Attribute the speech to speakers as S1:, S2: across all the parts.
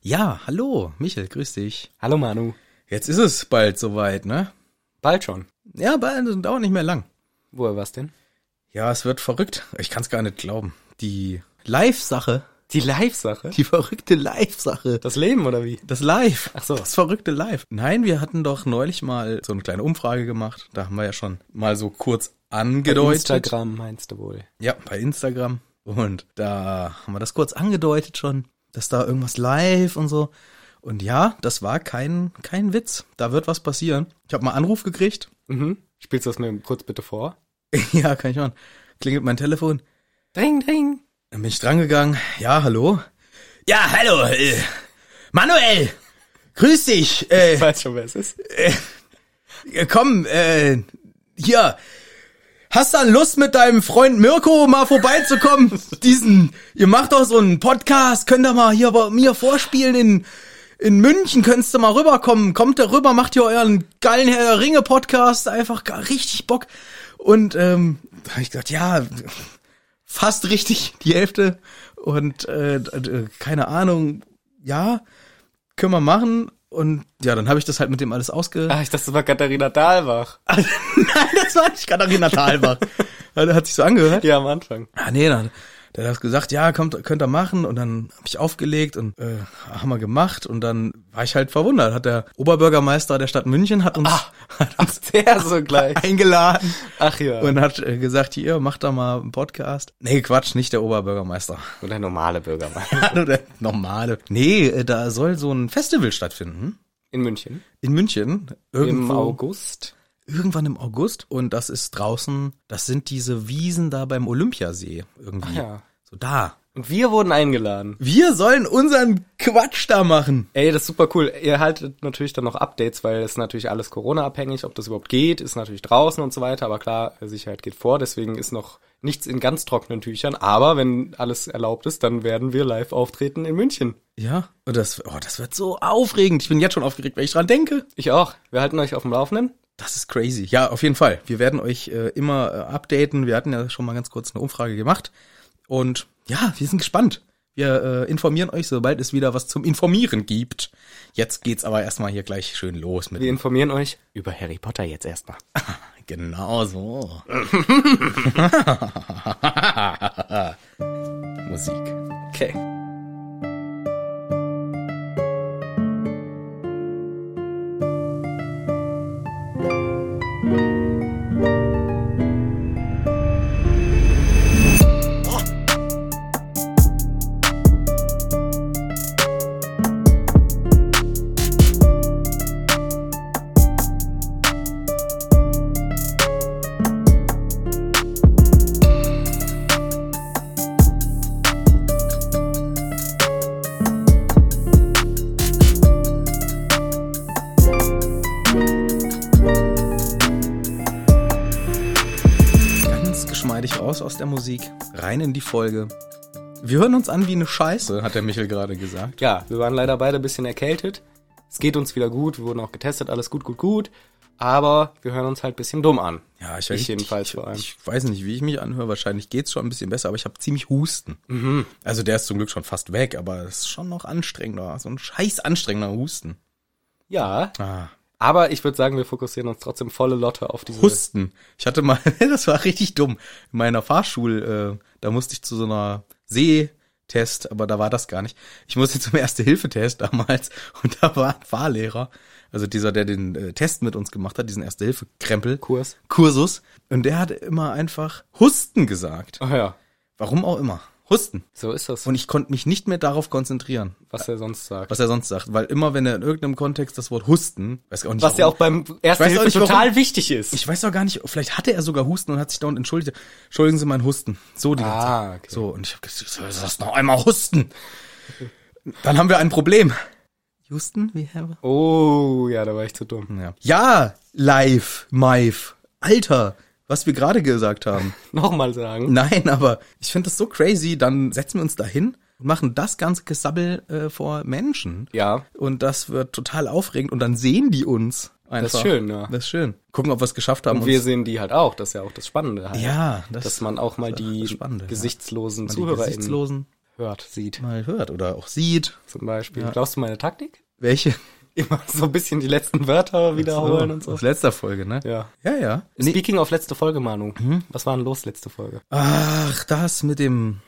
S1: Ja, hallo, Michael, grüß dich.
S2: Hallo Manu.
S1: Jetzt ist es bald soweit, ne?
S2: Bald schon.
S1: Ja, bald, das dauert nicht mehr lang.
S2: Woher war's denn?
S1: Ja, es wird verrückt. Ich kann's gar nicht glauben. Die Live-Sache,
S2: Die Live-Sache?
S1: die verrückte Live-Sache.
S2: Das Leben oder wie?
S1: Das Live.
S2: Ach so.
S1: Das verrückte Live. Nein, wir hatten doch neulich mal so eine kleine Umfrage gemacht. Da haben wir ja schon mal so kurz angedeutet.
S2: Instagram meinst du wohl.
S1: Ja, bei Instagram. Und da haben wir das kurz angedeutet schon, dass da irgendwas live und so. Und ja, das war kein, kein Witz. Da wird was passieren. Ich habe mal einen Anruf gekriegt.
S2: Mhm. Spielst du das mir kurz bitte vor?
S1: ja, kann ich machen. Klingelt mein Telefon.
S2: Ding, ding.
S1: Dann bin ich drangegangen. Ja, hallo? Ja, hallo. äh, Manuel, grüß dich. Äh,
S2: Ich weiß schon, wer es ist.
S1: Ja, komm, äh, hier. Hast dann Lust mit deinem Freund Mirko mal vorbeizukommen? Diesen, ihr macht doch so einen Podcast, könnt ihr mal hier bei mir vorspielen in, in München, könntest du mal rüberkommen. Kommt da rüber, macht hier euren geilen Herr der Ringe Podcast, einfach gar richtig Bock. Und ähm, da hab ich gedacht, ja, fast richtig, die Hälfte. Und äh, äh, keine Ahnung, ja, können wir machen. Und ja, dann habe ich das halt mit dem alles ausge
S2: Ach, Ah, ich dachte, das war Katharina Dahlbach.
S1: Nein, das war nicht Katharina Thalbach. Hat hat sich so angehört?
S2: Ja, am Anfang.
S1: Ah, nee, dann. Der hat gesagt, ja, kommt, könnt ihr machen. Und dann habe ich aufgelegt und äh, haben wir gemacht. Und dann war ich halt verwundert. Hat der Oberbürgermeister der Stadt München hat uns, hat uns
S2: Ach, der so gleich.
S1: eingeladen
S2: Ach ja.
S1: und hat äh, gesagt, hier, macht da mal einen Podcast. Nee, Quatsch, nicht der Oberbürgermeister.
S2: Oder normale Bürgermeister.
S1: Hallo, der normale. Nee, äh, da soll so ein Festival stattfinden.
S2: In München.
S1: In München.
S2: Im
S1: Irgendwo.
S2: August.
S1: irgendwann im August und das ist draußen, das sind diese Wiesen da beim Olympiasee irgendwie.
S2: ja.
S1: So da.
S2: Und wir wurden eingeladen.
S1: Wir sollen unseren Quatsch da machen.
S2: Ey, das ist super cool. Ihr haltet natürlich dann noch Updates, weil es ist natürlich alles Corona-abhängig, ob das überhaupt geht, ist natürlich draußen und so weiter, aber klar, Sicherheit geht vor, deswegen ist noch nichts in ganz trockenen Tüchern, aber wenn alles erlaubt ist, dann werden wir live auftreten in München.
S1: Ja. Und das, oh, das wird so aufregend. Ich bin jetzt schon aufgeregt, wenn ich dran denke.
S2: Ich auch. Wir halten euch auf dem Laufenden.
S1: Das ist crazy. Ja, auf jeden Fall. Wir werden euch äh, immer äh, updaten. Wir hatten ja schon mal ganz kurz eine Umfrage gemacht. Und ja, wir sind gespannt. Wir äh, informieren euch, sobald es wieder was zum Informieren gibt. Jetzt geht's aber erstmal hier gleich schön los mit
S2: Wir informieren euch über Harry Potter jetzt erstmal.
S1: Genau so. Musik.
S2: Okay.
S1: Ganz geschmeidig raus aus der Musik, rein in die Folge. Wir hören uns an wie eine Scheiße, hat der Michel gerade gesagt.
S2: Ja, wir waren leider beide ein bisschen erkältet. Es geht uns wieder gut, wir wurden auch getestet, alles gut, gut, gut. Aber wir hören uns halt ein bisschen dumm an.
S1: Ja, ich,
S2: Ich jedenfalls
S1: ich,
S2: vor allem.
S1: Ich weiß nicht, wie ich mich anhöre. Wahrscheinlich geht's schon ein bisschen besser, aber ich habe ziemlich Husten. Also der ist zum Glück schon fast weg, aber es ist schon noch anstrengender. So ein scheiß anstrengender Husten.
S2: Ja,
S1: Ah.
S2: aber ich würde sagen, wir fokussieren uns trotzdem volle Lotte auf diese
S1: Äh, Husten. Ich hatte mal, das war richtig dumm. In meiner Fahrschule, äh, da musste ich zu so einer Sehtest, aber da war das gar nicht. Ich musste zum Erste-Hilfe-Test damals und da war ein Fahrlehrer, also dieser, der den äh, Test mit uns gemacht hat, diesen Erste-Hilfe-Krempel,
S2: Kurs.
S1: Kursus, und der hat immer einfach Husten gesagt.
S2: Ach Oh ja,
S1: Warum auch immer. Husten.
S2: so ist das,
S1: Und ich konnte mich nicht mehr darauf konzentrieren,
S2: was er sonst sagt.
S1: was er sonst sagt, weil immer, wenn er in irgendeinem Kontext das Wort Husten, weiß auch nicht,
S2: Was ja
S1: warum-
S2: auch beim
S1: Ich
S2: Ersten
S1: weiß auch
S2: Hilfe
S1: nicht,
S2: total
S1: warum.
S2: wichtig ist.
S1: Ich weiß doch gar nicht, vielleicht hatte er sogar Husten und hat sich dauernd entschuldigt. Entschuldigen Sie meinen Husten. So die ganze
S2: Ah,
S1: Zeit.
S2: okay.
S1: So, und ich habe gesagt, soll das noch einmal husten? Dann haben wir ein Problem. Houston, we have...
S2: oh, ja, da war ich zu dumm.
S1: Ja, ja live, Maif. Alter, was wir gerade gesagt haben.
S2: Nochmal sagen.
S1: Nein, aber ich finde das so crazy. Dann setzen wir uns da hin und machen das ganze Gesabbel äh, vor Menschen.
S2: Ja,
S1: Und das wird total aufregend. Und dann sehen die uns einfach.
S2: ist schön, ja.
S1: Das ist schön. Gucken, ob wir es geschafft haben.
S2: und wir sehen die halt auch, das ist ja auch das Spannende halt.
S1: ja, das
S2: Dass man auch mal
S1: das ist
S2: die
S1: das Spannende, ja.
S2: gesichtslosen
S1: Mal die
S2: ZuhörerInnen
S1: Gesichtslosen.
S2: hört, sieht
S1: mal hört oder auch sieht.
S2: zum Beispiel. Glaubst du meine Taktik?
S1: Welche?
S2: Immer so ein bisschen die letzten Wörter wiederholen und so.
S1: Aus letzter Folge, ne?
S2: Ja.
S1: Ja, ja.
S2: Speaking of letzte Folge, Manu.
S1: Hm?
S2: Was war denn los letzte Folge?
S1: Ach, das mit dem.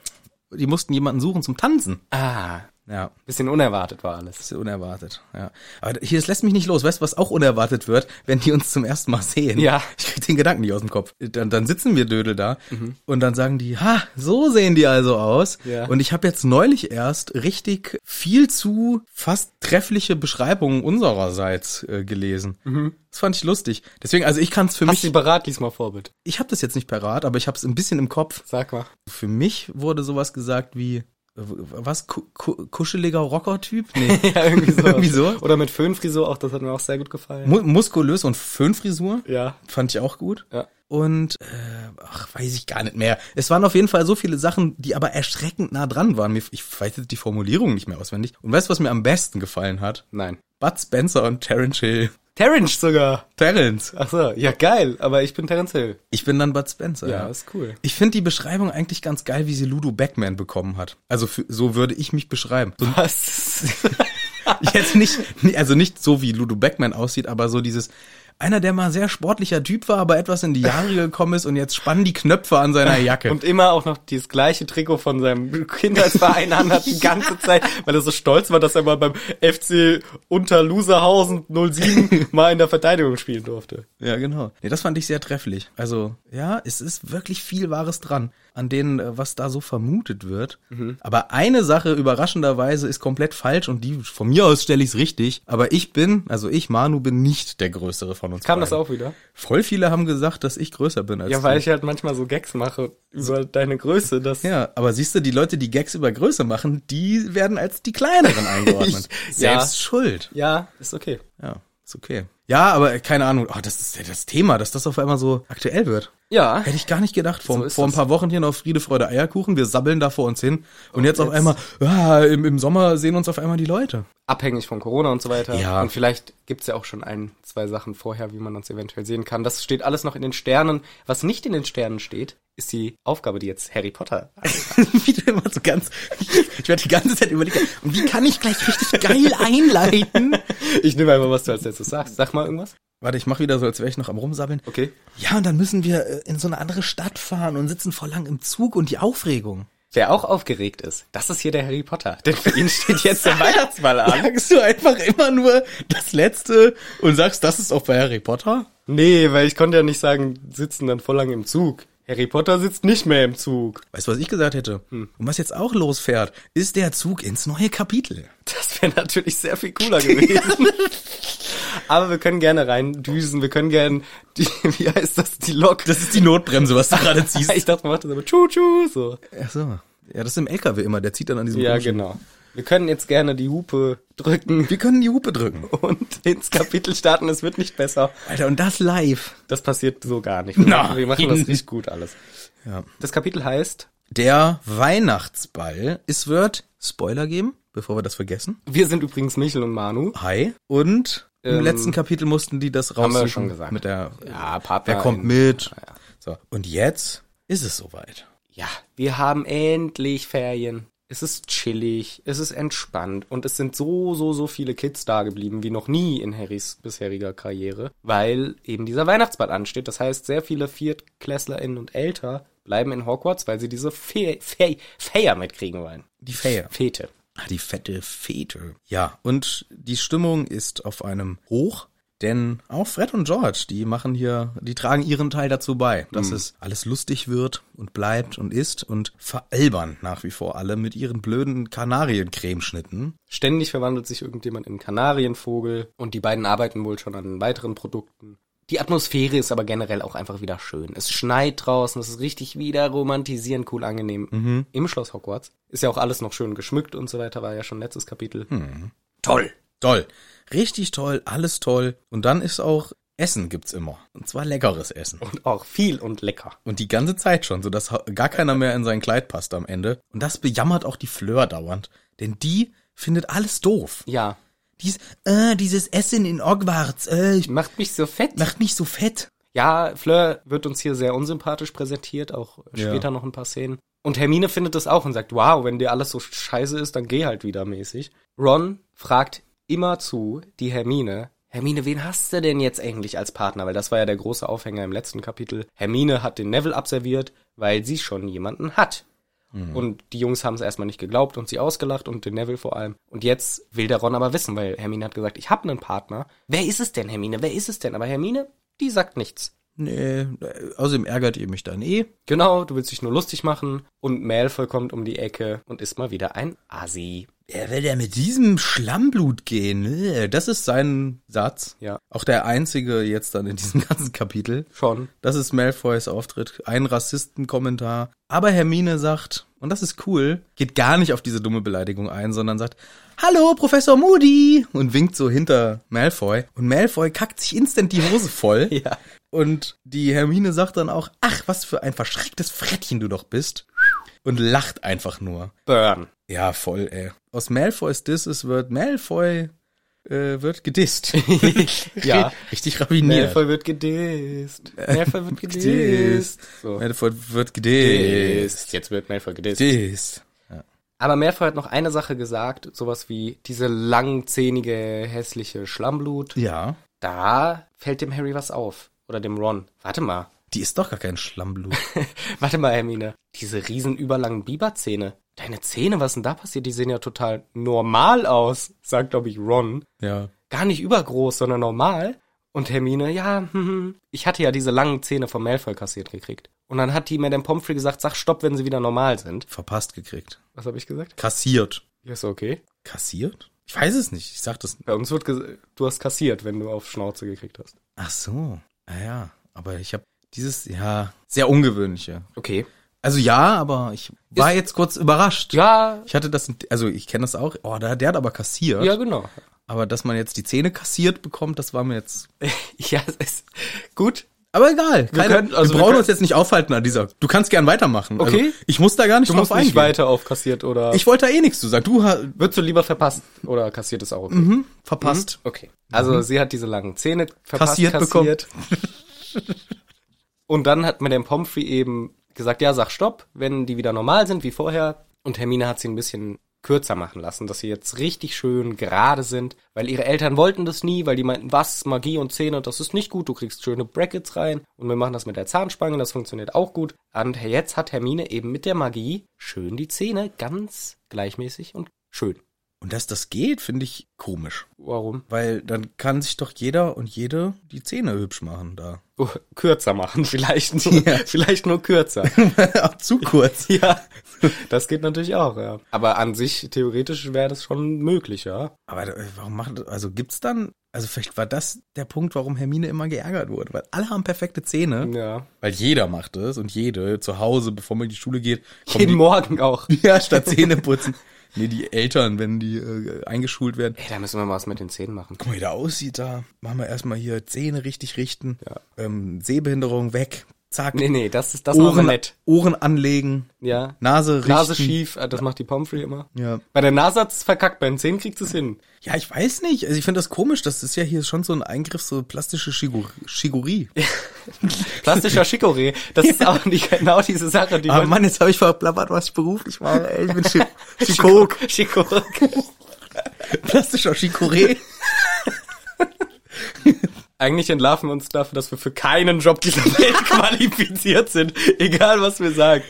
S1: Die mussten jemanden suchen zum Tanzen.
S2: Ah,
S1: Ja,
S2: bisschen unerwartet war alles.
S1: ist unerwartet. Ja. Aber hier, das lässt mich nicht los. Weißt du, was auch unerwartet wird, wenn die uns zum ersten Mal sehen?
S2: Ja.
S1: Ich krieg den Gedanken nicht aus dem Kopf. Dann, dann sitzen wir Dödel da und dann sagen die, ha, so sehen die also aus.
S2: Mhm. Ja.
S1: Und ich habe jetzt neulich erst richtig viel zu fast treffliche Beschreibungen unsererseits äh, gelesen. Das fand ich lustig. Deswegen, also ich kann es für
S2: Mhm. Hast du
S1: mich,
S2: Berat diesmal vor, bitte?
S1: ich habe das jetzt nicht parat, aber ich habe es ein bisschen im Kopf.
S2: Sag mal.
S1: Für mich wurde sowas gesagt wie, äh, was, ku ku kuscheliger Rocker-Typ? Nee.
S2: Ja, irgendwie so.
S1: Irgendwie so.
S2: Oder mit Föhnfrisur auch, das hat mir auch sehr gut gefallen.
S1: Mu muskulös und Föhnfrisur?
S2: ja.
S1: Fand ich auch gut.
S2: Ja.
S1: Und, äh, ach, weiß ich gar nicht mehr. Es waren auf jeden Fall so viele Sachen, die aber erschreckend nah dran waren. Mir- Ich weiß jetzt die Formulierung nicht mehr auswendig. Und weißt du, was mir am besten gefallen hat?
S2: Nein.
S1: Bud Spencer und Terence Hill.
S2: Terrence sogar.
S1: Terence.
S2: Ach so, ja geil, aber ich bin Terrence Hill.
S1: Ich bin dann Bud Spencer.
S2: Ja, ist cool.
S1: Ich finde die Beschreibung eigentlich ganz geil, wie sie Ludo Backman bekommen hat. Also für, so würde ich mich beschreiben. So
S2: Was?
S1: Jetzt nicht, also nicht so wie Ludo Beckman aussieht, aber so dieses, einer, der mal sehr sportlicher Typ war, aber etwas in die Jahre gekommen ist und jetzt spannen die Knöpfe an seiner Jacke.
S2: Und immer auch noch dieses gleiche Trikot von seinem Kindheitsverein an hat die ganze Zeit, weil er so stolz war, dass er mal beim FC unter Loserhausen 07 mal in der Verteidigung spielen durfte.
S1: ja, genau. Nee, das fand ich sehr trefflich. Also, ja, es ist wirklich viel Wahres dran an denen, äh, was da so vermutet wird.
S2: Mhm.
S1: Aber eine Sache überraschenderweise ist komplett falsch und die, von mir aus stelle ich es richtig, aber ich bin, also ich, Manu, bin nicht der Größere von uns
S2: Kam das
S1: beiden.
S2: auch wieder?
S1: Voll viele haben gesagt, dass ich größer bin als
S2: Ja,
S1: du.
S2: weil ich halt manchmal so Gags mache über deine Größe, dass
S1: Ja, aber siehst du, die Leute, die Gags über Größe machen, die werden als die kleineren eingeordnet.
S2: Ich-
S1: Selbst
S2: ja.
S1: schuld.
S2: Ja, ist okay.
S1: Ja, ist okay. Ja, aber keine Ahnung, oh, das ist ja das Thema, dass das auf einmal so aktuell wird.
S2: Ja.
S1: Hätte ich gar nicht gedacht. Vor,
S2: So ist
S1: vor ein
S2: das.
S1: paar Wochen hier noch Friede, Freude, Eierkuchen. Wir sabbeln da vor uns hin. Und jetzt, auf einmal, ah, im, im Sommer sehen uns auf einmal die Leute.
S2: Abhängig von Corona und so weiter.
S1: Ja.
S2: Und vielleicht gibt's ja auch schon ein, zwei Sachen vorher, wie man uns eventuell sehen kann. Das steht alles noch in den Sternen. Was nicht in den Sternen steht, ist die Aufgabe, die jetzt Harry Potter
S1: Also, wie du immer so ganz, ich werde die ganze Zeit überlegen, wie kann ich gleich richtig geil einleiten?
S2: Ich nehme einfach, was du als letztes sagst. Sag mal irgendwas.
S1: Warte, ich mache wieder so, als wäre ich noch am rumsabbeln.
S2: Okay.
S1: Ja, und dann müssen wir äh, in so eine andere Stadt fahren und sitzen vor lang im Zug und die Aufregung.
S2: Wer auch aufgeregt ist, das ist hier der Harry Potter. Denn für ihn steht jetzt der Weihnachtsball an.
S1: Sagst du einfach immer nur das Letzte und sagst, das ist auch bei Harry Potter?
S2: Nee, weil ich konnte ja nicht sagen, sitzen dann voll lang im Zug. Harry Potter sitzt nicht mehr im Zug.
S1: Weißt du, was ich gesagt hätte? Und was jetzt auch losfährt, ist der Zug ins neue Kapitel.
S2: Das wäre natürlich sehr viel cooler gewesen. Aber wir können gerne reindüsen, wir können gerne, die, wie heißt das, die Lok.
S1: Das ist die Notbremse, was du gerade ziehst.
S2: ich dachte, man macht das aber tschu-tschu, so.
S1: Ach so. Ja, das ist im LKW immer, der zieht dann an diesem
S2: Ja,
S1: komischen-
S2: genau. Wir können jetzt gerne die Hupe drücken
S1: Wir können die Hupe drücken.
S2: und ins Kapitel starten, es wird nicht besser.
S1: Alter, und das live.
S2: Das passiert so gar nicht. Wir,
S1: Nein.
S2: machen, wir machen das richtig gut alles.
S1: Ja.
S2: Das Kapitel heißt,
S1: Der Weihnachtsball. Es wird Spoiler geben, bevor wir das vergessen.
S2: wir sind übrigens Michel und Manu.
S1: Hi. Und im
S2: Ähm,
S1: letzten Kapitel mussten die das
S2: wir
S1: raussuchen.
S2: schon gesagt.
S1: Mit der,
S2: Ja, Partner
S1: wer kommt
S2: in-
S1: mit? So. Und jetzt ist es soweit.
S2: Ja, wir haben endlich Ferien. Es ist chillig, es ist entspannt und es sind so, so, so viele Kids da geblieben wie noch nie in Harrys bisheriger Karriere, weil eben dieser Weihnachtsball ansteht. Das heißt, sehr viele ViertklässlerInnen und älter bleiben in Hogwarts, weil sie diese Fe Fe Feier mitkriegen wollen.
S1: Die Feier.
S2: Fete.
S1: Ah, die fette Fete. Ja, und die Stimmung ist auf einem Hoch. Denn auch Fred und George, die machen hier, die tragen ihren Teil dazu bei, dass
S2: Mhm.
S1: es alles lustig wird und bleibt und ist und veralbern nach wie vor alle mit ihren blöden Kanariencremeschnitten.
S2: Ständig verwandelt sich irgendjemand in einen Kanarienvogel und die beiden arbeiten wohl schon an weiteren Produkten. Die Atmosphäre ist aber generell auch einfach wieder schön. Es schneit draußen, es ist richtig wieder romantisierend, cool, angenehm. Im Schloss Hogwarts ist ja auch alles noch schön geschmückt und so weiter, war ja schon letztes Kapitel.
S1: Toll. Toll. Richtig toll, alles toll. Und dann ist auch Essen gibt's immer. Und zwar leckeres Essen.
S2: Und auch viel und lecker.
S1: Und die ganze Zeit schon, sodass ha- gar keiner mehr in sein Kleid passt am Ende. Und das bejammert auch die Fleur dauernd. Denn die findet alles doof.
S2: Ja,
S1: Dies, äh, dieses Essen in Hogwarts, äh, ich-
S2: macht mich so fett.
S1: macht mich so fett.
S2: Ja, Fleur wird uns hier sehr unsympathisch präsentiert, auch
S1: Ja.
S2: später noch ein paar Szenen. Und Hermine findet das auch und sagt, wow, wenn dir alles so scheiße ist, dann geh halt wieder mäßig. Ron fragt immerzu die Hermine, Hermine, wen hast du denn jetzt eigentlich als Partner? Weil das war ja der große Aufhänger im letzten Kapitel. Hermine hat den Neville abserviert, weil sie schon jemanden hat. Und die Jungs haben es erstmal nicht geglaubt und sie ausgelacht und den Neville vor allem. Und jetzt will der Ron aber wissen, weil Hermine hat gesagt, ich habe einen Partner. Wer ist es denn, Hermine? Wer ist es denn? Aber Hermine, die sagt nichts.
S1: Nee, äh, außerdem ärgert ihr mich dann eh.
S2: Genau, du willst dich nur lustig machen. Und Malfoy kommt um die Ecke und ist mal wieder ein Asi.
S1: Er will ja mit diesem Schlammblut gehen. Äh, Das ist sein Satz.
S2: Ja.
S1: Auch der einzige jetzt dann in diesem ganzen Kapitel.
S2: Schon.
S1: Das ist Malfoys Auftritt. Ein Rassistenkommentar. Aber Hermine sagt, und das ist cool, geht gar nicht auf diese dumme Beleidigung ein, sondern sagt, Hallo, Professor Moody! Und winkt so hinter Malfoy. Und Malfoy kackt sich instant die Hose voll.
S2: Ja.
S1: Und die Hermine sagt dann auch, ach, was für ein verschrecktes Frettchen du doch bist. Und lacht einfach nur.
S2: Burn.
S1: Ja, voll, ey. Aus Malfoys Disses wird Malfoy äh, wird gedisst.
S2: Ja.
S1: Richtig raffiniert.
S2: Malfoy wird gedisst. Malfoy wird gedisst. So.
S1: Malfoy wird gedisst.
S2: Jetzt wird Malfoy gedisst.
S1: Gedisst.
S2: Aber Malfoy hat noch eine Sache gesagt, sowas wie diese langzähnige, hässliche Schlammblut.
S1: Ja.
S2: Da fällt dem Harry was auf. Oder dem Ron. Warte mal.
S1: Die ist doch gar kein Schlammblut.
S2: Warte mal, Hermine. Diese riesen überlangen Biberzähne. Deine Zähne, was denn da passiert? Die sehen ja total normal aus, sagt, glaube ich, Ron.
S1: ja.
S2: Gar nicht übergroß, sondern normal. Und Hermine, ja, hm, hm, ich hatte ja diese langen Zähne vom Malfoy kassiert gekriegt. Und dann hat die Madame Pomfrey gesagt, sag stopp, wenn sie wieder normal sind.
S1: Verpasst gekriegt.
S2: Was habe ich gesagt?
S1: Kassiert.
S2: Ja, ist okay.
S1: Kassiert? Ich weiß es nicht. Ich sag das.
S2: Bei uns wird ges- du hast kassiert, wenn du auf Schnauze gekriegt hast.
S1: Ach so. Ah ja. Aber ich habe dieses, ja, sehr ungewöhnliche.
S2: Okay.
S1: Also ja, aber ich war jetzt kurz überrascht.
S2: Ja,
S1: Ich hatte das, also ich kenne das auch. Oh, der, der hat aber kassiert.
S2: ja, genau.
S1: Aber dass man jetzt die Zähne kassiert bekommt, das war mir jetzt.
S2: ja, es ist gut.
S1: Aber egal. Keine, wir,
S2: können- also wir
S1: brauchen
S2: können-
S1: uns jetzt nicht aufhalten an dieser. Du kannst gern weitermachen. Also
S2: Okay.
S1: ich muss da gar nicht
S2: Du musst nicht weiter auf kassiert oder
S1: Ich wollte da eh nichts zu sagen. Du ha-
S2: würdest du lieber verpasst oder kassiert ist auch okay.
S1: hm, verpasst.
S2: Okay. Also sie hat diese langen Zähne verpasst,
S1: Kassiert
S2: kassiert.
S1: bekommen.
S2: Und dann hat Madame Pomfrey eben gesagt, ja, sag stopp, wenn die wieder normal sind wie vorher. Und Hermine hat sie ein bisschen kürzer machen lassen, dass sie jetzt richtig schön gerade sind, weil ihre Eltern wollten das nie, weil die meinten, was, Magie und Zähne, das ist nicht gut, du kriegst schöne Brackets rein und wir machen das mit der Zahnspange, das funktioniert auch gut. Und jetzt hat Hermine eben mit der Magie schön die Zähne, ganz gleichmäßig und schön.
S1: Und dass das geht, finde ich komisch.
S2: Warum?
S1: Weil dann kann sich doch jeder und jede die Zähne hübsch machen da.
S2: Oh, kürzer machen, vielleicht nur,
S1: Ja.
S2: vielleicht nur kürzer.
S1: Auch zu kurz.
S2: ja, das geht natürlich auch, ja. Aber an sich, theoretisch wäre das schon möglich, ja.
S1: Aber äh, warum macht also gibt's dann also vielleicht war das der Punkt, warum Hermine immer geärgert wurde, weil alle haben perfekte Zähne,
S2: Ja.
S1: weil jeder macht es und jede zu Hause, bevor man in die Schule geht, kommen
S2: Jeden
S1: die-
S2: Morgen auch.
S1: Ja, statt Zähne putzen. Nee, die Eltern, wenn die äh, eingeschult werden.
S2: Ey, da müssen wir mal was mit den Zähnen machen.
S1: Guck mal, wie der aussieht da. Machen wir erstmal hier Zähne richtig richten.
S2: Ja.
S1: Ähm, Sehbehinderung weg. Zack.
S2: Nee, nee, das ist das machen wir
S1: Ohren,
S2: nett.
S1: Ohren anlegen.
S2: Ja.
S1: Nase richten.
S2: Nase schief, äh, das macht die Pomfrey immer.
S1: Ja.
S2: Bei der Nase hat's verkackt, bei den Zähnen kriegst du es hin.
S1: Ja, ich weiß nicht. Also ich finde das komisch. Das ist ja hier schon so ein Eingriff, so plastische Chigur Chigurie.
S2: Plastischer Chicorée, das ist auch nicht genau diese Sache, die
S1: Aber
S2: man-
S1: Mann, jetzt habe ich verplappert, was ich beruflich mache. Ey, ich bin Chi- Chikok.
S2: Chicorée.
S1: Plastischer Chicorée.
S2: Eigentlich entlarven wir uns dafür, dass wir für keinen Job dieser Welt qualifiziert sind, egal was wir sagen.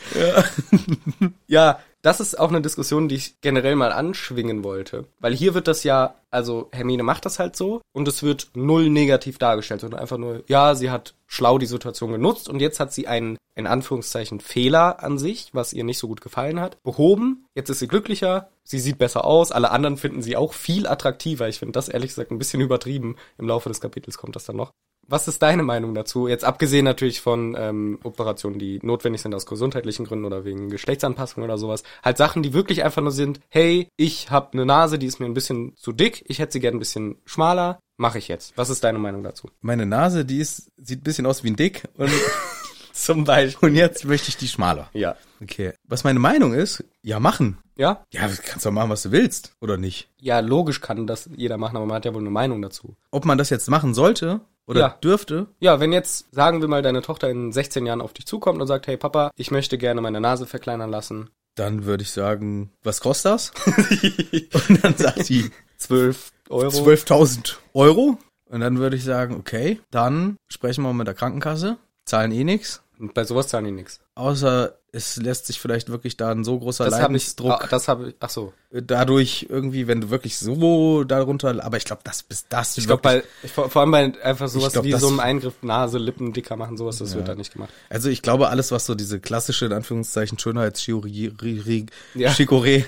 S2: Ja. das ist auch eine Diskussion, die ich generell mal anschwingen wollte. Weil hier wird das ja, also Hermine macht das halt so und es wird null negativ dargestellt, sondern einfach nur, ja, sie hat schlau die Situation genutzt und jetzt hat sie einen, in Anführungszeichen, Fehler an sich, was ihr nicht so gut gefallen hat, behoben. Jetzt ist sie glücklicher, sie sieht besser aus, alle anderen finden sie auch viel attraktiver. Ich finde das ehrlich gesagt ein bisschen übertrieben. Im Laufe des Kapitels kommt das dann noch. Was ist deine Meinung dazu? Jetzt abgesehen natürlich von ähm, Operationen, die notwendig sind aus gesundheitlichen Gründen oder wegen Geschlechtsanpassung oder sowas. Halt Sachen, die wirklich einfach nur sind, hey, ich habe eine Nase, die ist mir ein bisschen zu dick, ich hätte sie gern ein bisschen schmaler, mache ich jetzt. Was ist deine Meinung dazu?
S1: Meine Nase, die ist, sieht ein bisschen aus wie ein Dick. Und,
S2: Zum Beispiel.
S1: und jetzt möchte ich die schmaler.
S2: Ja.
S1: Okay. Was meine Meinung ist, ja, machen.
S2: Ja?
S1: Ja, du kannst doch machen, was du willst, oder nicht?
S2: Ja, logisch kann das jeder machen, aber man hat ja wohl eine Meinung dazu.
S1: Ob man das jetzt machen sollte, Oder
S2: Ja.
S1: dürfte?
S2: Ja, wenn jetzt, sagen wir mal, deine Tochter in 16 Jahren auf dich zukommt und sagt, hey Papa, ich möchte gerne meine Nase verkleinern lassen.
S1: Dann würde ich sagen, was kostet das? und dann sagt sie
S2: 12 Euro.
S1: 12.000 Euro. Und dann würde ich sagen, okay, dann sprechen wir mit der Krankenkasse, zahlen eh nichts.
S2: Und bei sowas zahlen die nichts.
S1: Außer es lässt sich vielleicht wirklich da ein so großer
S2: Das habe ich,
S1: Leidensdruck
S2: ah, das habe ich, ach so.
S1: dadurch irgendwie, wenn du wirklich so darunter, aber ich glaube, das bis das
S2: Ich glaube, bei, ich, vor, vor allem bei einfach sowas
S1: glaub,
S2: wie
S1: das-
S2: so einem Eingriff Nase, Lippen dicker machen, sowas, das wird da nicht gemacht.
S1: also ich glaube, alles was so diese klassische in Anführungszeichen Schönheitschirurgie ri-
S2: Ja.
S1: Chicorée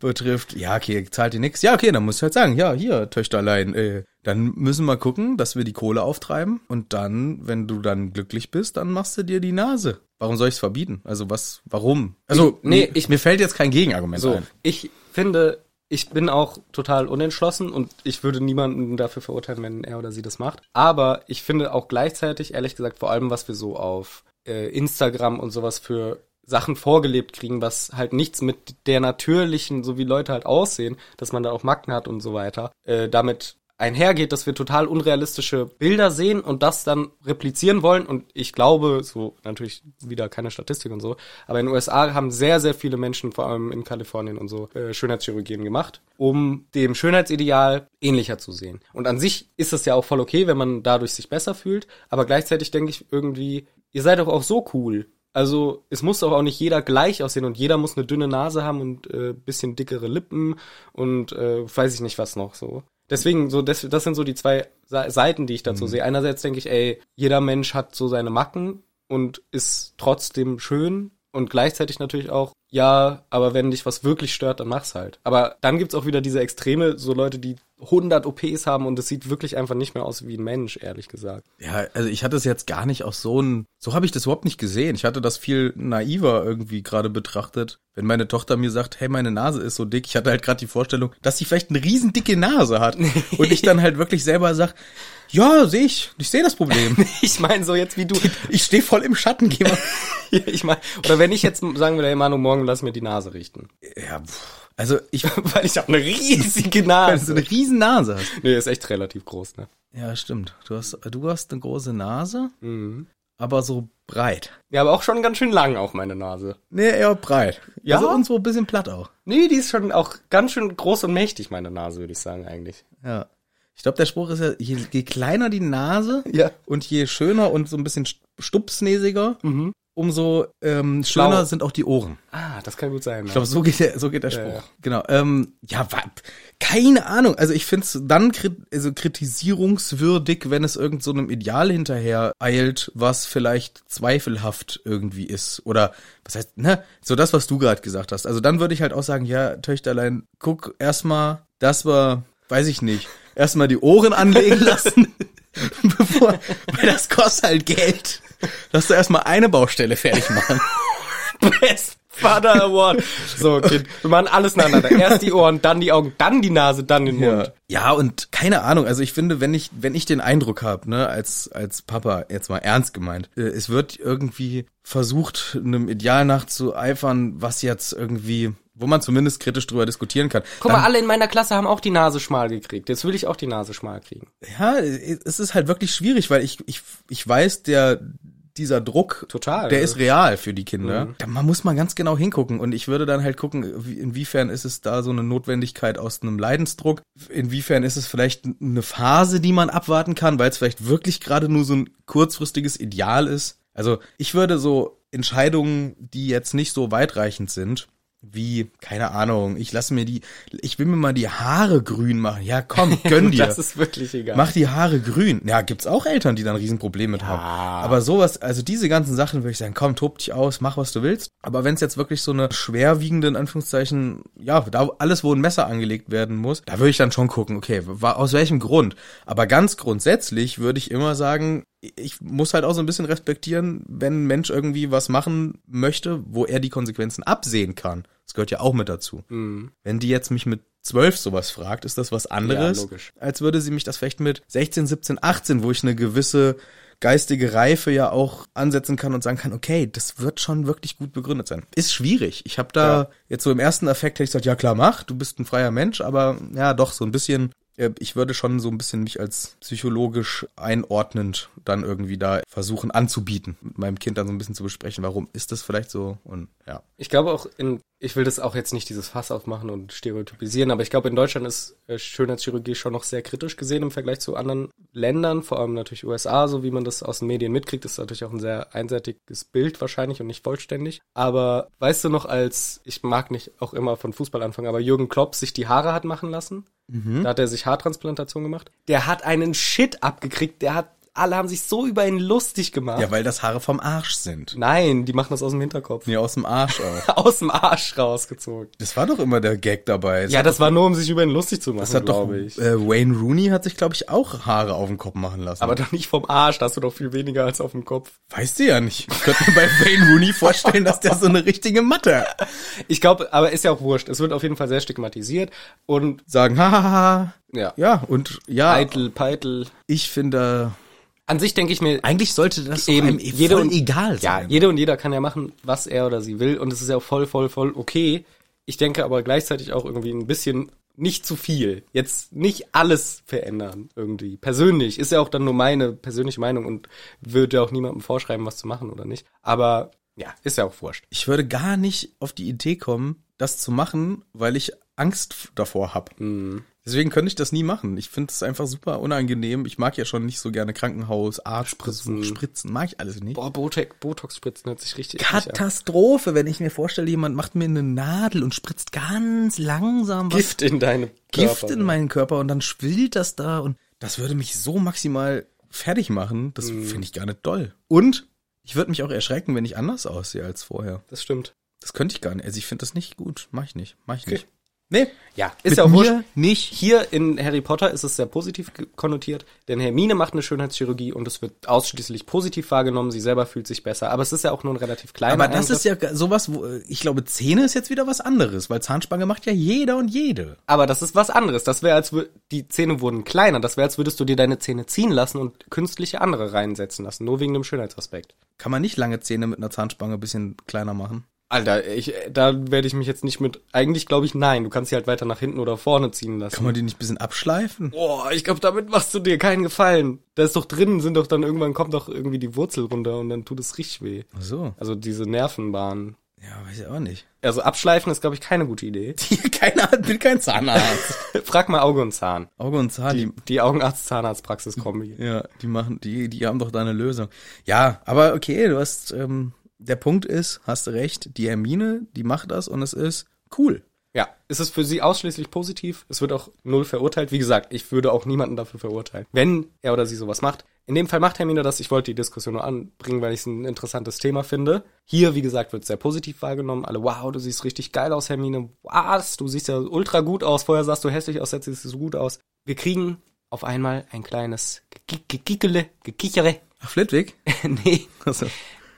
S1: betrifft, ja, okay, zahlt ihr nix. Ja, okay, dann muss ich halt sagen, ja, hier Töchterlein, äh, dann müssen wir gucken, dass wir die Kohle auftreiben und dann, wenn du dann glücklich bist, dann machst du dir die Nase. Warum soll ich es verbieten? Also was, warum? Also
S2: nee,
S1: mir-
S2: ich-
S1: mir fällt jetzt kein Gegenargument
S2: So,
S1: ein.
S2: ich finde, ich bin auch total unentschlossen und ich würde niemanden dafür verurteilen, wenn er oder sie das macht. Aber ich finde auch gleichzeitig, ehrlich gesagt, vor allem, was wir so auf äh, Instagram und sowas für Sachen vorgelebt kriegen, was halt nichts mit der natürlichen, so wie Leute halt aussehen, dass man da auch Macken hat und so weiter, äh, damit einhergeht, dass wir total unrealistische Bilder sehen und das dann replizieren wollen. Und ich glaube, so natürlich wieder keine Statistik und so, aber in den USA haben sehr, sehr viele Menschen, vor allem in Kalifornien und so, äh, Schönheitschirurgien gemacht, um dem Schönheitsideal ähnlicher zu sehen. Und an sich ist es ja auch voll okay, wenn man dadurch sich besser fühlt, aber gleichzeitig denke ich irgendwie, ihr seid doch auch so cool. Also es muss doch auch nicht jeder gleich aussehen und jeder muss eine dünne Nase haben und äh, bisschen dickere Lippen und äh, weiß ich nicht was noch so. Deswegen, so, das, das sind so die zwei Sa- Seiten, die ich dazu sehe. Einerseits denke ich, ey, jeder Mensch hat so seine Macken und ist trotzdem schön und gleichzeitig natürlich auch, ja, aber wenn dich was wirklich stört, dann mach's halt. Aber dann gibt's auch wieder diese Extreme, so Leute, die 100 OPs haben und es sieht wirklich einfach nicht mehr aus wie ein Mensch, ehrlich gesagt.
S1: Ja, also ich hatte es jetzt gar nicht aus so einem, so habe ich das überhaupt nicht gesehen. Ich hatte das viel naiver irgendwie gerade betrachtet. Wenn meine Tochter mir sagt, hey, meine Nase ist so dick, ich hatte halt gerade die Vorstellung, dass sie vielleicht eine riesen dicke Nase hat. Und ich dann halt wirklich selber sag, ja, sehe ich, ich sehe das Problem.
S2: Ich meine so jetzt wie du.
S1: Ich stehe voll im Schatten, geh mal.
S2: Ich meine, oder wenn ich jetzt sagen würde, hey Manu, morgen lass mir die Nase richten.
S1: Ja, pff. also ich,
S2: Weil ich habe eine riesige
S1: wenn du so
S2: Nase.
S1: eine riesen Nase hast.
S2: Nee, ist echt relativ groß, ne?
S1: Ja, stimmt. Du hast, du hast eine große Nase, aber so breit.
S2: Mhm. Ja, aber auch schon ganz schön lang auch meine Nase.
S1: Nee, eher breit.
S2: Ja?
S1: Also und so ein bisschen platt auch.
S2: Nee, die ist schon auch ganz schön groß und mächtig, meine Nase, würde ich sagen, eigentlich.
S1: Ja. Ich glaube, der Spruch ist ja, je, je kleiner die Nase
S2: Ja.
S1: und je schöner und so ein bisschen st- stupsnäsiger, umso ähm, schöner
S2: Schlau.
S1: sind auch die Ohren.
S2: Ah, das kann gut sein.
S1: Ich
S2: Ne?
S1: glaube, so geht der, so geht der
S2: Ja,
S1: Spruch.
S2: ja.
S1: Genau. Ähm, ja, wa- keine Ahnung. Also ich finde es dann krit also kritisierungswürdig, wenn es irgend so einem Ideal hinterher eilt, was vielleicht zweifelhaft irgendwie ist. Oder was heißt, ne? So das, was du gerade gesagt hast. Also dann würde ich halt auch sagen, ja, Töchterlein, guck erstmal, das war, weiß ich nicht, erstmal die Ohren anlegen lassen. Bevor, weil das kostet halt Geld. Lass du erstmal eine Baustelle fertig machen.
S2: Best Father Award. So, Kind, wir machen alles nacheinander. Erst die Ohren, dann die Augen, dann die Nase, dann den Mund.
S1: Ja. ja, und keine Ahnung, also ich finde, wenn ich, wenn ich den Eindruck habe, ne, als, als Papa, jetzt mal ernst gemeint, äh, es wird irgendwie versucht, einem Ideal nachzueifern, was jetzt irgendwie, wo man zumindest kritisch drüber diskutieren kann.
S2: Guck mal, alle in meiner Klasse haben auch die Nase schmal gekriegt. Jetzt will ich auch die Nase schmal kriegen.
S1: Ja, es ist halt wirklich schwierig, weil ich, ich, ich weiß, der, dieser Druck,
S2: Total.
S1: der ist real für die Kinder. Da man muss mal ganz genau hingucken und ich würde dann halt gucken, wie- inwiefern ist es da so eine Notwendigkeit aus einem Leidensdruck, inwiefern ist es vielleicht eine Phase, die man abwarten kann, weil es vielleicht wirklich gerade nur so ein kurzfristiges Ideal ist. Also ich würde so Entscheidungen, die jetzt nicht so weitreichend sind, wie, keine Ahnung, ich lasse mir die, ich will mir mal die Haare grün machen. Ja, komm, gönn dir.
S2: Das ist wirklich egal.
S1: Mach die Haare grün. Ja, gibt's auch Eltern, die dann ein Riesenproblem mit haben. Aber sowas, also diese ganzen Sachen würde ich sagen, komm, tob dich aus, mach was du willst. Aber wenn es jetzt wirklich so eine schwerwiegende, in Anführungszeichen, ja, da alles, wo ein Messer angelegt werden muss, da würde ich dann schon gucken, okay, wa- aus welchem Grund? Aber ganz grundsätzlich würde ich immer sagen, ich muss halt auch so ein bisschen respektieren, wenn ein Mensch irgendwie was machen möchte, wo er die Konsequenzen absehen kann. Das gehört ja auch mit dazu. Wenn die jetzt mich mit zwölf sowas fragt, ist das was anderes,
S2: Ja, logisch.
S1: als würde sie mich das vielleicht mit 16, 17, 18, wo ich eine gewisse geistige Reife ja auch ansetzen kann und sagen kann, okay, das wird schon wirklich gut begründet sein. Ist schwierig. Ich habe da
S2: Ja.
S1: jetzt so im ersten Effekt hätte ich gesagt, ja klar, mach, du bist ein freier Mensch, aber ja, doch so ein bisschen äh, ich würde schon so ein bisschen mich als psychologisch einordnend dann irgendwie da versuchen anzubieten, mit meinem Kind dann so ein bisschen zu besprechen, warum ist das vielleicht so und ja.
S2: Ich glaube auch in, ich will das auch jetzt nicht dieses Fass aufmachen und stereotypisieren, aber ich glaube in Deutschland ist äh, Schönheitschirurgie schon noch sehr kritisch gesehen im Vergleich zu anderen Ländern, vor allem natürlich USA, so wie man das aus den Medien mitkriegt, ist natürlich auch ein sehr einseitiges Bild wahrscheinlich und nicht vollständig. Aber weißt du noch, als, ich mag nicht auch immer von Fußball anfangen, aber Jürgen Klopp sich die Haare hat machen lassen? Da hat er sich Haartransplantation gemacht. Der hat einen Shit abgekriegt, der hat, alle haben sich so über ihn lustig gemacht.
S1: Ja, weil das Haare vom Arsch sind.
S2: Nein, die machen das aus dem Hinterkopf.
S1: Nee, aus dem Arsch auch.
S2: Aus dem Arsch rausgezogen.
S1: Das war doch immer der Gag dabei. Es
S2: Ja,
S1: hat,
S2: das war nur, um sich über ihn lustig zu machen,
S1: das hat doch,
S2: glaube ich.
S1: Äh, Wayne Rooney hat sich, glaube ich, auch Haare auf den Kopf machen lassen.
S2: Aber doch nicht vom Arsch, da hast du doch viel weniger als auf dem Kopf.
S1: Weißt du ja nicht. Ich könnte mir bei Wayne Rooney vorstellen, dass der so eine richtige Matte
S2: Ich glaube, aber ist ja auch wurscht. Es wird auf jeden Fall sehr stigmatisiert und
S1: sagen, hahaha.
S2: ja,
S1: Ja, und ja,
S2: eitel, peitel.
S1: ich finde,
S2: An sich denke ich mir,
S1: eigentlich sollte das doch
S2: eben
S1: einem
S2: jede
S1: voll
S2: und
S1: egal
S2: Ja,
S1: sein.
S2: jede und jeder kann ja machen, was er oder sie will und es ist ja auch voll, voll, voll okay. Ich denke aber gleichzeitig auch irgendwie ein bisschen nicht zu viel. Jetzt nicht alles verändern irgendwie. Persönlich ist ja auch dann nur meine persönliche Meinung und würde auch niemandem vorschreiben, was zu machen oder nicht. Aber ja, ist ja auch wurscht.
S1: ich würde gar nicht auf die Idee kommen, das zu machen, weil ich Angst f- davor habe.
S2: Mhm.
S1: Deswegen könnte ich das nie machen. Ich finde es einfach super unangenehm. Ich mag ja schon nicht so gerne Krankenhaus, Arztbesuch, Spritzen, mag ich alles nicht.
S2: Boah, Botox, Botox spritzen hört sich richtig eklig an.
S1: Katastrophe, wenn ich mir vorstelle, jemand macht mir eine Nadel und spritzt ganz langsam was
S2: Gift in deinem Körper.
S1: Gift in meinen Körper und dann schwillt das da und das würde mich so maximal fertig machen. Das
S2: Mhm.
S1: finde ich gar nicht doll. Und ich würde mich auch erschrecken, wenn ich anders aussehe als vorher.
S2: Das stimmt.
S1: Das könnte ich gar nicht. Also ich finde das nicht gut. Mach ich nicht. Mach ich nicht.
S2: Nee. Ja, ist
S1: Mit
S2: ja auch wurscht.
S1: mir nicht.
S2: Hier in Harry Potter ist es sehr positiv ge- konnotiert, denn Hermine macht eine Schönheitschirurgie und es wird ausschließlich positiv wahrgenommen. Sie selber fühlt sich besser, aber es ist ja auch nur ein relativ kleiner
S1: Aber das
S2: Eingriff.
S1: ist ja ga- sowas, wo äh, ich glaube, Zähne ist jetzt wieder was anderes, weil Zahnspange macht ja jeder und jede.
S2: aber das ist was anderes. Das wäre als wür- die Zähne wurden kleiner. Das wäre als würdest du dir deine Zähne ziehen lassen und künstliche andere reinsetzen lassen, nur wegen dem Schönheitsaspekt.
S1: Kann man nicht lange Zähne mit einer Zahnspange ein bisschen kleiner machen?
S2: Alter, ich, äh, da werde ich mich jetzt nicht mit. Eigentlich glaube ich nein. Du kannst sie halt weiter nach hinten oder vorne ziehen lassen.
S1: Kann man die nicht ein bisschen abschleifen?
S2: Boah, ich glaube, damit machst du dir keinen Gefallen. Da ist doch drin, sind doch dann irgendwann kommt doch irgendwie die Wurzel runter und dann tut es richtig weh.
S1: Ach so.
S2: Also diese Nervenbahn.
S1: Ja, weiß ich auch nicht.
S2: Also abschleifen ist, glaube ich, keine gute Idee.
S1: Keine Ahnung, bin kein Zahnarzt.
S2: Frag mal Auge und Zahn.
S1: Auge und Zahn, die,
S2: Die Augenarzt-Zahnarzt-Praxis-Kombi.
S1: Ja, die machen, die, die haben doch da eine Lösung. Ja, aber okay, du hast, ähm, der Punkt ist, hast du recht, die Hermine, die macht das und es ist cool.
S2: Ja, es ist für sie ausschließlich positiv. Es wird auch null verurteilt. Wie gesagt, ich würde auch niemanden dafür verurteilen, wenn er oder sie sowas macht. In dem Fall macht Hermine das. Ich wollte die Diskussion nur anbringen, weil ich es ein interessantes Thema finde. Hier, wie gesagt, wird es sehr positiv wahrgenommen. Alle, wow, du siehst richtig geil aus, Hermine. Was? Du siehst ja ultra gut aus. Vorher sahst du hässlich aus, jetzt siehst du so gut aus. Wir kriegen auf einmal ein kleines Gekik- Gekikele, Gekichere.
S1: Ach, Flitwick?
S2: nee,
S1: Also,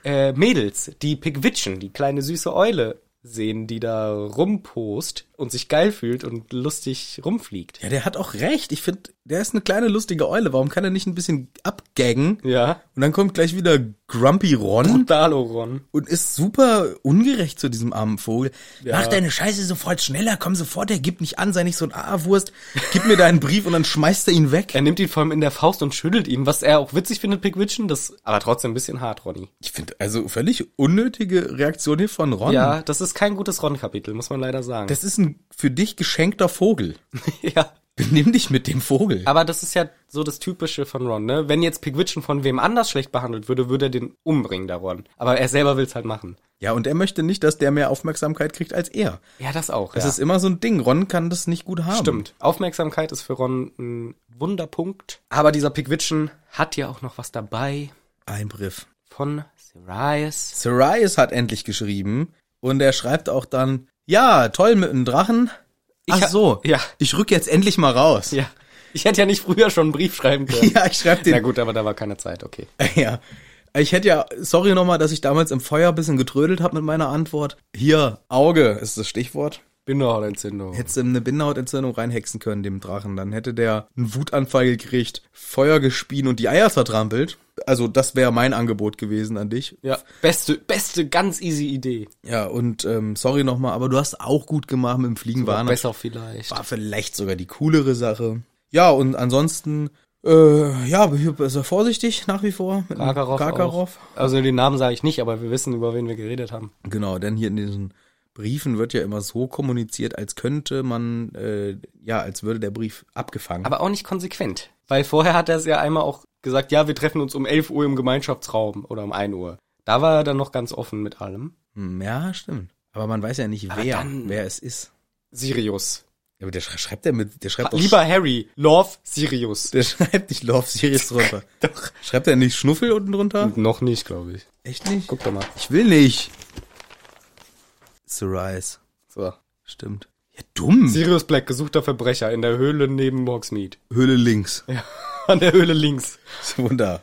S2: äh, Mädels, die Pigwitchen, die kleine süße Eule sehen, die da rumpost und sich geil fühlt und lustig rumfliegt.
S1: ja, der hat auch recht. Ich finde, der ist eine kleine lustige Eule. Warum kann er nicht ein bisschen abgaggen?
S2: Ja.
S1: Und dann kommt gleich wieder Grumpy Ron
S2: Daloron.
S1: und ist super ungerecht zu diesem armen Vogel.
S2: Ja.
S1: Mach deine Scheiße sofort schneller, komm sofort, er gibt nicht an, sei nicht so ein A-Wurst. Gib mir deinen Brief und dann schmeißt er ihn weg.
S2: Er nimmt ihn vor allem in der Faust und schüttelt ihn, was er auch witzig findet, Pigwitchen, das aber trotzdem ein bisschen hart, Ronny.
S1: Ich finde, also völlig unnötige Reaktion hier von Ron.
S2: Ja, das ist kein gutes Ron-Kapitel, muss man leider sagen.
S1: Das ist ein für dich geschenkter Vogel.
S2: ja.
S1: Benimm dich mit dem Vogel.
S2: Aber das ist ja so das Typische von Ron, ne? Wenn jetzt Pigwitchen von wem anders schlecht behandelt würde, würde er den umbringen, der Ron. Aber er selber will's halt machen.
S1: Ja, und er möchte nicht, dass der mehr Aufmerksamkeit kriegt als er.
S2: Ja, das auch.
S1: Das
S2: ja.
S1: ist immer so ein Ding. Ron kann das nicht gut haben.
S2: Stimmt. Aufmerksamkeit ist für Ron ein Wunderpunkt. Aber dieser Pigwitchen hat ja auch noch was dabei
S1: Ein Brief.
S2: von Sirius.
S1: Sirius hat endlich geschrieben und er schreibt auch dann, ja, toll mit einem Drachen.
S2: ha-
S1: Ach so.
S2: ja.
S1: Ich rück jetzt endlich mal raus.
S2: Ja. Ich hätte ja nicht früher schon einen Brief schreiben können.
S1: Ja, ich schreib
S2: Na
S1: den.
S2: gut, aber da war keine Zeit, okay.
S1: Ja. Ich hätte ja, sorry nochmal, dass ich damals im Feuer ein bisschen getrödelt habe mit meiner Antwort. Hier, Auge ist das Stichwort.
S2: Binderhautentzündung.
S1: Hättest du ihm eine Bindehautentzündung reinhexen können, dem Drachen, dann hätte der einen Wutanfall gekriegt, Feuer gespien und die Eier zertrampelt. Also das wäre mein Angebot gewesen an dich.
S2: Ja. Beste, beste, ganz easy Idee.
S1: Ja, und ähm, sorry nochmal, aber du hast auch gut gemacht mit dem Fliegenwarner.
S2: Besser vielleicht.
S1: War vielleicht sogar die coolere Sache. Ja, und ansonsten, äh, ja, also vorsichtig nach wie vor. Mit dem
S2: Karkaroff.
S1: Karkaroff.
S2: Auch. Also den Namen sage ich nicht, aber wir wissen, über wen wir geredet haben.
S1: Genau, denn hier in diesen Briefen wird ja immer so kommuniziert, als könnte man, äh, ja, als würde der Brief abgefangen.
S2: Aber auch nicht konsequent. Weil vorher hat er es ja einmal auch gesagt, ja, wir treffen uns um 11 Uhr im Gemeinschaftsraum oder um 1 Uhr. Da war er dann noch ganz offen mit allem.
S1: Hm, ja, stimmt. Aber man weiß ja nicht,
S2: Aber
S1: wer,
S2: dann-
S1: wer es ist.
S2: Sirius.
S1: Ja, aber der sch- schreibt ja mit, der schreibt doch,
S2: Lieber Harry, Love Sirius.
S1: der schreibt nicht Love Series drunter.
S2: Doch.
S1: Schreibt er nicht Schnuffel unten drunter?
S2: Noch nicht, glaube ich.
S1: Echt nicht?
S2: Guck doch mal.
S1: Ich will nicht. Surprise.
S2: So.
S1: Stimmt. Ja, dumm.
S2: Sirius Black, gesuchter Verbrecher in der Höhle neben Hogsmeade.
S1: Höhle links.
S2: Ja, an der Höhle links.
S1: Ist ein Wunder.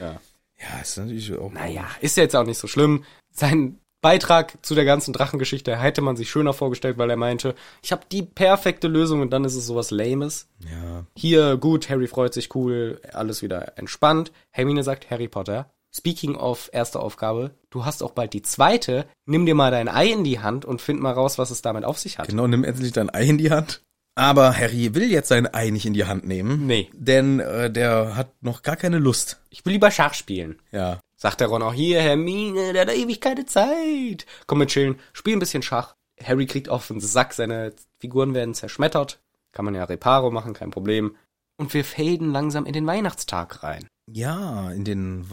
S2: Ja.
S1: Ja, ist natürlich auch.
S2: Naja, ist ja jetzt auch nicht so schlimm. Sein Beitrag zu der ganzen Drachengeschichte hätte man sich schöner vorgestellt, weil er meinte, ich habe die perfekte Lösung und dann ist es sowas Lames.
S1: Ja.
S2: Hier, gut, Harry freut sich, cool, alles wieder entspannt. Hermine sagt, Harry Potter, speaking of erste Aufgabe, du hast auch bald die zweite, nimm dir mal dein Ei in die Hand und find mal raus, was es damit auf sich hat.
S1: Genau, nimm endlich dein Ei in die Hand. Aber Harry will jetzt sein Ei nicht in die Hand nehmen.
S2: Nee.
S1: Denn äh, der hat noch gar keine Lust.
S2: Ich will lieber Schach spielen.
S1: Ja.
S2: Sagt der Ron auch hier, Hermine, der hat ewig keine Zeit. Komm mit chillen, spiel ein bisschen Schach. Harry kriegt auf den Sack, seine Figuren werden zerschmettert. Kann man ja Reparo machen, kein Problem. Und wir faden langsam in den Weihnachtstag rein.
S1: Ja, in den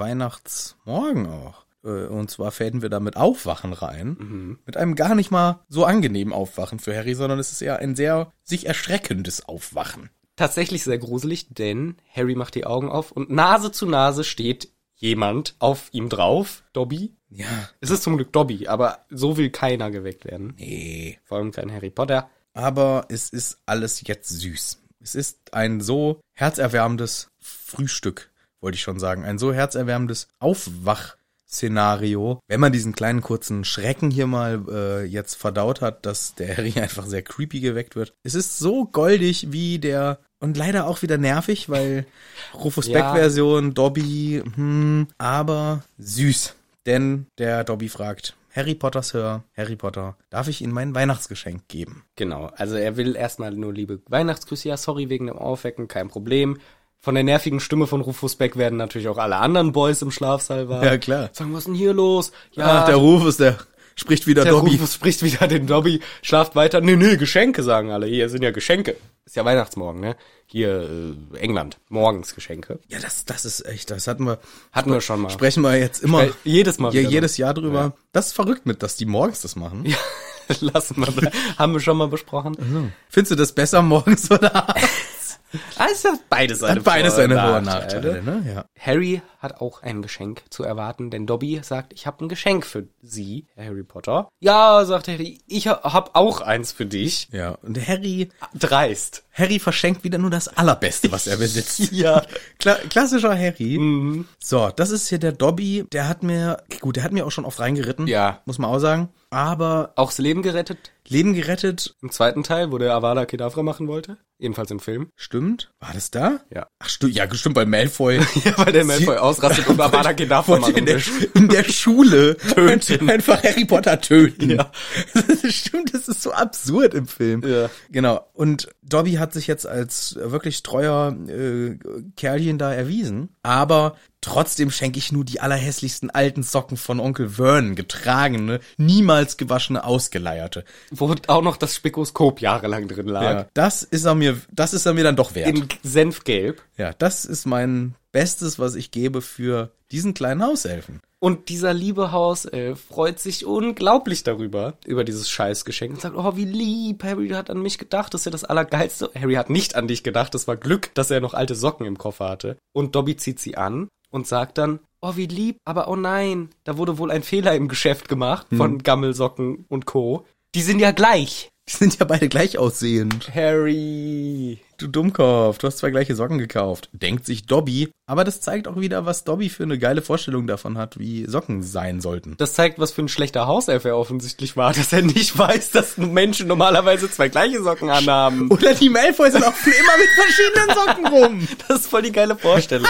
S1: Weihnachtsmorgen auch. Äh, Und zwar fäden wir da mit Aufwachen rein.
S2: Mhm.
S1: Mit einem gar nicht mal so angenehmen Aufwachen für Harry, sondern es ist eher ein sehr sich erschreckendes Aufwachen.
S2: Tatsächlich sehr gruselig, denn Harry macht die Augen auf und Nase zu Nase steht jemand auf ihm drauf. Dobby.
S1: Ja.
S2: Es ist zum Glück Dobby, aber so will keiner geweckt werden.
S1: Nee.
S2: Vor allem kein Harry Potter.
S1: Aber es ist alles jetzt süß. Es ist ein so herzerwärmendes Frühstück, wollte ich schon sagen. Ein so herzerwärmendes Aufwach-Szenario. Wenn man diesen kleinen kurzen Schrecken hier mal äh, jetzt verdaut hat, dass der Harry einfach sehr creepy geweckt wird. Es ist so goldig wie der. Und leider auch wieder nervig, weil Rufus
S2: Ja.
S1: Beck-Version, Dobby, hm, aber süß. Denn der Dobby fragt, Harry Potter, Sir, Harry Potter, darf ich Ihnen mein Weihnachtsgeschenk geben?
S2: Genau, also er will erstmal nur liebe Weihnachtsgrüße, ja, sorry wegen dem Aufwecken, kein Problem. Von der nervigen Stimme von Rufus Beck werden natürlich auch alle anderen Boys im Schlafsaal wach.
S1: Ja, klar.
S2: Sagen, was ist denn hier los? Ja,
S1: Ach, Ah, der Rufus, der spricht wieder
S2: der
S1: Dobby.
S2: Rufus spricht wieder den Dobby, schlaft weiter. Nee, nee, Geschenke, sagen alle. Hier sind ja Geschenke. Ist ja Weihnachtsmorgen, ne? Hier, äh, England, morgens Geschenke.
S1: Ja, das, das ist echt, das hatten wir,
S2: Hatten wir schon mal.
S1: sprechen wir jetzt immer,
S2: Weil äh, jedes Mal
S1: ja,
S2: wieder
S1: jedes Jahr drüber. Das ist verrückt mit, dass die morgens das machen.
S2: Ja, lassen wir da. Haben wir schon mal besprochen.
S1: Findest du das besser morgens oder abends?
S2: Ah, ist ja beides eine
S1: Hat beides
S2: Vor-
S1: seine
S2: und
S1: Vor- und
S2: Nachteile.
S1: Nachteile, ne? Ja.
S2: Harry hat auch ein Geschenk zu erwarten, denn Dobby sagt, ich habe ein Geschenk für Sie, Herr Harry Potter. Ja, sagt Harry, ich habe auch eins für dich.
S1: Ja, und Harry,
S2: Dreist.
S1: Harry verschenkt wieder nur das Allerbeste, was er besitzt.
S2: Ja. Mhm.
S1: Kla klassischer Harry. So, das ist hier der Dobby, der hat mir, gut, der hat mir auch schon oft reingeritten.
S2: Ja.
S1: Muss man auch sagen. Aber
S2: Auch das Leben gerettet.
S1: Leben gerettet,
S2: Im zweiten Teil, wo der Avada Kedavra machen wollte. Ebenfalls im Film.
S1: stimmt? War das da?
S2: Ja.
S1: Ach, stu ja, stimmt, bei Malfoy.
S2: Ja, weil der Malfoy ausrastet und Avada Kedavra
S1: Wollte in
S2: machen
S1: der,
S2: will.
S1: in der Schule
S2: Töten.
S1: einfach Harry Potter töten.
S2: Ja.
S1: Das stimmt, das ist so absurd im Film.
S2: Ja.
S1: Genau. Und Dobby hat sich jetzt als wirklich treuer äh, Kerlchen da erwiesen. Aber trotzdem schenke ich nur die allerhässlichsten alten Socken von Onkel Vernon, getragene, niemals gewaschene, ausgeleierte.
S2: Wo auch noch das Spikoskop jahrelang drin lag.
S1: Ja. Das ist er mir, das ist er mir dann doch wert.
S2: In Senfgelb.
S1: ja, das ist mein Bestes, was ich gebe für diesen kleinen Hauselfen.
S2: Und dieser liebe Hauself freut sich unglaublich darüber, über dieses Scheißgeschenk und sagt, oh, wie lieb, Harry hat an mich gedacht, das ist ja das Allergeilste. Harry hat nicht an dich gedacht, das war Glück, dass er noch alte Socken im Koffer hatte. Und Dobby zieht sie an und sagt dann, oh, wie lieb, aber oh nein, da wurde wohl ein Fehler im Geschäft gemacht von Gammelsocken und Co. Die sind ja gleich.
S1: Die sind ja beide gleich aussehend.
S2: Harry.
S1: Du Dummkopf, du hast zwei gleiche Socken gekauft. Denkt sich Dobby. Aber das zeigt auch wieder, was Dobby für eine geile Vorstellung davon hat, wie Socken sein sollten.
S2: Das zeigt, was für ein schlechter Hauself er offensichtlich war, dass er nicht weiß, dass Menschen normalerweise zwei gleiche Socken anhaben.
S1: Oder die Malfoys laufen immer mit verschiedenen Socken rum.
S2: Das ist voll die geile Vorstellung.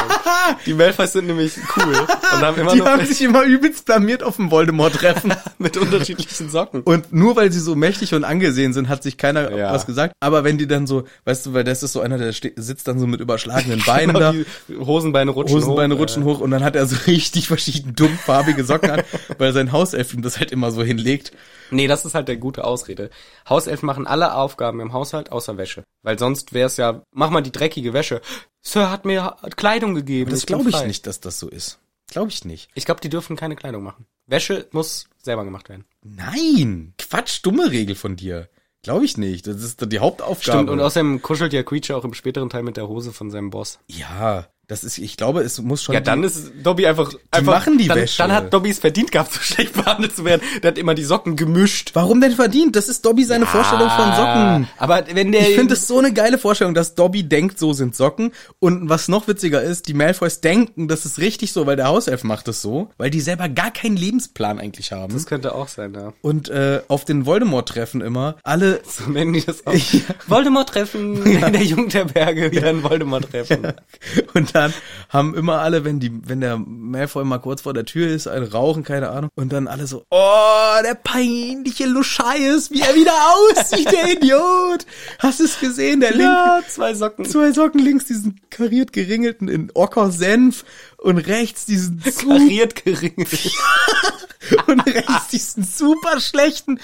S2: Die Malfoys sind nämlich cool und haben immer
S1: Die
S2: noch
S1: haben sich immer übelst blamiert auf dem Voldemort-Treffen.
S2: mit unterschiedlichen Socken.
S1: Und nur weil sie so mächtig und angesehen sind, hat sich keiner
S2: Ja.
S1: was gesagt. Aber wenn die dann so, weißt du, weil der weißt du, so einer, der ste- sitzt dann so mit überschlagenen Beinen da.
S2: Genau, die Hosenbeine rutschen
S1: Hosenbeine
S2: hoch.
S1: rutschen hoch und dann hat er so richtig verschieden dummfarbige Socken an, weil sein Hauself ihm das halt immer so hinlegt.
S2: Nee, das ist halt der gute Ausrede. Hauselfen machen alle Aufgaben im Haushalt außer Wäsche. Weil sonst wäre es ja, mach mal die dreckige Wäsche. Sir hat mir Ha- Kleidung gegeben.
S1: Das
S2: bin
S1: glaube ich
S2: frei.
S1: nicht, dass das so ist. Glaube ich nicht.
S2: Ich glaube, die dürfen keine Kleidung machen. Wäsche muss selber gemacht werden.
S1: Nein, Quatsch, dumme Regel von dir. Glaube ich nicht. Das ist die Hauptaufgabe.
S2: Stimmt, und außerdem kuschelt ja Creature auch im späteren Teil mit der Hose von seinem Boss.
S1: ja, das ist, ich glaube, es muss schon.
S2: Ja, dann ist Dobby einfach, einfach
S1: machen die
S2: dann,
S1: Wäsche.
S2: Dann hat Dobby es verdient gehabt, so schlecht behandelt zu werden. Der hat immer die Socken gemischt. Ah.
S1: Warum denn verdient? Das ist Dobby seine Vorstellung von Socken.
S2: Aber wenn der
S1: Ich finde es so eine geile Vorstellung, dass Dobby denkt, so sind Socken. Und was noch witziger ist, die Malfoys denken, das ist richtig so, weil der Hauself macht es so, weil die selber gar keinen Lebensplan eigentlich haben.
S2: das könnte auch sein, ja.
S1: Und äh, auf den Voldemort-Treffen immer alle
S2: So nennen die das auch. Voldemort treffen in der Jugend der Berge, wieder ein Voldemort treffen.
S1: und dann haben immer alle, wenn die, wenn der Malfoy mal kurz vor der Tür ist, ein Rauchen, keine Ahnung, und dann alle so, oh, der peinliche Luscheiß, wie er wieder aussieht, der Idiot. Hast du es gesehen, der linke
S2: Ja, zwei Socken.
S1: zwei Socken links diesen kariert geringelten in Ocker-Senf und rechts diesen super,
S2: Pariert geringelt.
S1: und rechts diesen super schlechten,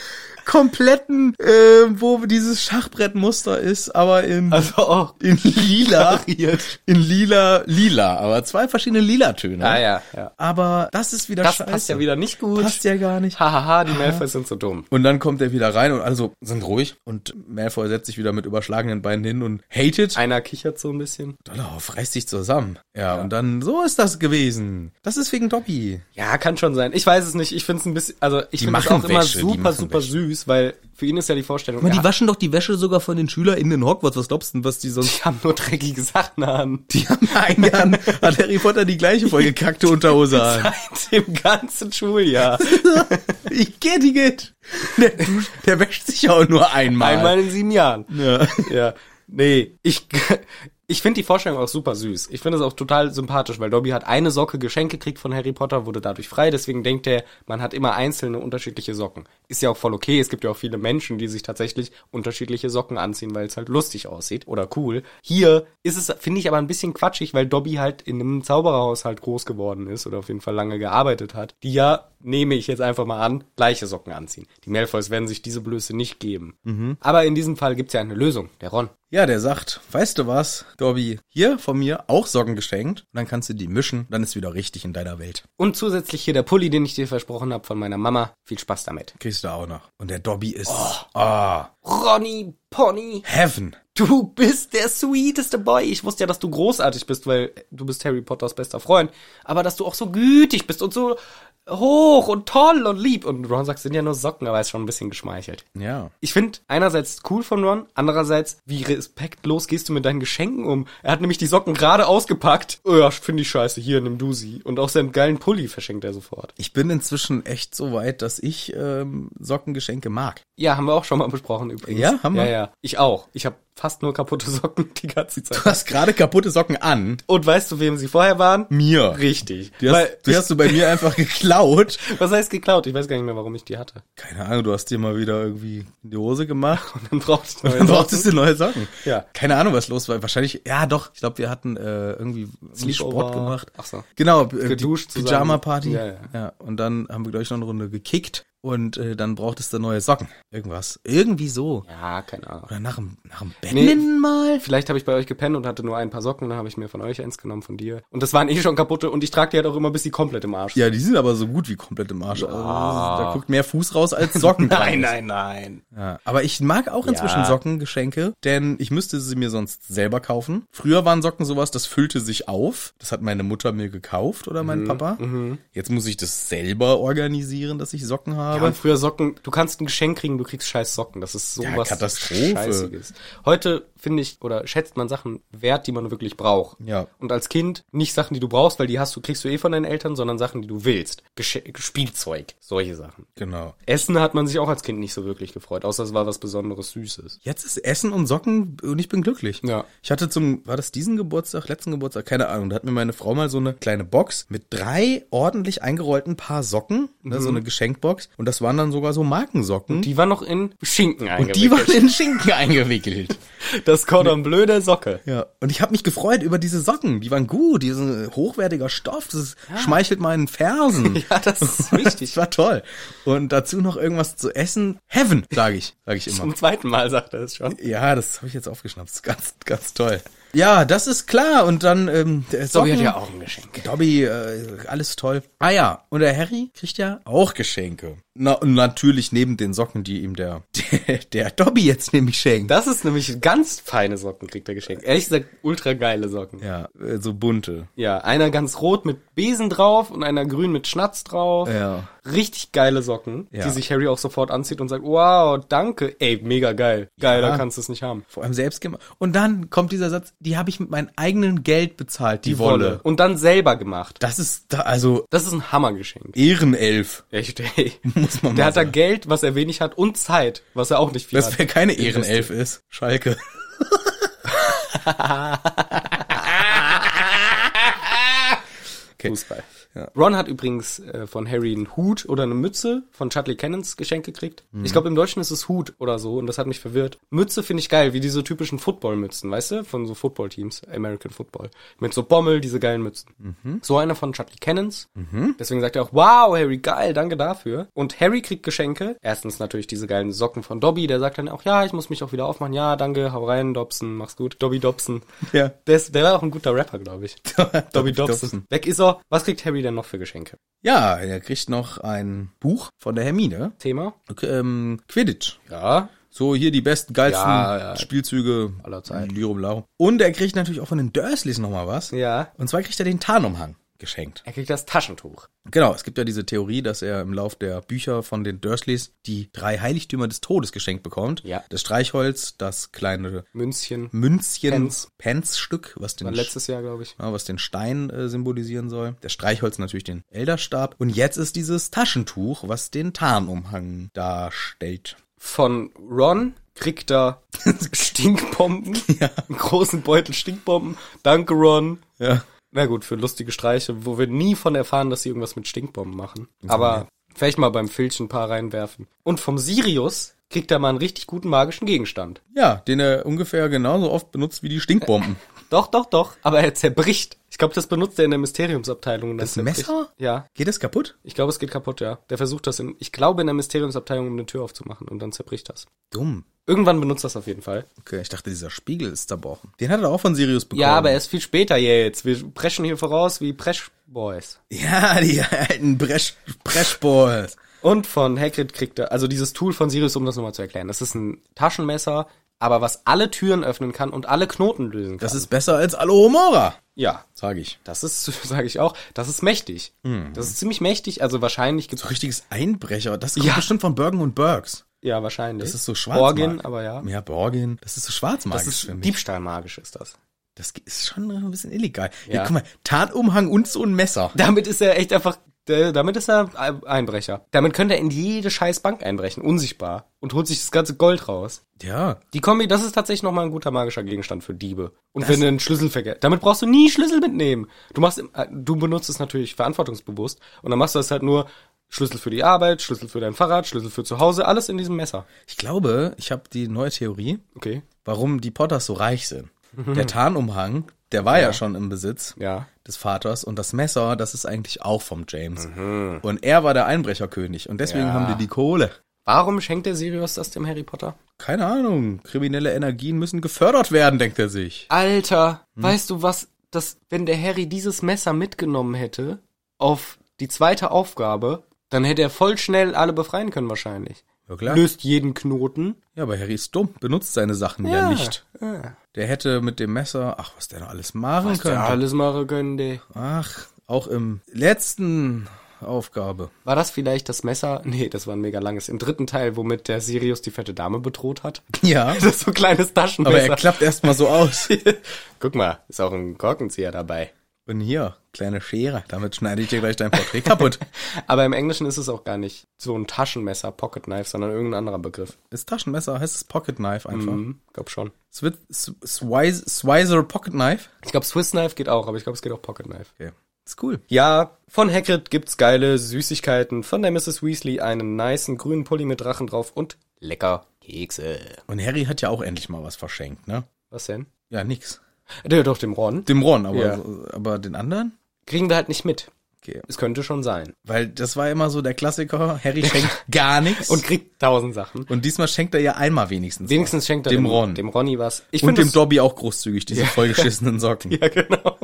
S1: kompletten, äh, wo dieses Schachbrettmuster ist, aber in,
S2: Also auch.
S1: in lila.
S2: Kariert.
S1: In lila, lila, aber zwei verschiedene Lila-Töne.
S2: Ah ja, ja.
S1: Aber das ist wieder
S2: Das
S1: scheiße.
S2: passt ja wieder nicht gut.
S1: Passt ja gar nicht.
S2: Hahaha, die Malfoys sind so dumm.
S1: Und dann kommt er wieder rein und also sind ruhig und Malfoy setzt sich wieder mit überschlagenen Beinen hin und hatet.
S2: Einer kichert so ein bisschen.
S1: Dollarhoff reißt sich zusammen. Ja, und dann, so ist das gewesen. Das ist wegen Dobby.
S2: Ja, kann schon sein. Ich weiß es nicht. Ich find's ein bisschen, also ich finde es
S1: machen
S2: auch immer
S1: Wäsche, die
S2: super,
S1: machen
S2: super
S1: Wäsche.
S2: süß, weil für ihn ist ja die Vorstellung,
S1: Man,
S2: ja,
S1: die waschen doch die Wäsche sogar von den SchülerInnen in Hogwarts. Was glaubst du denn, was die sonst...
S2: die haben nur dreckige Sachen an.
S1: Die haben ein Jahr hat Harry Potter die gleiche vollgekackte Unterhose an.
S2: Seit dem ganzen Schuljahr.
S1: Ich geh, die geht. Der, duscht- der wäscht sich auch nur einmal.
S2: Einmal in sieben Jahren.
S1: Ja.
S2: Ja, nee, ich, ich finde die Vorstellung auch super süß. Ich finde es auch total sympathisch, weil Dobby hat eine Socke geschenkt gekriegt von Harry Potter, wurde dadurch frei, deswegen denkt er, man hat immer einzelne unterschiedliche Socken. Ist ja auch voll okay, es gibt ja auch viele Menschen, die sich tatsächlich unterschiedliche Socken anziehen, weil es halt lustig aussieht oder cool. Hier ist es, finde ich, aber ein bisschen quatschig, weil Dobby halt in einem Zaubererhaushalt groß geworden ist oder auf jeden Fall lange gearbeitet hat, die ja, nehme ich jetzt einfach mal an, gleiche Socken anziehen. Die Malfoys werden sich diese Blöße nicht geben. Aber in diesem Fall gibt's ja eine Lösung, der Ron.
S1: Ja, der sagt, weißt du was, Dobby, hier von mir auch Socken geschenkt. Und dann kannst du die mischen, dann ist wieder richtig in deiner Welt.
S2: Und zusätzlich hier der Pulli, den ich dir versprochen habe von meiner Mama. Viel Spaß damit.
S1: Kriegst du auch noch. Und der Dobby ist,
S2: Oh.
S1: ah,
S2: Ronny, Pony,
S1: Heaven.
S2: du bist der sweeteste Boy. Ich wusste ja, dass du großartig bist, weil du bist Harry Potters bester Freund. Aber dass du auch so gütig bist und so hoch und toll und lieb. Und Ron sagt, es sind ja nur Socken, aber er ist schon ein bisschen geschmeichelt.
S1: Ja.
S2: Ich finde einerseits cool von Ron, andererseits, wie respektlos gehst du mit deinen Geschenken um? Er hat nämlich die Socken gerade ausgepackt. Oh ja, finde ich scheiße. Hier, nimm du sie. Und auch seinen geilen Pulli verschenkt er sofort.
S1: Ich bin inzwischen echt so weit, dass ich ähm, Sockengeschenke mag.
S2: Ja, haben wir auch schon mal besprochen übrigens.
S1: Ja, haben wir?
S2: Ja, ja. Ich auch. Ich habe fast nur kaputte Socken die ganze
S1: Du
S2: Zeit.
S1: hast gerade kaputte Socken an.
S2: Und weißt du, wem sie vorher waren?
S1: Mir.
S2: Richtig.
S1: Die hast,
S2: Weil-
S1: die hast du bei mir einfach geklaut.
S2: was heißt geklaut? Ich weiß gar nicht mehr, warum ich die hatte.
S1: Keine Ahnung, du hast dir mal wieder irgendwie in die Hose gemacht.
S2: Und dann brauchte ich neue
S1: Dann brauchtest
S2: Socken.
S1: du neue Socken.
S2: Ja.
S1: Keine Ahnung, was los war. Wahrscheinlich, ja doch, ich glaube, wir hatten äh, irgendwie irgendwie Sport
S2: Sleepover.
S1: gemacht.
S2: Ach so.
S1: Genau, äh,
S2: Geduscht
S1: die
S2: zusammen.
S1: Pyjama-Party.
S2: Ja, ja.
S1: Und dann haben wir, glaube ich, noch eine Runde gekickt und äh, dann brauchtest du neue Socken. Irgendwas. Irgendwie so.
S2: Ja, keine Ahnung.
S1: Oder nach dem, nach dem Badminton mal.
S2: Vielleicht habe ich bei euch gepennt und hatte nur ein paar Socken, dann habe ich mir von euch eins genommen, von dir. Und das waren eh schon kaputte und ich trage die halt auch immer, bis die komplett im Arsch sind.
S1: Ja, die sind aber so gut wie komplett im Arsch. Also, da guckt mehr Fuß raus als Socken. dran.
S2: nein, nein.
S1: Ja, aber ich mag auch inzwischen
S2: Ja.
S1: Sockengeschenke, denn ich müsste sie mir sonst selber kaufen. Früher waren Socken sowas, das füllte sich auf. Das hat meine Mutter mir gekauft oder
S2: Mhm,
S1: mein Papa. Jetzt muss ich das selber organisieren, dass ich Socken
S2: Wir haben
S1: habe.
S2: früher Socken, du kannst ein Geschenk kriegen, du kriegst scheiß Socken. Das ist sowas
S1: Ja, Katastrophe.
S2: Scheißiges. Heute finde ich oder schätzt man Sachen wert, die man wirklich braucht.
S1: Ja.
S2: Und als Kind nicht Sachen, die du brauchst, weil die hast du, kriegst du eh von deinen Eltern, sondern Sachen, die du willst. Gesche Spielzeug, solche Sachen.
S1: Genau.
S2: Essen hat man sich auch als Kind nicht so wirklich gefreut, außer es war was Besonderes Süßes.
S1: Jetzt ist Essen und Socken und ich bin glücklich.
S2: Ja.
S1: Ich hatte zum, war das diesen Geburtstag, letzten Geburtstag, keine Ahnung, da hat mir meine
S2: Mhm.
S1: Frau mal so eine kleine Box mit drei ordentlich eingerollten Paar Socken, ne, so eine Geschenkbox. Und das waren dann sogar so Markensocken.
S2: Die war noch in
S1: Und
S2: Schinken
S1: die
S2: eingewickelt.
S1: waren in Schinken eingewickelt.
S2: das Cordon Bleu der Socke.
S1: Ja, und ich habe mich gefreut über diese Socken. Die waren gut, die sind hochwertiger Stoff, das ist- schmeichelt meinen Fersen.
S2: Ja, das ist wichtig.
S1: Das war toll. Und dazu noch irgendwas zu essen. Heaven, sage ich, sage ich immer.
S2: Zum zweiten Mal sagt er es schon.
S1: Ja, das habe ich jetzt aufgeschnappt. Das ist ganz, ganz toll. Ja, das ist klar. Und dann, ähm, der
S2: Dobby
S1: Socken-
S2: hat ja auch ein Geschenk.
S1: Dobby, äh, alles toll. Ah ja, und der Harry kriegt ja auch Geschenke. Na, und natürlich neben den Socken, die ihm der, der, der Dobby jetzt nämlich schenkt.
S2: Das ist nämlich ganz feine Socken, kriegt er geschenkt. Ehrlich gesagt, ultra geile Socken.
S1: Ja, äh, so bunte.
S2: Ja, einer ganz rot mit Besen drauf und einer grün mit Schnatz drauf.
S1: Ja.
S2: Richtig geile Socken,
S1: Ja.
S2: die sich Harry auch sofort anzieht und sagt, wow, danke. Ey, mega geil. Geiler
S1: Ja.
S2: kannst du es nicht haben.
S1: Vor allem selbst gemacht. Und dann kommt dieser Satz, die habe ich mit meinem eigenen Geld bezahlt, die, Wolle.
S2: Und dann selber gemacht.
S1: Das ist da, also
S2: Das ist ein Hammergeschenk.
S1: Ehrenelf.
S2: Echt, ey.
S1: Muss man mal
S2: Der hat da
S1: sagen.
S2: Geld, was er wenig hat, und Zeit, was er auch nicht viel
S1: Das
S2: hat.
S1: wäre keine Ehrenelf ist. Schalke.
S2: Fußball. Ron hat übrigens äh, von Harry einen Hut oder eine Mütze von Charlie Cannons Geschenk gekriegt. Ich glaube, im Deutschen ist es Hut oder so und das hat mich verwirrt. Mütze finde ich geil, wie diese typischen Footballmützen, weißt du? Von so Footballteams, American Football. Mit so Bommel, diese geilen Mützen. So einer von Charlie Cannons. Deswegen sagt er auch, wow, Harry, geil, danke dafür. Und Harry kriegt Geschenke. Erstens natürlich diese geilen Socken von Dobby, der sagt dann auch, ja, ich muss mich auch wieder aufmachen. Ja, danke, hau rein, Dobson, mach's gut. Dobby Dobson.
S1: Ja.
S2: Der, ist, der war auch ein guter Rapper, glaube ich. Dobby Dobson. Weg ist er. Was kriegt Harry denn noch für Geschenke?
S1: Ja, er kriegt noch ein Buch von der Hermine.
S2: Thema?
S1: Ähm, Quidditch.
S2: Ja.
S1: So hier die besten, geilsten
S2: Ja, ja.
S1: Spielzüge
S2: Aller Zeiten.
S1: Lirum Lau. Und er kriegt natürlich auch von den Dursleys nochmal was.
S2: Ja.
S1: Und zwar kriegt er den Tarnumhang geschenkt.
S2: Er kriegt das Taschentuch.
S1: Genau, es gibt ja diese Theorie, dass er im Lauf der Bücher von den Dursleys die drei Heiligtümer des Todes geschenkt bekommt.
S2: Ja.
S1: Das Streichholz, das kleine
S2: Münzchen.
S1: Münzchen,
S2: Pence.
S1: Penzstück, was den
S2: War letztes Jahr, glaube ich.
S1: ja, was den Stein äh, symbolisieren soll. Der Streichholz natürlich den Elderstab. Und jetzt ist dieses Taschentuch, was den Tarnumhang darstellt.
S2: Von Ron kriegt er Stinkbomben.
S1: Ja.
S2: Einen großen Beutel Stinkbomben. Danke, Ron.
S1: Ja.
S2: Na gut, für lustige Streiche, wo wir nie von erfahren, dass sie irgendwas mit Stinkbomben machen.
S1: Mhm.
S2: Aber vielleicht mal beim Filchen ein paar reinwerfen. Und vom Sirius kriegt er mal einen richtig guten magischen Gegenstand.
S1: Ja, den er ungefähr genauso oft benutzt wie die Stinkbomben.
S2: Doch, doch, doch. Aber er zerbricht. Ich glaube, das benutzt er in der Mysteriumsabteilung. und dann
S1: Das
S2: zerbricht-
S1: Messer?
S2: Ja.
S1: Geht das kaputt?
S2: Ich glaube, es geht kaputt, ja. Der versucht das in, ich glaube, in der Mysteriumsabteilung, um eine Tür aufzumachen und dann zerbricht das.
S1: Dumm.
S2: Irgendwann benutzt das auf jeden Fall.
S1: Okay, ich dachte, dieser Spiegel ist zerbrochen. Den hat er auch von Sirius bekommen.
S2: Ja, aber erst viel später jetzt. Wir preschen hier voraus wie Presch Boys.
S1: Ja, die alten Bresch, Breschballs.
S2: Und von Hagrid kriegt er, also dieses Tool von Sirius, um das nochmal zu erklären. Das ist ein Taschenmesser, aber was alle Türen öffnen kann und alle Knoten lösen kann.
S1: Das ist besser als Alohomora,
S2: ja.
S1: sage ich.
S2: Das ist, sage ich auch, das ist mächtig. Das ist ziemlich mächtig, also wahrscheinlich gibt's,
S1: So richtiges Einbrecher. Das kommt
S2: Ja.
S1: bestimmt von Bergen und Bergs.
S2: ja, wahrscheinlich.
S1: Das ist so schwarz.
S2: Orgin, aber ja.
S1: Ja, Borgin. Das ist so schwarzmagisch
S2: Das ist
S1: für mich.
S2: Diebstahlmagisch ist das.
S1: Das ist schon ein bisschen illegal. Ja.
S2: Ja.
S1: guck mal, Tarnumhang und so ein Messer.
S2: Damit ist er echt einfach, äh, damit ist er ein- Einbrecher. Damit könnte er in jede scheiß Bank einbrechen, unsichtbar. Und holt sich das ganze Gold raus.
S1: Ja.
S2: Die Kombi, das ist tatsächlich nochmal ein guter magischer Gegenstand für Diebe. Und wenn du einen Schlüssel vergisst, damit brauchst du nie Schlüssel mitnehmen. Du machst, im- äh, du benutzt es natürlich verantwortungsbewusst. Und dann machst du das halt nur Schlüssel für die Arbeit, Schlüssel für dein Fahrrad, Schlüssel für zu Hause, alles in diesem Messer.
S1: Ich glaube, ich habe die neue Theorie,
S2: Okay.
S1: warum die Potters so reich sind. Der Tarnumhang, der war ja, schon im Besitz
S2: Ja.
S1: des Vaters und das Messer, das ist eigentlich auch vom James. Und er war der Einbrecherkönig und deswegen
S2: Mhm. Ja.
S1: haben die die Kohle.
S2: Warum schenkt der Sirius das dem Harry Potter?
S1: Keine Ahnung, kriminelle Energien müssen gefördert werden, denkt er sich.
S2: Alter,
S1: Hm.
S2: weißt du was, das, wenn der Harry dieses Messer mitgenommen hätte auf die zweite Aufgabe, dann hätte er voll schnell alle befreien können wahrscheinlich.
S1: Ja, klar.
S2: Löst jeden Knoten. Ah.
S1: Ja, aber Harry ist dumm, benutzt seine Sachen ja, nicht.
S2: Ja.
S1: Der hätte mit dem Messer, ach, was der noch alles machen
S2: Was der
S1: könnte.
S2: alles machen könnte.
S1: Ach, auch im letzten Aufgabe.
S2: War das vielleicht das Messer? Nee, das war ein mega langes. Im dritten Teil, womit der Sirius die fette Dame bedroht hat.
S1: Ja.
S2: Das ist so ein kleines Taschenmesser.
S1: Aber er klappt erstmal so aus.
S2: Guck mal, ist auch ein Korkenzieher dabei.
S1: Und hier, kleine Schere. Damit schneide ich dir gleich dein Porträt kaputt.
S2: Aber im Englischen ist es auch gar nicht so ein Taschenmesser, Pocket Knife, sondern irgendein anderer Begriff.
S1: Ist Taschenmesser, heißt es Pocket Knife einfach. Mhm.
S2: Mhm, glaub schon.
S1: Swizer Pocket Knife?
S2: Ich glaube, Swiss Knife geht auch, aber ich glaube, es geht auch Pocket Knife.
S1: Okay. Ist cool.
S2: Ja, von Hagrid gibt's geile Süßigkeiten, von der Mrs. Weasley einen niceen grünen Pulli mit Drachen drauf und lecker Kekse.
S1: Und Harry hat ja auch endlich mal was verschenkt, ne?
S2: Was denn?
S1: Ja, nix.
S2: Ja, doch, dem Ron.
S1: Dem Ron, aber,
S2: Ja.
S1: aber den anderen?
S2: Kriegen wir halt nicht mit.
S1: Okay.
S2: Es könnte schon sein.
S1: Weil das war immer so der Klassiker, Harry schenkt gar nichts.
S2: Und kriegt tausend Sachen.
S1: und diesmal schenkt er ja einmal wenigstens.
S2: Wenigstens schenkt er
S1: Dem Ron.
S2: dem Ronny was. Ich
S1: und
S2: finde
S1: dem Dobby auch großzügig, diese vollgeschissenen Socken.
S2: Ja, genau.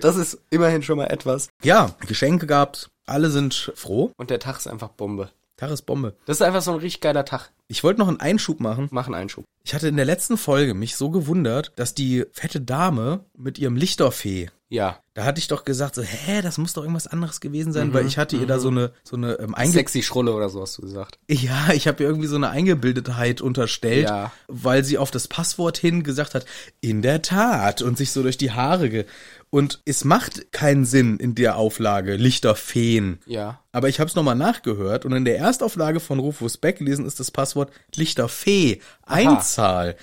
S2: Das ist immerhin schon mal etwas.
S1: Ja, Geschenke gab's. Alle sind froh.
S2: Und der Tag ist einfach Bombe.
S1: Tag ist Bombe.
S2: Das ist einfach so ein richtig geiler Tag.
S1: Ich wollte noch einen Einschub machen.
S2: Machen einen Schub.
S1: Ich hatte in der letzten Folge mich so gewundert, dass die fette Dame mit ihrem Lichterfee
S2: Ja.
S1: da hatte ich doch gesagt, so, hä, das muss doch irgendwas anderes gewesen sein,
S2: Mhm,
S1: weil ich hatte ihr da so eine, so eine ähm, einge
S2: Sexy Schrulle oder so hast du gesagt.
S1: Ja, ich habe ihr irgendwie so eine Eingebildetheit unterstellt,
S2: Ja.
S1: weil sie auf das Passwort hin gesagt hat, in der Tat, und sich so durch die Haare ge. Und es macht keinen Sinn in der Auflage, Lichterfeen.
S2: Ja.
S1: Aber ich habe es nochmal nachgehört und in der Erstauflage von Rufus Beck gelesen ist das Passwort Lichterfee, Einzahl.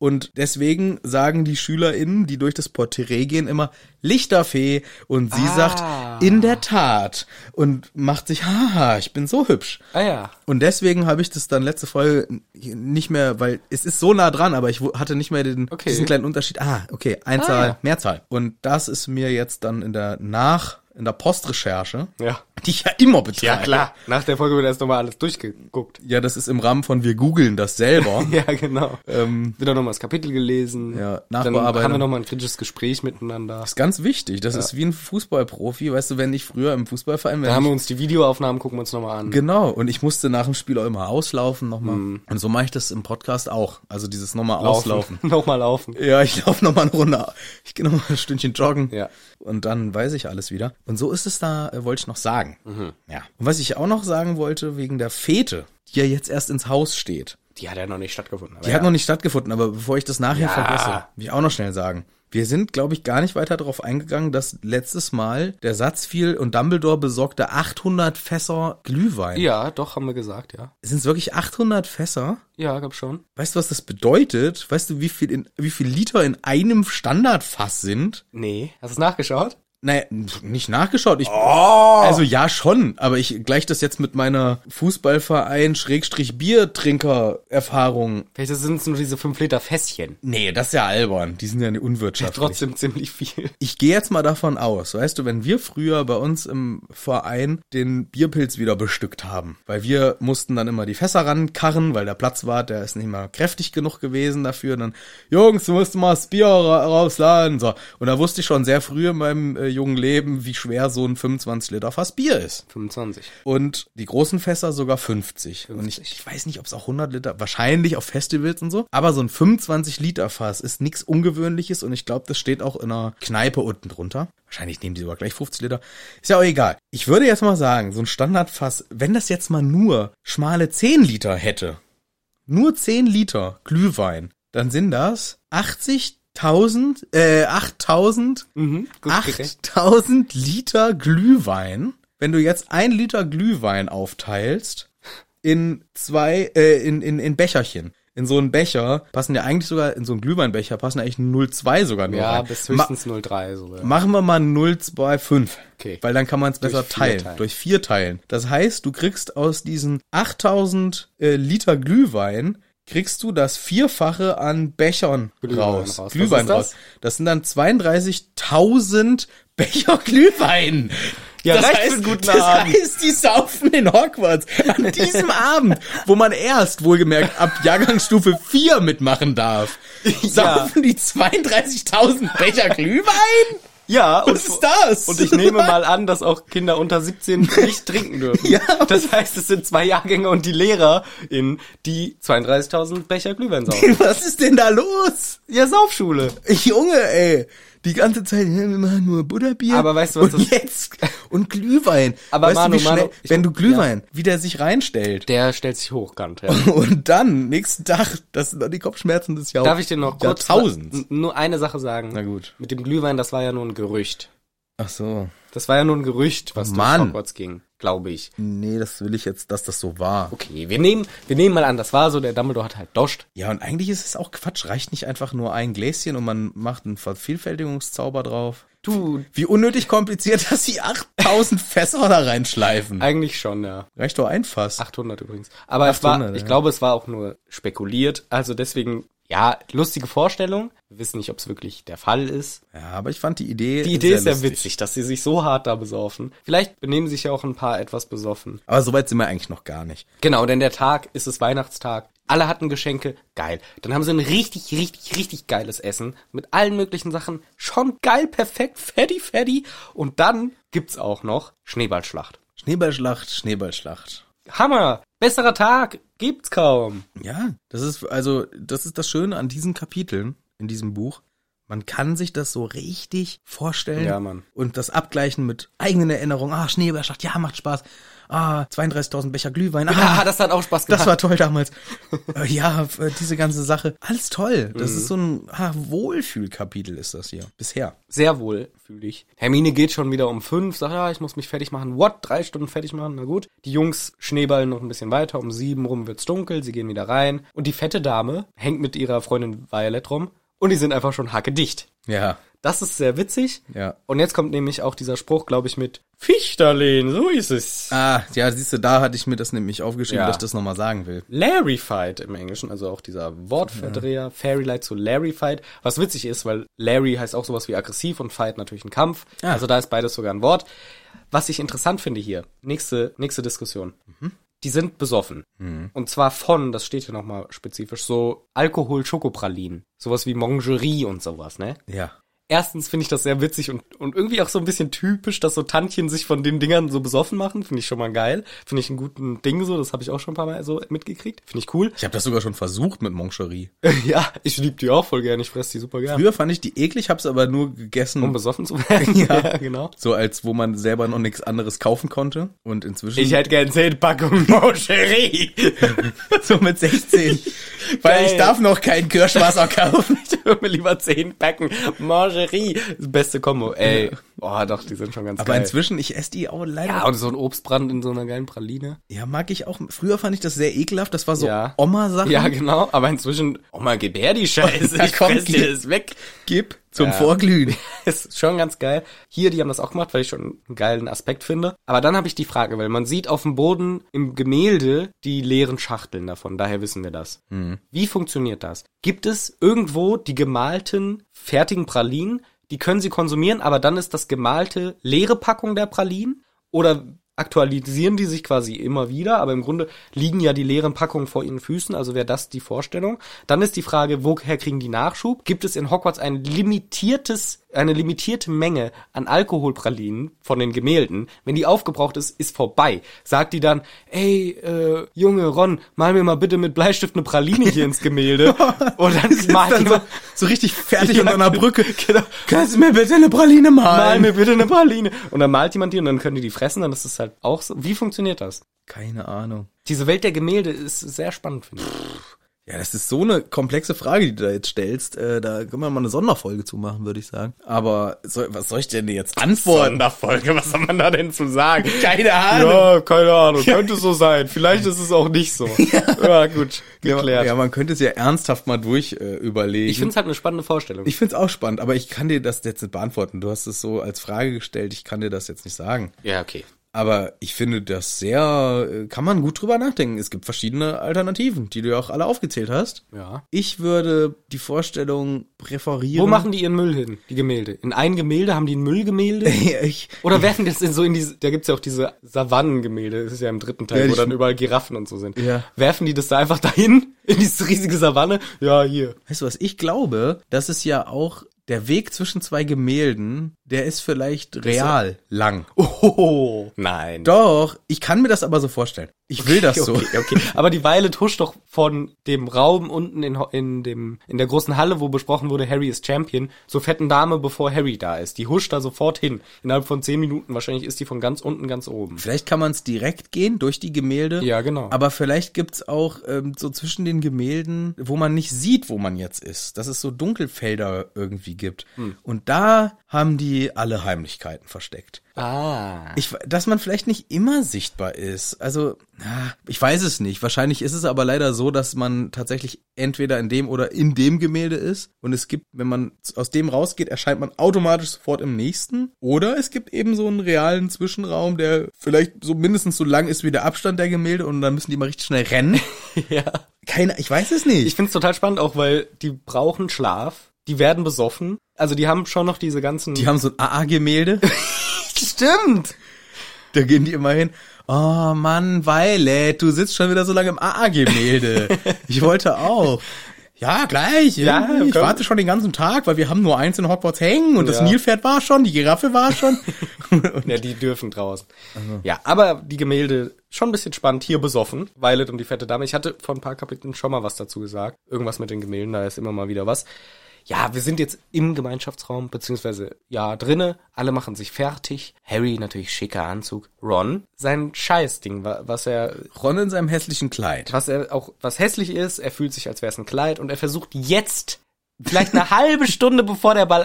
S1: Und deswegen sagen die SchülerInnen, die durch das Porträt gehen, immer Lichterfee. Und
S2: Ah.
S1: sie sagt, in der Tat. Und macht sich, haha, ich bin so hübsch.
S2: Ah ja.
S1: Und deswegen habe ich das dann letzte Folge n- nicht mehr, weil es ist so nah dran, aber ich wu- hatte nicht mehr den,
S2: Okay.
S1: diesen kleinen Unterschied. Ah, okay, Einzahl,
S2: Ah, ja.
S1: Mehrzahl. Und das ist mir jetzt dann in der Nach, in der Postrecherche,
S2: Ja.
S1: die ich ja immer betreibe.
S2: Nach der Folge wird erst nochmal alles durchgeguckt.
S1: Ja, das ist im Rahmen von wir googeln das selber.
S2: Ja, genau. Wieder nochmal das Kapitel gelesen.
S1: Ja,
S2: Dann
S1: Nachbearbeitung.
S2: haben wir nochmal ein kritisches Gespräch miteinander.
S1: ist ganz wichtig. Das ist wie ein Fußballprofi. Weißt du, wenn ich früher im Fußballverein, wenn
S2: Da haben
S1: ich,
S2: wir uns die Videoaufnahmen, gucken wir uns nochmal an.
S1: genau. Und ich musste nach dem Spiel auch immer auslaufen nochmal.
S2: Mhm.
S1: Und so mache ich das im Podcast auch. Also dieses nochmal auslaufen.
S2: nochmal laufen.
S1: Ja, ich laufe nochmal eine Runde. Ich gehe nochmal ein Stündchen joggen.
S2: Ja.
S1: Und dann weiß ich alles wieder. Und so ist es da, äh, wollte ich noch sagen.
S2: Mhm.
S1: Ja. Und was ich auch noch sagen wollte, wegen der Fete, die ja jetzt erst ins Haus steht.
S2: Die hat ja noch nicht stattgefunden. aber
S1: Die
S2: ja.
S1: hat noch nicht stattgefunden, aber bevor ich das nachher
S2: Ja.
S1: vergesse, will ich auch noch schnell sagen. Wir sind, glaube ich, gar nicht weiter darauf eingegangen, dass letztes Mal der Satz fiel und Dumbledore besorgte 800 Fässer Glühwein.
S2: ja, doch, haben wir gesagt, ja.
S1: Sind es wirklich 800 Fässer?
S2: Ja, gab schon.
S1: Weißt du, was das bedeutet? Weißt du, wie viel, in, wie viel Liter in einem Standardfass sind?
S2: Nee. Hast du es nachgeschaut?
S1: Naja, pf, nicht nachgeschaut. Ich,
S2: Oh!
S1: Also ja schon, aber ich gleiche das jetzt mit meiner Fußballverein-Biertrinker-Erfahrung.
S2: Vielleicht sind es nur diese 5 Liter Fässchen.
S1: Nee, das ist ja albern. Die sind ja eine unwirtschaftlich.
S2: Trotzdem ziemlich viel.
S1: Ich gehe jetzt mal davon aus, weißt du, wenn wir früher bei uns im Verein den Bierpilz wieder bestückt haben, weil wir mussten dann immer die Fässer rankarren, weil der Platz war, der ist nicht mal kräftig genug gewesen dafür. Dann, Jungs, du musst mal das Bier ra rausladen. So. Und da wusste ich schon sehr früh in meinem äh, jungen Leben, wie schwer so ein 25 Liter Fass Bier ist.
S2: 25.
S1: Und die großen Fässer sogar 50. Und ich,
S2: 50.
S1: ich weiß nicht, ob es auch 100 Liter, wahrscheinlich auf Festivals und so. Aber so ein 25 Liter Fass ist nichts Ungewöhnliches und ich glaube, das steht auch in einer Kneipe unten drunter. Wahrscheinlich nehmen die sogar gleich 50 Liter. Ist ja auch egal. Ich würde jetzt mal sagen, so ein Standardfass, wenn das jetzt mal nur schmale 10 Liter hätte, nur 10 Liter Glühwein, dann sind das 80.000, äh, 8000
S2: Mhm. Gut gerechnet.
S1: 8000 Liter Glühwein. Wenn du jetzt ein Liter Glühwein aufteilst in zwei, äh, in, in, in Becherchen. In so einen Becher passen ja eigentlich sogar, in so einen Glühweinbecher passen ja eigentlich 0,2 sogar nur
S2: Ja,
S1: rein.
S2: bis höchstens 0,3. So, ja.
S1: Machen wir mal 025.
S2: Äh, Okay.
S1: Weil dann kann man es besser
S2: vier
S1: teilen,
S2: teilen.
S1: Durch vier teilen. Das heißt, du kriegst aus diesen 8000 äh, Liter Glühwein, kriegst du das Vierfache an Bechern
S2: Glühwein
S1: raus.
S2: raus. Was
S1: Glühwein
S2: ist das?
S1: raus. Das sind dann 32.000 Becher Glühwein.
S2: Ja,
S1: das
S2: reicht für
S1: heißt,
S2: einen guten
S1: das
S2: Abend.
S1: heißt, die saufen in Hogwarts an diesem Abend, wo man erst, wohlgemerkt, ab Jahrgangsstufe 4 mitmachen darf. Saufen die 32.000 Becher Glühwein?
S2: ja, und,
S1: Was ist das?
S2: und ich nehme mal an, dass auch Kinder unter 17 nicht trinken dürfen.
S1: Ja.
S2: Das heißt, es sind zwei Jahrgänge und die Lehrer in die 32.000 Becher Glühwein saufen.
S1: Was ist denn da los?
S2: ja, Saufschule.
S1: Junge, ey. Die ganze Zeit, ja, wir machen nur Butterbier.
S2: Aber weißt du, was
S1: Und
S2: das-
S1: jetzt, und Glühwein.
S2: Aber
S1: weißt
S2: Manu,
S1: du, wie schnell,
S2: Manu, ich-
S1: wenn du Glühwein, wie der sich reinstellt.
S2: Der stellt sich hochkant. Ja.
S1: Und dann, nächsten Tag, das sind doch die Kopfschmerzen des Jahr
S2: Darf ich dir noch kurz
S1: Jahrtausends.
S2: nur eine Sache sagen?
S1: Na gut.
S2: Mit dem Glühwein, das war ja nur ein Gerücht.
S1: Ach so.
S2: Das war ja nur ein Gerücht, was durch
S1: Mann.
S2: Hogwarts ging. glaube ich.
S1: Nee, das will ich jetzt, dass das so war.
S2: Okay, wir nehmen, wir nehmen mal an, das war so, der Dumbledore hat halt doscht.
S1: Ja, und eigentlich ist es auch Quatsch. Reicht nicht einfach nur ein Gläschen und man macht einen Vervielfältigungszauber drauf.
S2: Du,
S1: Wie unnötig kompliziert, dass sie 8000 Fässer da reinschleifen.
S2: eigentlich schon, ja.
S1: Reicht doch ein Fass.
S2: 800 übrigens. Aber es
S1: 800,
S2: war, ich
S1: ja.
S2: glaube, es war auch nur spekuliert. Also deswegen, ja, lustige Vorstellung. Wir wissen nicht, ob es wirklich der Fall ist.
S1: Ja, aber ich fand die Idee.
S2: Die Idee ist ja
S1: lustig.
S2: witzig, dass sie sich so hart da besaufen. Vielleicht benehmen sich ja auch ein paar etwas besoffen.
S1: Aber so weit sind wir eigentlich noch gar nicht.
S2: Genau, denn der Tag ist es Weihnachtstag. Alle hatten Geschenke, geil. Dann haben sie ein richtig, richtig, richtig geiles Essen mit allen möglichen Sachen. Schon geil, perfekt, fatty, fatty. Und dann gibt's auch noch Schneeballschlacht.
S1: Schneeballschlacht, Schneeballschlacht.
S2: Hammer! Besserer Tag gibt's kaum.
S1: Ja, das ist also das ist das Schöne an diesen Kapiteln in diesem Buch. Man kann sich das so richtig vorstellen
S2: Ja, Mann.
S1: und das abgleichen mit eigenen Erinnerungen. Ah, Schneeballschlacht, ja, macht Spaß. Ah, 32.000 Becher Glühwein. Ah,
S2: Ah, das hat auch Spaß gemacht.
S1: das war toll damals. Äh, ja, f- äh, diese ganze Sache, alles toll.
S2: Mhm.
S1: Das ist so ein ah, Wohlfühlkapitel ist das hier bisher.
S2: sehr wohl, fühle ich. Hermine geht schon wieder um fünf, sagt, ja, ich muss mich fertig machen. What? Drei Stunden fertig machen? Na gut. Die Jungs schneeballen noch ein bisschen weiter. Um sieben rum wird's dunkel, sie gehen wieder rein. Und die fette Dame hängt mit ihrer Freundin Violet rum. Und die sind einfach schon hackedicht.
S1: Ja,
S2: Das ist sehr witzig.
S1: Ja.
S2: Und jetzt kommt nämlich auch dieser Spruch, glaube ich, mit Fichterlehn, so ist es.
S1: Ah, ja, siehst du, da hatte ich mir das nämlich aufgeschrieben,
S2: Ja.
S1: dass ich das nochmal sagen will.
S2: Larryfied im Englischen, also auch dieser Wortverdreher, Fairylight zu Larryfied, was witzig ist, weil Larry heißt auch sowas wie aggressiv und Fight natürlich ein Kampf.
S1: Ah.
S2: Also da ist beides sogar ein Wort. Was ich interessant finde hier, nächste, nächste Diskussion. Die sind besoffen. Und zwar von, das steht hier nochmal spezifisch, so Alkohol, Schokopralinen. Sowas wie Mangerie und sowas, ne?
S1: Ja.
S2: Erstens finde ich das sehr witzig und, und irgendwie auch so ein bisschen typisch, dass so Tantchen sich von den Dingern so besoffen machen. Finde ich schon mal geil. Finde ich einen guten Ding so. Das habe ich auch schon ein paar Mal so mitgekriegt. Finde ich cool.
S1: Ich habe das sogar schon versucht mit Moncherie.
S2: ja, ich liebe die auch voll gerne. Ich fresse die super gerne.
S1: Früher fand ich die eklig, hab's aber nur gegessen,
S2: Um besoffen zu werden.
S1: Ja.
S2: genau.
S1: so als wo man selber noch nichts anderes kaufen konnte. Und inzwischen
S2: Ich hätte gern 10 Packungen Moscherie.
S1: so mit 16. weil
S2: Geil.
S1: ich darf noch kein Kirschwasser kaufen.
S2: ich würde mir lieber 10 Packen Moscherie. Das beste Kombo. Ey. Boah, doch, die sind schon ganz
S1: Aber
S2: geil.
S1: inzwischen, ich esse die auch leider.
S2: ja, und so ein Obstbrand in so einer geilen Praline.
S1: Ja, mag ich auch. Früher fand ich das sehr ekelhaft. Das war so
S2: Ja.
S1: Oma-Sachen.
S2: Ja, genau. Aber inzwischen, oh mal, gib her die Scheiße.
S1: Da
S2: ich
S1: kommt
S2: fress
S1: die-
S2: dir das weg.
S1: Gib zum
S2: Ja.
S1: Vorglühen.
S2: Das ist schon ganz geil. Hier, die haben das auch gemacht, weil ich schon einen geilen Aspekt finde. Aber dann habe ich die Frage, weil man sieht auf dem Boden im Gemälde die leeren Schachteln davon. Daher wissen wir das. Wie funktioniert das? Gibt es irgendwo die gemalten, fertigen Pralinen? Die können sie konsumieren, aber dann ist das gemalte, leere Packung der Pralinen? Oder aktualisieren die sich quasi immer wieder, aber im Grunde liegen ja die leeren Packungen vor ihren Füßen, also wäre das die Vorstellung. Dann ist die Frage, woher kriegen die Nachschub? Gibt es in Hogwarts ein limitiertes, eine limitierte Menge an Alkoholpralinen von den Gemälden? Wenn die aufgebraucht ist, ist vorbei. Sagt die dann, ey, äh, Junge, Ron, mal mir mal bitte mit Bleistift eine Praline hier ins Gemälde. Und dann malt
S1: Dann so,
S2: jemand,
S1: so richtig fertig
S2: Ja,
S1: unter einer Brücke.
S2: genau.
S1: Kannst du mir bitte eine Praline
S2: mal
S1: malen?
S2: mir bitte eine Praline. Und dann malt jemand die und dann können die die fressen, dann ist das halt auch so. Wie funktioniert das?
S1: Keine Ahnung.
S2: Diese Welt der Gemälde ist sehr spannend, finde ich.
S1: Ja, das ist so eine komplexe Frage, die du da jetzt stellst. Äh, da können wir mal eine Sonderfolge zu machen, würde ich sagen. Aber so, was soll ich denn jetzt antworten?
S2: Sonderfolge, was soll man da denn zu sagen?
S1: Keine
S2: Ja, keine Ahnung, könnte so sein. Vielleicht ist es auch nicht so. Ja, gut,
S1: Ja,
S2: geklärt.
S1: ja, man könnte es ja ernsthaft mal durch äh, überlegen.
S2: Ich finde es halt eine spannende Vorstellung.
S1: ich find's auch spannend, aber ich kann dir das jetzt nicht beantworten. Du hast es so als Frage gestellt, ich kann dir das jetzt nicht sagen.
S2: ja, okay.
S1: Aber ich finde das sehr, äh, kann man gut drüber nachdenken. Es gibt verschiedene Alternativen, die du ja auch alle aufgezählt hast.
S2: Ja.
S1: Ich würde die Vorstellung präferieren.
S2: Wo machen die ihren Müll hin, die Gemälde? In ein Gemälde haben die ein Müllgemälde?
S1: ich?
S2: Oder werfen die das in so in diese, da gibt's ja auch diese Savannengemälde, das ist ja im dritten Teil,
S1: Ja,
S2: wo
S1: ich-
S2: dann überall Giraffen und so sind.
S1: Ja.
S2: Werfen die das da einfach dahin, in diese riesige Savanne? Ja, hier.
S1: Weißt du was, ich glaube, das ist ja auch der Weg zwischen zwei Gemälden, der ist vielleicht real lang.
S2: Oh, nein.
S1: Doch, ich kann mir das aber so vorstellen. Ich will das so.
S2: Okay, okay. Aber die Violet huscht doch von dem Raum unten in, Ho- in, dem, in der großen Halle, wo besprochen wurde, Harry ist Champion, zur fetten Dame, bevor Harry da ist. Die huscht da sofort hin. Innerhalb von zehn Minuten. Wahrscheinlich ist die von ganz unten ganz oben.
S1: Vielleicht kann man es direkt gehen durch die Gemälde.
S2: Ja, genau.
S1: Aber vielleicht gibt's auch ähm, so zwischen den Gemälden, wo man
S2: Hm.
S1: nicht sieht, wo man jetzt ist. Dass es so Dunkelfelder irgendwie gibt. Und da haben die sie alle Heimlichkeiten versteckt.
S2: Ah.
S1: Ich, dass man vielleicht nicht immer sichtbar ist. Also, ah, ich weiß es nicht. Wahrscheinlich ist es aber leider so, dass man tatsächlich entweder in dem oder in dem Gemälde ist. Und es gibt, wenn man z- aus dem rausgeht, erscheint man automatisch sofort im nächsten. Oder es gibt eben so einen realen Zwischenraum, der vielleicht so mindestens so lang ist wie der Abstand der Gemälde und dann müssen die mal richtig schnell rennen.
S2: Ja.
S1: Keine, ich weiß es nicht.
S2: Ich find's total spannend auch, weil die brauchen Schlaf, die werden besoffen. Also die haben schon noch diese ganzen.
S1: die haben so ein AA-Gemälde.
S2: stimmt!
S1: Da gehen die immer hin. Oh Mann, Violet, du sitzt schon wieder so lange im AA-Gemälde. Ich wollte auch. Ja, gleich.
S2: Ja,
S1: ich
S2: komm.
S1: warte schon den ganzen Tag, weil wir haben nur eins in Hogwarts hängen und das
S2: Ja.
S1: Nilpferd war schon, die Giraffe war schon.
S2: Ja, die dürfen draußen. Ja, aber die Gemälde schon ein bisschen spannend. Hier besoffen. Violet und die fette Dame. Ich hatte vor ein paar Kapiteln schon mal was dazu gesagt. Irgendwas mit den Gemälden, da ist immer mal wieder was. Ja, wir sind jetzt im Gemeinschaftsraum, beziehungsweise ja, drinne. Alle machen sich fertig. Harry natürlich schicker Anzug. Ron, sein Scheißding, wa- was er
S1: Ron in seinem hässlichen Kleid.
S2: was er auch was hässlich ist, er fühlt sich als wäre es ein Kleid und er versucht jetzt vielleicht eine halbe Stunde bevor der Ball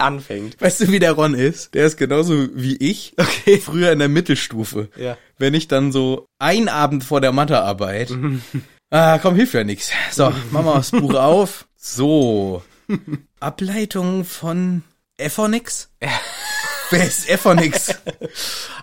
S2: anfängt.
S1: Weißt du, wie der Ron ist? Der ist genauso wie ich.
S2: Okay.
S1: Früher in der Mittelstufe.
S2: Ja.
S1: Wenn ich dann so ein Abend vor der Mathearbeit. ah, komm, hilft ja nichts. So, machen wir das Buch auf. So. Ableitung von Ephonix? Wer ist Ephonix?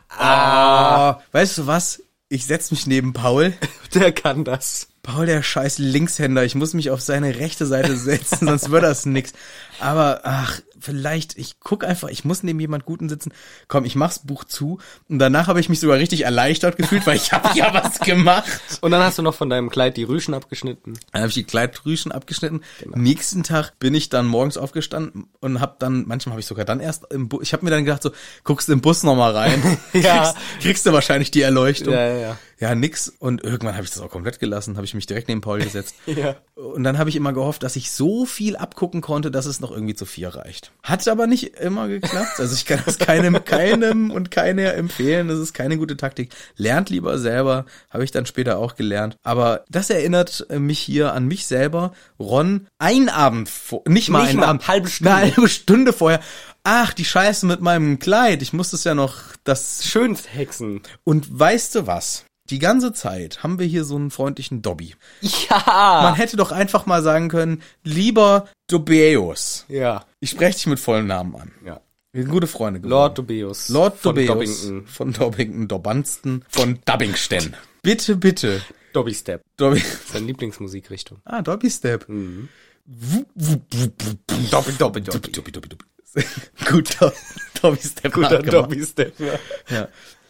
S1: ah. Weißt du was? Ich setz mich neben Paul.
S2: Der kann das.
S1: Paul, der scheiß Linkshänder, ich muss mich auf seine rechte Seite setzen, sonst wird das nix. Aber, ach, vielleicht, ich guck einfach, ich muss neben jemand Guten sitzen. Komm, ich mach's Buch zu. Und danach habe ich mich sogar richtig erleichtert gefühlt, weil ich habe ja was gemacht.
S2: Und dann hast du noch von deinem Kleid die Rüschen abgeschnitten.
S1: Dann habe ich die Kleidrüschen abgeschnitten.
S2: Genau.
S1: Nächsten Tag bin ich dann morgens aufgestanden und habe dann, manchmal habe ich sogar dann erst im Bus, ich habe mir dann gedacht, so, guckst im Bus nochmal rein.
S2: Ja.
S1: kriegst, kriegst du wahrscheinlich die Erleuchtung.
S2: Ja, ja, ja.
S1: Ja, nix. Und irgendwann habe ich das auch komplett gelassen, habe ich mich direkt neben Paul gesetzt.
S2: Ja.
S1: Und dann habe ich immer gehofft, dass ich so viel abgucken konnte, dass es noch irgendwie zu vier reicht. Hat aber nicht immer geklappt. Also ich kann das keinem, keinem und keiner empfehlen. Das ist keine gute Taktik. Lernt lieber selber, habe ich dann später auch gelernt. Aber das erinnert äh, mich hier an mich selber. Ron, ein Abend, vor, nicht mal
S2: Nicht
S1: einen
S2: mal,
S1: Abend,
S2: halbe Stunde.
S1: eine halbe Stunde vorher. Ach, die Scheiße mit meinem Kleid. Ich musste es ja noch, das
S2: Schönes Hexen.
S1: und weißt du was? Die ganze Zeit haben wir hier so einen freundlichen Dobby. Man
S2: Ja.
S1: hätte doch einfach mal sagen können, lieber Dobeus.
S2: Ja.
S1: Ich spreche dich mit vollem Namen an.
S2: Ja.
S1: Wir sind gute Freunde geworden.
S2: Lord Dubeus.
S1: Lord
S2: von
S1: Dobeus.
S2: Dobbington.
S1: Von Dobbington, Dobbanston, von Dubbington. Bitte, bitte.
S2: Dobby Step.
S1: Dobby.
S2: Seine Lieblingsmusikrichtung.
S1: Ah, Dobby Step. Wup, wup, wup, wup, wup.
S2: Mhm. Dobby, Dobby,
S1: Dobby, Dobby, Dobby, Dobby. Gut, Dobby- Dobby
S2: Ah,
S1: Step.
S2: genau.
S1: nachgemacht.
S2: Step. Ja.
S1: Ja.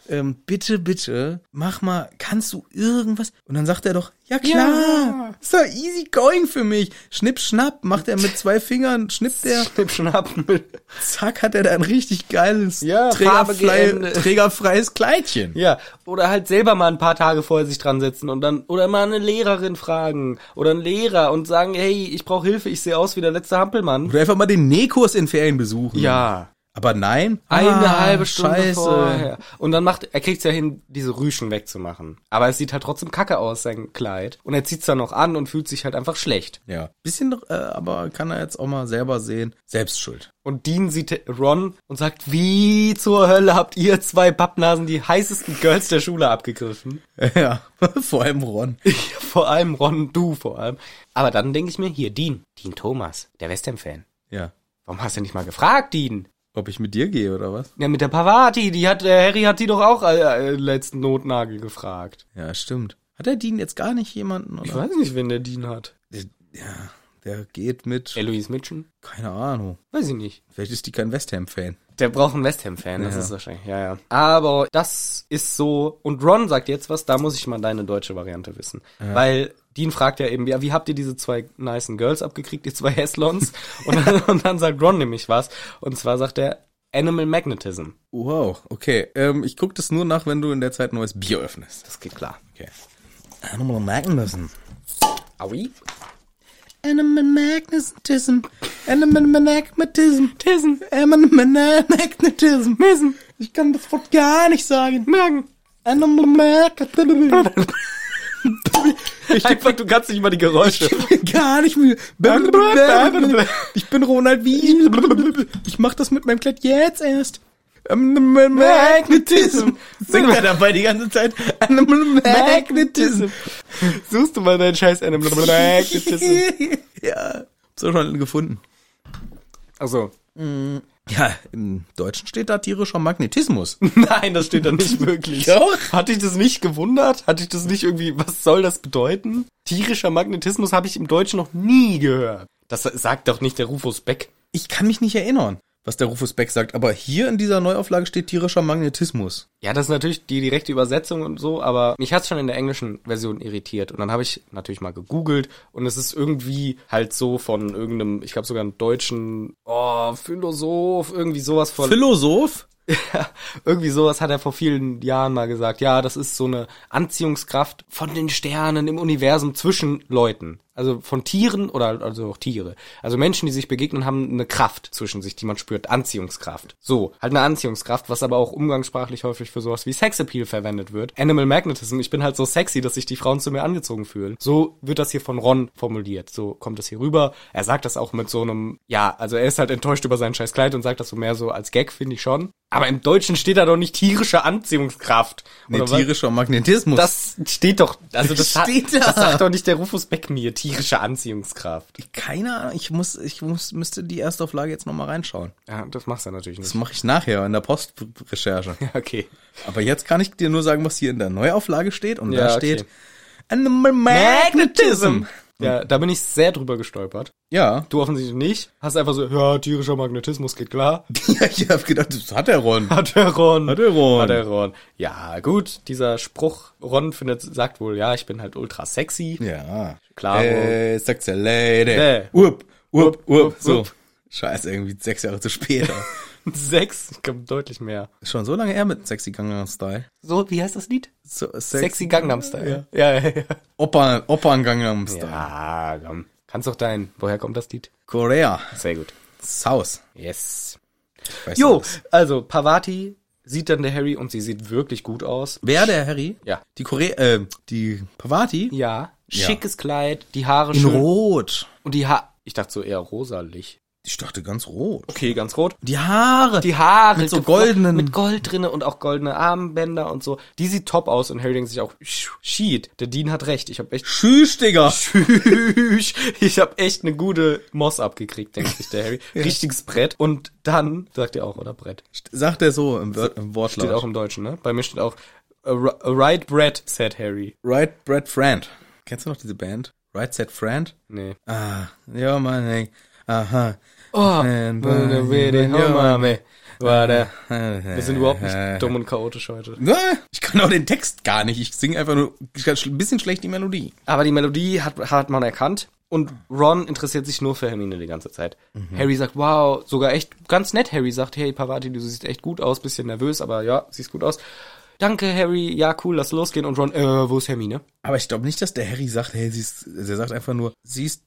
S1: Ähm, bitte, bitte, mach mal, kannst du irgendwas? Und dann sagt er doch, ja
S2: Ja.
S1: klar, ist doch easy going für mich. Schnipp, schnapp, macht er mit zwei Fingern, schnippt er,
S2: Schnipp, schnappen.
S1: zack, hat er da ein richtig geiles,
S2: Ja, Farbe
S1: trägerfrei,
S2: geändert.
S1: trägerfreies Kleidchen.
S2: Ja, oder halt selber mal ein paar Tage vorher sich dran setzen und dann oder mal eine Lehrerin fragen oder einen Lehrer und sagen, hey, ich brauche Hilfe, ich sehe aus wie der letzte Hampelmann.
S1: Oder einfach mal den Nähkurs in Ferien besuchen.
S2: Ja,
S1: Aber nein.
S2: eine
S1: Ah,
S2: halbe Stunde
S1: Scheiße.
S2: vorher. Und dann macht er kriegt's ja hin, diese Rüschen wegzumachen. Aber es sieht halt trotzdem kacke aus sein Kleid und er zieht's dann noch an und fühlt sich halt einfach schlecht.
S1: Ja, bisschen, äh, aber kann er jetzt auch mal selber sehen. Selbst schuld.
S2: Und Dean sieht Ron und sagt, wie zur Hölle habt ihr zwei Pappnasen die heißesten Girls der Schule abgegriffen?
S1: ja, vor allem Ron.
S2: Ich, vor allem Ron, du vor allem. Aber dann denke ich mir, hier, Dean. Dean Thomas, der West Ham-Fan.
S1: Ja.
S2: Warum hast du nicht mal gefragt, Dean?
S1: Ob ich mit dir gehe oder was?
S2: Ja, mit der Pavati, die hat, äh, Harry hat die doch auch äh, äh, letzten Notnagel gefragt.
S1: Ja, stimmt. Hat der Dean jetzt gar nicht jemanden? Oder?
S2: Ich weiß nicht, wen der Dean hat.
S1: Ja, der geht mit,
S2: Eloise Mitchen?
S1: keine Ahnung.
S2: Weiß ich nicht.
S1: Vielleicht ist die kein West Ham-Fan.
S2: Der braucht einen West Ham-Fan, das
S1: Ja.
S2: ist wahrscheinlich, ja, ja. Aber das ist so, und Ron sagt jetzt was, da muss ich mal deine deutsche Variante wissen. Weil Dean fragt ja eben, ja, wie habt ihr diese zwei nicen Girls abgekriegt, die zwei Heslons? und, dann, und dann sagt Ron nämlich was. Und zwar sagt er Animal Magnetism.
S1: Wow, okay. Ähm, ich guck das nur nach, wenn du in der Zeit ein neues Bier öffnest.
S2: Das geht klar.
S1: Okay. Animal Magnetism.
S2: Aui.
S1: Animal Magnetism. Animal Magnetism. Tism. Animal Magnetism. Mism. Ich kann das Wort gar nicht sagen.
S2: Magen.
S1: Animal Magnetism.
S2: Ich Einfach, du kannst nicht mal die Geräusche.
S1: Gar nicht müde. Ich bin Ronald Wies. Ich mach das mit meinem Klett jetzt erst. I'm the magnetism. Singt er dabei die ganze Zeit? I'm the magnetism.
S2: Suchst du mal deinen scheiß Animal Magnetism.
S1: ja, so schon gefunden.
S2: Also,
S1: Ja, im Deutschen steht da tierischer Magnetismus.
S2: nein, das steht da nicht wirklich.
S1: Doch.
S2: Hat dich das nicht gewundert? Hat dich das nicht irgendwie, was soll das bedeuten? Tierischer Magnetismus habe ich im Deutschen noch nie gehört. Das sagt doch nicht der Rufus Beck.
S1: Ich kann mich nicht erinnern, was der Rufus Beck sagt, aber hier in dieser Neuauflage steht tierischer Magnetismus.
S2: Ja, das ist natürlich die direkte Übersetzung und so, aber mich hat's schon in der englischen Version irritiert. Und dann habe ich natürlich mal gegoogelt und es ist irgendwie halt so von irgendeinem, ich glaube sogar einem deutschen oh, Philosoph, irgendwie sowas von.
S1: Philosoph?
S2: Ja, irgendwie sowas hat er vor vielen Jahren mal gesagt. Ja, das ist so eine Anziehungskraft von den Sternen im Universum zwischen Leuten. Also von Tieren oder also auch Tiere. Also Menschen, die sich begegnen, haben eine Kraft zwischen sich, die man spürt. Anziehungskraft. So, halt eine Anziehungskraft, was aber auch umgangssprachlich häufig für sowas wie Sexappeal verwendet wird. Animal Magnetism, ich bin halt so sexy, dass sich die Frauen zu mir angezogen fühlen. So wird das hier von Ron formuliert. So kommt das hier rüber. Er sagt das auch mit so einem, ja, also er ist halt enttäuscht über sein scheiß Kleid und sagt das so mehr so als Gag, finde ich schon. Aber im Deutschen steht da doch nicht tierische Anziehungskraft.
S1: Nee,
S2: was?
S1: tierischer Magnetismus.
S2: Das steht doch, also das,
S1: Steht
S2: hat,
S1: da.
S2: das sagt doch nicht der Rufus Beck mir, tierische Anziehungskraft.
S1: Keine Ahnung, ich muss, ich muss, müsste die Erstauflage jetzt nochmal reinschauen.
S2: Ja, das machst du natürlich
S1: Das
S2: nicht.
S1: mache ich nachher in der Postrecherche.
S2: Okay.
S1: Aber jetzt kann ich dir nur sagen, was hier in der Neuauflage steht. Und
S2: Ja,
S1: da
S2: okay.
S1: steht Animal Magnetism.
S2: Ja, da bin ich sehr drüber gestolpert.
S1: Ja.
S2: Du offensichtlich nicht. Hast einfach so, ja, tierischer Magnetismus geht klar.
S1: ja, ich habe gedacht, das hat der Ron.
S2: Hat der Ron.
S1: Hat der Ron.
S2: Hat der Ron. Ja, gut, dieser Spruch, Ron findet, sagt wohl, ja, ich bin halt ultra sexy.
S1: Ja.
S2: Klaro.
S1: Äh, sagt der Lady.
S2: Äh.
S1: Upp, upp,
S2: Upp,
S1: upp.
S2: upp,
S1: So.
S2: upp.
S1: Scheiße, irgendwie sechs Jahre zu spät.
S2: Sechs, ich glaube deutlich mehr.
S1: Schon so lange er mit Sexy Gangnam Style.
S2: So, wie heißt das Lied?
S1: So,
S2: Sexy Gangnam Style. Ja, ja, ja.
S1: Opern, Opern Gangnam Style.
S2: Ja, komm. Kannst doch dein. Woher kommt das Lied?
S1: Korea.
S2: Sehr gut.
S1: South.
S2: Yes.
S1: Ich weiß
S2: Jo,
S1: nicht.
S2: also Pavati sieht dann der Harry und sie sieht wirklich gut aus.
S1: Wer der Harry?
S2: Ja.
S1: Die Korea, äh, die Pavati?
S2: Ja,
S1: Ja.
S2: schickes Kleid, die Haare
S1: In
S2: schön.
S1: rot.
S2: Und die Haare. Ich dachte so eher rosalich.
S1: Ich dachte ganz rot.
S2: Okay, ganz rot.
S1: Die Haare.
S2: Die Haare
S1: Mit so
S2: gefro-
S1: goldenen-
S2: mit Gold drinne und auch goldene Armbänder und so. Die sieht top aus und Harry denkt sich auch shit. Der Dean hat recht. Ich habe echt
S1: Tschüss, Digga.
S2: Tschüss. Ich habe echt eine gute Moss abgekriegt, denkt sich der Harry. Richtiges Brett. Und dann sagt er auch, oder Brett.
S1: Sagt er so im, Wör im
S2: Steht
S1: Wortlaut.
S2: auch im Deutschen, ne? Bei mir steht auch a, ri- a right bread, said Harry.
S1: Right, Brad Friend. Kennst du noch diese Band? Right, Set Friend?
S2: Nee.
S1: Ah, ja, Mann, ey. Aha. Ähm,
S2: Oh,
S1: And
S2: when
S1: by-
S2: we did
S1: when
S2: home,
S1: your-
S2: mommy. Warte.
S1: Äh. Wir Ne?
S2: Wir sind überhaupt nicht dumm und chaotisch heute.
S1: Ich kann auch den Text gar nicht. Ich singe einfach nur ich kann schl- ein bisschen schlecht die Melodie.
S2: Aber die Melodie hat, hat man erkannt. Und Ron interessiert sich nur für Hermine die ganze Zeit. Harry sagt, wow, sogar echt ganz nett. Harry sagt, hey Pavati, du siehst echt gut aus, bisschen nervös, aber ja, siehst gut aus. Danke, Harry, ja, cool, lass losgehen. Und Ron, äh, wo ist Hermine?
S1: Aber ich glaube nicht, dass der Harry sagt, hey, sie ist, er sagt einfach nur, siehst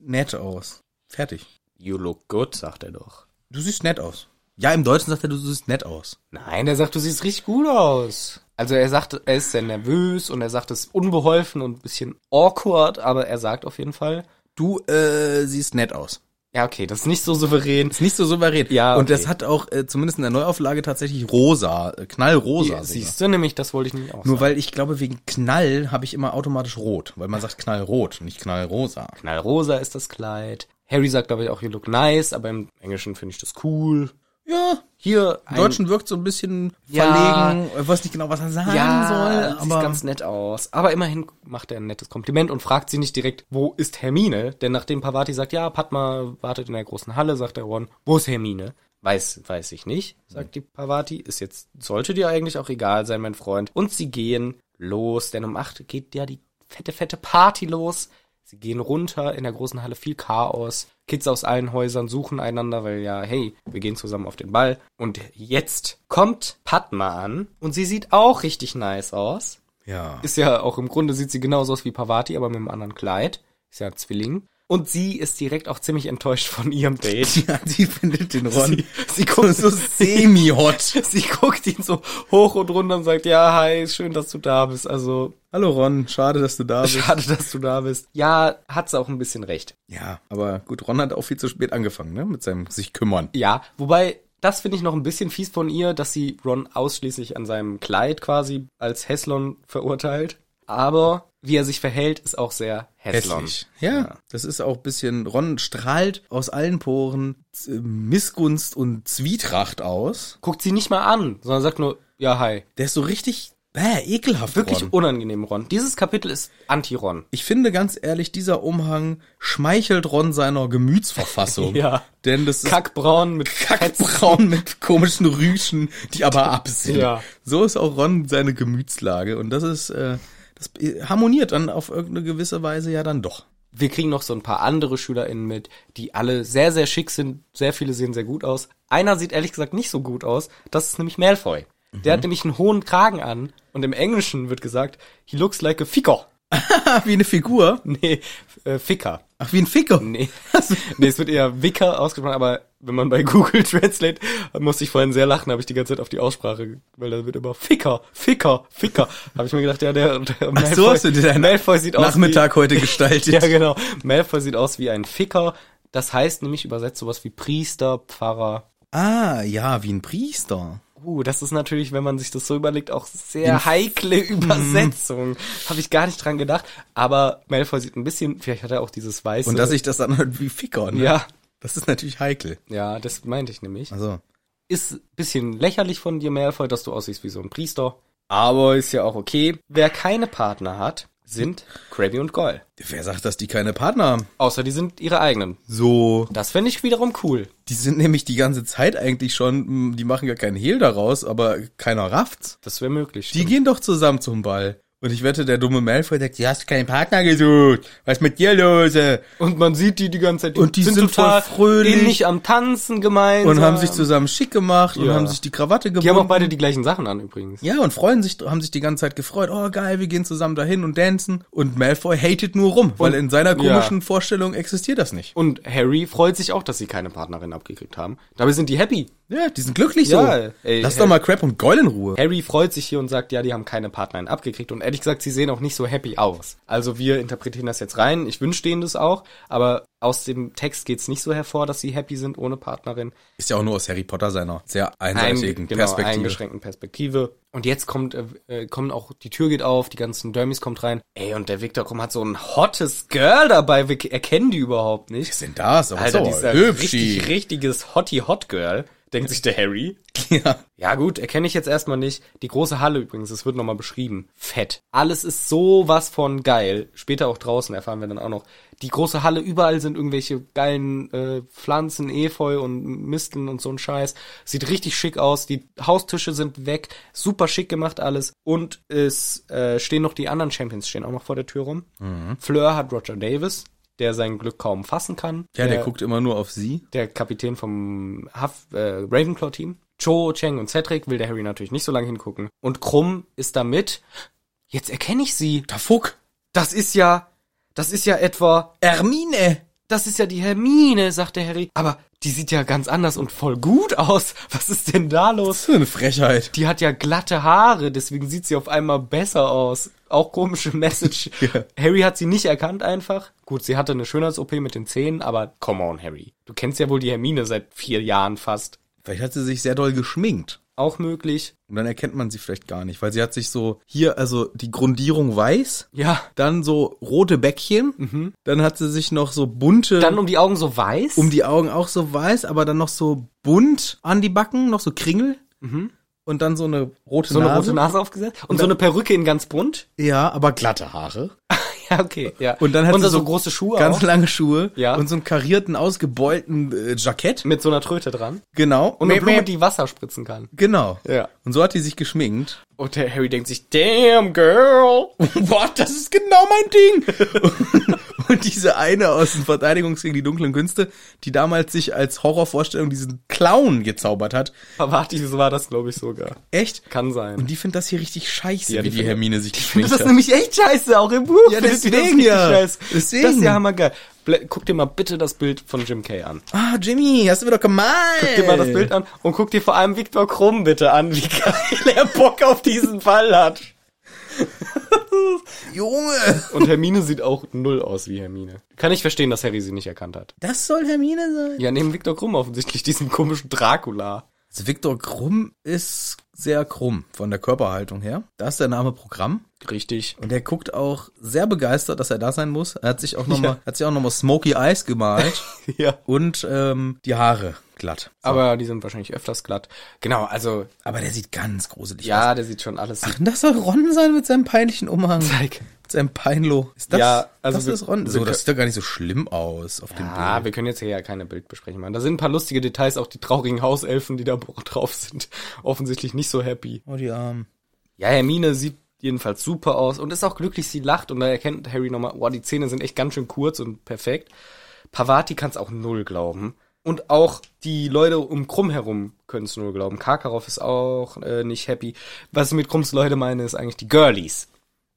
S1: nett aus. Fertig.
S2: You look good, sagt er doch.
S1: Du siehst nett aus. Ja, im Deutschen sagt er, du siehst nett aus.
S2: Nein, er sagt, du siehst richtig gut aus. Also er sagt, er ist sehr nervös und er sagt es ist unbeholfen und ein bisschen awkward, aber er sagt auf jeden Fall,
S1: Du, äh, siehst nett aus.
S2: ja, okay, das ist nicht so souverän.
S1: Ist nicht so souverän.
S2: Ja,
S1: Und
S2: okay.
S1: das hat auch, äh, zumindest in der Neuauflage, tatsächlich rosa, äh, knallrosa. sogar.
S2: Siehst du nämlich, das wollte ich nicht auch
S1: Nur
S2: sagen.
S1: weil ich glaube, wegen Knall habe ich immer automatisch rot, weil man sagt knallrot, nicht knallrosa.
S2: Knallrosa ist das Kleid. Harry sagt, glaube ich, auch, you look nice, aber im Englischen finde ich das cool.
S1: Ja,
S2: Hier,
S1: Im
S2: ein,
S1: Deutschen wirkt so ein bisschen
S2: Ja.
S1: verlegen. Ich weiß nicht genau, was er sagen
S2: ja,
S1: soll,
S2: sieht
S1: aber
S2: ganz nett aus. Aber immerhin macht er ein nettes Kompliment und fragt sie nicht direkt, wo ist Hermine? Denn nachdem Pavati sagt, ja, Padma wartet in der großen Halle, sagt der Ron, wo ist Hermine? Weiß, weiß ich nicht, sagt die Pavati. Ist jetzt, sollte dir eigentlich auch egal sein, mein Freund. Und sie gehen los, denn um acht geht ja die fette, fette Party los. Sie gehen runter, in der großen Halle viel Chaos. Kids aus allen Häusern suchen einander, weil ja, hey, wir gehen zusammen auf den Ball. Und jetzt kommt Padma an und sie sieht auch richtig nice aus.
S1: ja.
S2: Ist ja auch im Grunde sieht sie genauso aus wie Pavati, aber mit einem anderen Kleid. Ist ja ein Zwilling. Und sie ist direkt auch ziemlich enttäuscht von ihrem Date.
S1: ja, die findet den Ron
S2: Sie, sie, guckt,
S1: so semi-hot.
S2: sie guckt ihn so hoch und runter und sagt, ja, hi, schön, dass du da bist. Also,
S1: Hallo Ron, schade, dass du da bist.
S2: schade, dass du da bist. Ja, hat sie auch ein bisschen recht.
S1: Ja, aber gut, Ron hat auch viel zu spät angefangen, ne, mit seinem sich kümmern.
S2: Ja, wobei das finde ich noch ein bisschen fies von ihr, dass sie Ron ausschließlich an seinem Kleid quasi als Heslon verurteilt. Aber wie er sich verhält, ist auch sehr Heslon.
S1: Hässlich. Ja, das ist auch ein bisschen, Ron strahlt aus allen Poren äh, Missgunst und Zwietracht aus.
S2: Guckt sie nicht mal an, sondern sagt nur, ja, hi.
S1: Der ist so richtig, bäh, ekelhaft
S2: Wirklich
S1: Ron.
S2: unangenehm, Ron. Dieses Kapitel ist Anti-Ron.
S1: Ich finde ganz ehrlich, dieser Umhang schmeichelt Ron seiner Gemütsverfassung.
S2: Ja.
S1: Denn das ist
S2: Kackbraun mit Fetzen.
S1: kackbraun mit komischen Rüschen, die aber ab sind.
S2: Ja.
S1: So ist auch Ron seine Gemütslage und das ist, äh, das harmoniert dann auf irgendeine gewisse Weise ja dann doch.
S2: Wir kriegen noch so ein paar andere SchülerInnen mit, die alle sehr, sehr schick sind. Sehr viele sehen sehr gut aus. Einer sieht ehrlich gesagt nicht so gut aus. Das ist nämlich Malfoy.
S1: Mhm.
S2: Der hat nämlich einen hohen Kragen an und im Englischen wird gesagt, he looks like a Ficker.
S1: Ach, wie eine Figur.
S2: Nee, äh, Ficker.
S1: Ach, wie ein Ficker.
S2: Nee. nee, es wird eher Wicker ausgesprochen, aber wenn man bei Google Translate, musste ich vorhin sehr lachen, habe ich die ganze Zeit auf die Aussprache, ge- weil da wird immer Ficker, Ficker, Ficker. Habe ich mir gedacht, ja, der, der Malfoy,
S1: so hast du dir deinen
S2: Malfoy sieht
S1: Nachmittag
S2: aus
S1: heute
S2: wie,
S1: gestaltet.
S2: Ja, genau. Malfoy sieht aus wie ein Ficker. Das heißt nämlich übersetzt sowas wie Priester, Pfarrer.
S1: Ah, ja, wie ein Priester.
S2: Uh, das ist natürlich, wenn man sich das so überlegt, auch sehr heikle Übersetzung. Habe ich gar nicht dran gedacht. Aber Malfoy sieht ein bisschen, vielleicht hat er auch dieses weiße.
S1: Und dass ich das dann halt wie Ficker, ne?
S2: ja,
S1: Das ist natürlich heikel.
S2: ja, das meinte ich nämlich.
S1: Also.
S2: ist ein bisschen lächerlich von dir, Malfoy, dass du aussiehst wie so ein Priester. Aber ist ja auch okay. Wer keine Partner hat, sind Krabby und Goyle.
S1: Wer sagt, dass die keine Partner haben?
S2: Außer die sind ihre eigenen.
S1: So,
S2: Das fände ich wiederum cool.
S1: die sind nämlich die ganze Zeit eigentlich schon, mh, die machen ja keinen Hehl daraus, aber keiner rafft's.
S2: Das wäre möglich.
S1: Die gehen doch zusammen zum Ball. Und ich wette, der dumme Malfoy sagt, du hast keinen Partner gesucht. Was ist mit dir los? äh?" ey?"
S2: und man sieht die die ganze Zeit. Die
S1: Und die sind voll fröhlich.
S2: innig am Tanzen gemeinsam.
S1: Und haben sich zusammen schick gemacht und
S2: Ja.
S1: haben sich die Krawatte
S2: die haben auch
S1: gebunden.
S2: beide die gleichen Sachen an übrigens.
S1: ja, und freuen sich, haben sich die ganze Zeit gefreut. Oh, geil, wir gehen zusammen dahin und dancen. Und Malfoy hatet nur rum, weil
S2: Und-
S1: in seiner
S2: ja.
S1: komischen Vorstellung existiert das nicht.
S2: Und Harry freut sich auch, dass sie keine Partnerin abgekriegt haben. Dabei sind die happy.
S1: Ja, die sind glücklich
S2: Ja,
S1: so.
S2: ey,
S1: Lass
S2: ey.
S1: doch mal Crap und Goyle in Ruhe.
S2: Harry freut sich hier und sagt, ja, die haben keine Partnerin abgekriegt. Und ehrlich gesagt, sie sehen auch nicht so happy aus. Also wir interpretieren das jetzt rein. Ich wünsche denen das auch. Aber aus dem Text geht's nicht so hervor, dass sie happy sind ohne Partnerin.
S1: Ist ja auch nur aus Harry Potter seiner sehr
S2: Ein-
S1: einseitigen
S2: genau,
S1: Perspektive.
S2: eingeschränkten Perspektive. Und jetzt kommt, äh, äh, kommen auch, die Tür geht auf, die ganzen Dermis kommt rein. Ey, und der Victor Krumm hat so ein hottes Girl dabei. Wir erkennen die überhaupt nicht.
S1: Sind das? Aber
S2: Alter,
S1: so,
S2: die ist ja
S1: hübsch.
S2: richtig, richtiges Hottie-Hot-Girl, denkt sich der Harry.
S1: Ja.
S2: Ja gut, erkenne ich jetzt erstmal nicht. Die große Halle übrigens, das wird nochmal beschrieben. Fett. Alles ist sowas von geil. Später auch draußen erfahren wir dann auch noch. Die große Halle, überall sind irgendwelche geilen äh, Pflanzen, Efeu und Misteln und so ein Scheiß. Sieht richtig schick aus. Die Haustische sind weg. Super schick gemacht alles. Und es äh, stehen noch die anderen Champions, stehen auch noch vor der Tür rum.
S1: Mhm.
S2: Fleur hat Roger Davis, der sein Glück kaum fassen kann.
S1: ja, der guckt immer nur auf sie.
S2: Der Kapitän vom Huff, äh, Ravenclaw-Team. Cho, Cheng und Cedric will der Harry natürlich nicht so lange hingucken. Und Krumm ist damit. Jetzt erkenne ich sie.
S1: Da fuck.
S2: Das ist ja, das ist ja etwa,
S1: Hermine.
S2: das ist ja die Hermine, sagt der Harry. Aber die sieht ja ganz anders und voll gut aus. Was ist denn da los?
S1: Das ist eine Frechheit.
S2: Die hat ja glatte Haare, deswegen sieht sie auf einmal besser aus. Auch komische Message.
S1: Ja.
S2: Harry hat sie nicht erkannt einfach. Gut, sie hatte eine Schönheits-OP mit den Zähnen, aber come on, Harry. Du kennst ja wohl die Hermine seit vier Jahren fast.
S1: Vielleicht hat sie sich sehr doll geschminkt.
S2: Auch möglich.
S1: Und dann erkennt man sie vielleicht gar nicht, weil sie hat sich so hier, also die Grundierung weiß,
S2: Ja.
S1: dann so rote Bäckchen, dann hat sie sich noch so bunte,
S2: Dann um die Augen so weiß.
S1: um die Augen auch so weiß, aber dann noch so bunt an die Backen, noch so Kringel und dann Mhm. so eine rote
S2: so eine
S1: Nase.
S2: rote Nase aufgesetzt. Und, so eine Perücke in ganz bunt.
S1: Ja, aber glatte Haare.
S2: ja, okay. Ja.
S1: Und dann hat sie
S2: so,
S1: so
S2: große Schuhe
S1: Ganz
S2: auch.
S1: lange Schuhe
S2: Ja.
S1: und so einen karierten, ausgebeulten äh, Jackett.
S2: Mit so einer Tröte dran.
S1: Genau.
S2: Und eine
S1: Mäh,
S2: Blume,
S1: mäh.
S2: die Wasser spritzen kann.
S1: Genau.
S2: Ja.
S1: Und so hat die sich geschminkt.
S2: Und der Harry denkt sich, damn, girl.
S1: Boah, das ist genau mein Ding. und diese eine aus dem Verteidigungskrieg, die dunklen Künste, die damals sich als Horrorvorstellung diesen Clown gezaubert hat.
S2: Verwarte ich, so war das, glaube ich, sogar.
S1: Echt?
S2: Kann sein.
S1: Und die findet das hier richtig scheiße,
S2: Ja, die
S1: wie die
S2: findet-
S1: Hermine sich
S2: finde
S1: geschminkt
S2: das
S1: hat.
S2: nämlich echt scheiße, auch im Buch.
S1: Ja,
S2: findet sie das
S1: deswegen
S2: richtig
S1: ja.
S2: Scheiße.
S1: Deswegen.
S2: Das ist ja hammergeil. Ble- Guck dir mal bitte das Bild von Jim Kay an.
S1: ah, Jimmy, hast du mir doch gemalt.
S2: Guck dir mal das Bild an und guck dir vor allem Viktor Krumm bitte an, wie geil er Bock auf diesen Fall hat.
S1: Junge.
S2: Und Hermine sieht auch null aus wie Hermine. Kann ich verstehen, dass Harry sie nicht erkannt hat.
S1: Das soll Hermine sein?
S2: Ja, neben Viktor Krumm offensichtlich diesen komischen Dracula.
S1: Also Viktor Krumm ist sehr krumm von der Körperhaltung her. Da ist der Name Programm.
S2: Richtig.
S1: Und er guckt auch sehr begeistert, dass er da sein muss. Er hat sich auch nochmal, hat sich auch noch mal Smoky Eyes gemalt
S2: Ja.
S1: und ähm, die Haare glatt.
S2: Aber die sind wahrscheinlich öfters glatt. Genau, also
S1: Aber der sieht ganz gruselig aus.
S2: ja, der sieht schon alles.
S1: Kann das soll Ron sein mit seinem peinlichen Umhang?
S2: Zeig.
S1: Mit seinem Peinlo. Ist das,
S2: Ja, also
S1: das
S2: wir-
S1: ist Ron.
S2: wir
S1: So,
S2: können-
S1: das sieht doch gar nicht so schlimm aus auf dem Bild.
S2: Ah, wir können jetzt hier ja keine Bildbesprechung machen. Da sind ein paar lustige Details, auch die traurigen Hauselfen, die da drauf sind, offensichtlich nicht so happy.
S1: Oh, die Armen.
S2: Ja, Hermine sieht jedenfalls super aus und ist auch glücklich, sie lacht und da erkennt Harry nochmal, wow, die Zähne sind echt ganz schön kurz und perfekt. Pavati kann es auch null glauben. Und auch die Leute um Krumm herum können es null glauben. Karkaroff ist auch äh, nicht happy. Was ich mit Krumms Leute meine, ist eigentlich die Girlies.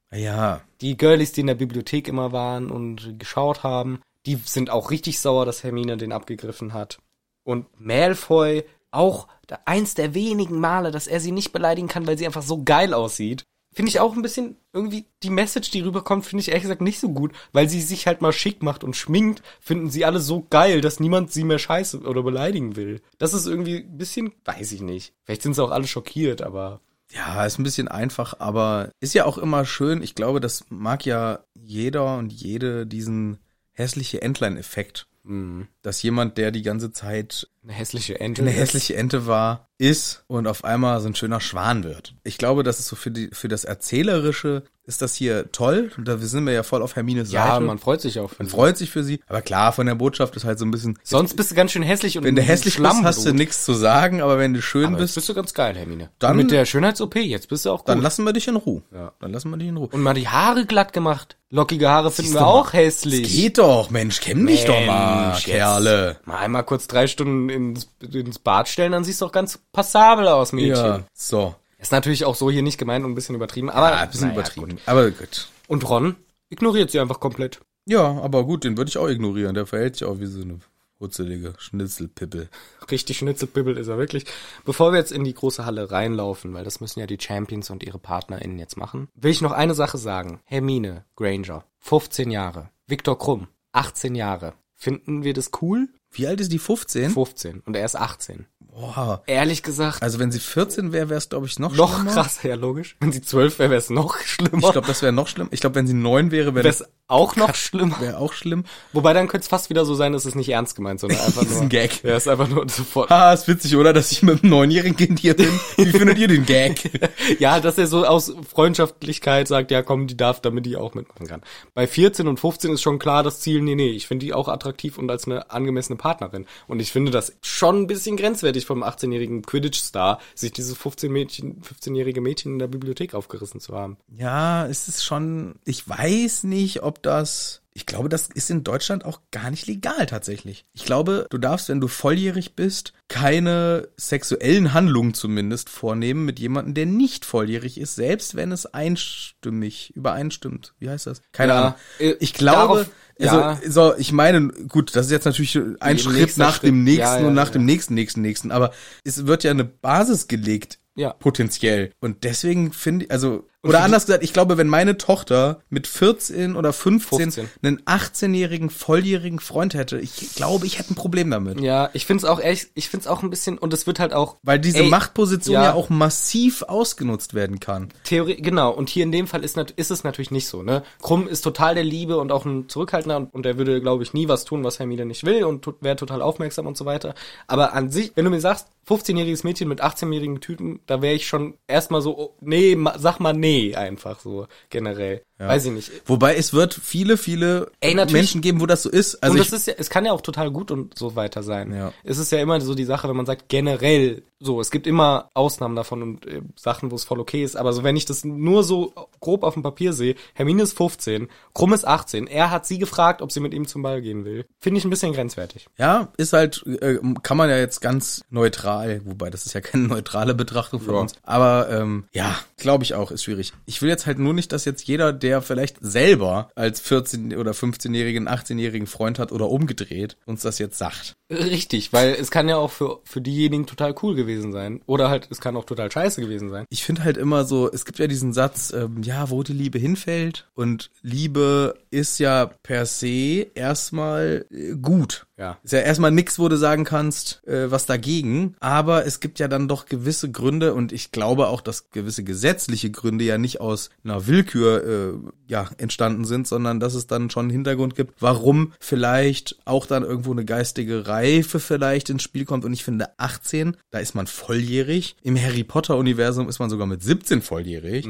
S1: Ah Ja,
S2: Die Girlies, die in der Bibliothek immer waren und geschaut haben, die sind auch richtig sauer, dass Hermine den abgegriffen hat. Und Malfoy auch da- eins der wenigen Male, dass er sie nicht beleidigen kann, weil sie einfach so geil aussieht. Finde ich auch ein bisschen irgendwie die Message, die rüberkommt, finde ich ehrlich gesagt nicht so gut, weil sie sich halt mal schick macht und schminkt, finden sie alle so geil, dass niemand sie mehr scheiße oder beleidigen will. Das ist irgendwie ein bisschen, weiß ich nicht. Vielleicht sind sie auch alle schockiert, aber
S1: Ja, ist ein bisschen einfach, aber ist ja auch immer schön. Ich glaube, das mag ja jeder und jede diesen hässliche Entlein-Effekt.
S2: Mhm.
S1: Dass jemand, der die ganze Zeit
S2: eine hässliche Ente.
S1: eine hässliche Ente war, ist und auf einmal so ein schöner Schwan wird. Ich glaube, das ist so für die, für das Erzählerische ist das hier toll. Und da sind wir ja voll auf Hermines
S2: Ja,
S1: Seite.
S2: man freut sich auch.
S1: man freut sich für sie. Aber klar, von der Botschaft ist halt so ein bisschen,
S2: Sonst bist du ganz schön hässlich und
S1: wenn du hässlich bist, hast du nichts zu sagen, aber wenn du schön
S2: Aber jetzt
S1: bist,
S2: bist du ganz geil, Hermine.
S1: Dann-
S2: Dann mit der Schönheits-OP, jetzt bist du auch gut.
S1: dann lassen wir dich in Ruhe. Dann lassen wir dich in Ruhe.
S2: und mal die Haare glatt gemacht. Lockige Haare finden
S1: du
S2: wir
S1: mal.
S2: auch hässlich.
S1: Geht doch, Mensch, kenn mich doch mal,
S2: Mensch, jetzt
S1: Kerle.
S2: Mal einmal kurz drei Stunden ins, ins Bad stellen, dann siehst du auch ganz passabel aus, Mädchen.
S1: Ja, so.
S2: Ist natürlich auch so hier nicht gemeint und ein bisschen übertrieben, aber.
S1: Ah, ein bisschen
S2: naja,
S1: übertrieben.
S2: gut.
S1: Aber gut.
S2: Und Ron ignoriert sie einfach komplett.
S1: Ja, aber gut, den würde ich auch ignorieren. Der verhält sich auch wie so eine hutzelige Schnitzelpippel.
S2: Richtig Schnitzelbibbel ist er wirklich. Bevor wir jetzt in die große Halle reinlaufen, weil das müssen ja die Champions und ihre PartnerInnen jetzt machen, will ich noch eine Sache sagen. Hermine Granger, 15 Jahre. Viktor Krumm, 18 Jahre. Finden wir das cool?
S1: Wie alt ist die 15?
S2: 15. Und er ist 18.
S1: Boah.
S2: Ehrlich gesagt,
S1: Also wenn sie 14 wäre, wäre es, glaube ich, noch,
S2: noch
S1: schlimmer.
S2: krasser, ja logisch. Wenn sie 12 wäre, wäre es noch schlimmer.
S1: Ich glaube, das wäre noch schlimm. Ich glaube, wenn sie 9 wäre, wäre
S2: wäre
S1: das
S2: es auch noch schlimmer.
S1: wäre auch schlimm.
S2: Wobei dann könnte es fast wieder so sein, dass es nicht ernst gemeint, sondern einfach
S1: Das
S2: nur...
S1: ist ein Gag.
S2: Ja, ist einfach nur sofort.
S1: Ah, ist witzig, oder? Dass ich mit einem neunjährigen Kind hier bin. Wie findet ihr den Gag?
S2: Ja, dass er so aus Freundschaftlichkeit sagt, ja komm, die darf, damit die auch mitmachen kann. Bei 14 und 15 ist schon klar das Ziel, nee, nee, ich finde die auch attraktiv und als eine angemessene Partnerin. Und ich finde das schon ein bisschen grenzwertig vom 18-jährigen Quidditch-Star, sich dieses 15 Mädchen, 15-jährige Mädchen in der Bibliothek aufgerissen zu haben.
S1: Ja, es ist schon, ich weiß nicht, ob das, ich glaube, das ist in Deutschland auch gar nicht legal tatsächlich. Ich glaube, du darfst, wenn du volljährig bist, keine sexuellen Handlungen zumindest vornehmen mit jemandem, der nicht volljährig ist, selbst wenn es einstimmig übereinstimmt. Wie heißt das? Keine
S2: Ja,
S1: Ahnung.
S2: äh,
S1: Ich glaube,
S2: darauf-
S1: also,
S2: ja.
S1: so, ich meine, gut, das ist jetzt natürlich ein
S2: Die
S1: Schritt
S2: nächster
S1: nach dem
S2: Schritt.
S1: nächsten
S2: Ja, ja,
S1: und nach
S2: ja.
S1: dem nächsten, nächsten, nächsten, aber es wird ja eine Basis gelegt.
S2: Ja.
S1: Potenziell. Und deswegen finde ich, also,
S2: Und
S1: oder
S2: für die-
S1: anders gesagt, ich glaube, wenn meine Tochter mit 14 oder 15,
S2: 15.
S1: einen 18-jährigen, volljährigen Freund hätte, ich glaube, ich hätte ein Problem damit.
S2: Ja, ich find's auch ehrlich, ich find's auch ein bisschen, und es wird halt auch...
S1: Weil diese
S2: Ey,
S1: Machtposition ja.
S2: ja.
S1: auch massiv ausgenutzt werden kann.
S2: Theorie, genau. Und hier in dem Fall ist, nat- ist es natürlich nicht so, ne? Krumm ist total der Liebe und auch ein Zurückhaltender und, und er würde, glaube ich, nie was tun, was Hermine nicht will und to wäre total aufmerksam und so weiter. Aber an sich, wenn du mir sagst, 15-jähriges Mädchen mit 18-jährigen Typen, da wäre ich schon erstmal so, oh, nee, ma, sag mal nee, einfach so, generell. Weiß ich nicht.
S1: Wobei es wird viele, viele
S2: Ey, natürlich.
S1: Menschen geben, wo das so ist. Also
S2: und
S1: ich,
S2: das ist ja, es kann ja auch total gut und so weiter sein.
S1: Ja.
S2: Es ist ja immer so die Sache, wenn man sagt, generell so, es gibt immer Ausnahmen davon und äh, Sachen, wo es voll okay ist, aber so wenn ich das nur so grob auf dem Papier sehe, Hermine ist 15, Krumm ist 18, er hat sie gefragt, ob sie mit ihm zum Ball gehen will. Finde ich ein bisschen grenzwertig.
S1: ja, ist halt, äh, kann man ja jetzt ganz neutral, wobei das ist ja keine neutrale Betrachtung von
S2: Ja.
S1: uns. Aber ähm, ja, glaube ich auch, ist schwierig. Ich will jetzt halt nur nicht, dass jetzt jeder, der vielleicht selber als 14- oder 15-jährigen, 18-jährigen Freund hat oder umgedreht, uns das jetzt sagt.
S2: Richtig, weil es kann ja auch für für diejenigen total cool gewesen sein oder halt es kann auch total scheiße gewesen sein.
S1: Ich finde halt immer so, es gibt ja diesen Satz, ähm, ja, wo die Liebe hinfällt. Und Liebe ist ja per se erstmal äh, gut.
S2: Ja.
S1: Ist ja erstmal nix, wo du sagen kannst, äh, was dagegen. Aber es gibt ja dann doch gewisse Gründe und ich glaube auch, dass gewisse gesetzliche Gründe ja nicht aus einer Willkür äh, ja, entstanden sind, sondern dass es dann schon einen Hintergrund gibt, warum vielleicht auch dann irgendwo eine geistige Reife vielleicht ins Spiel kommt. Und ich finde 18, da ist man volljährig. Im Harry Potter Universum ist man sogar mit 17 volljährig.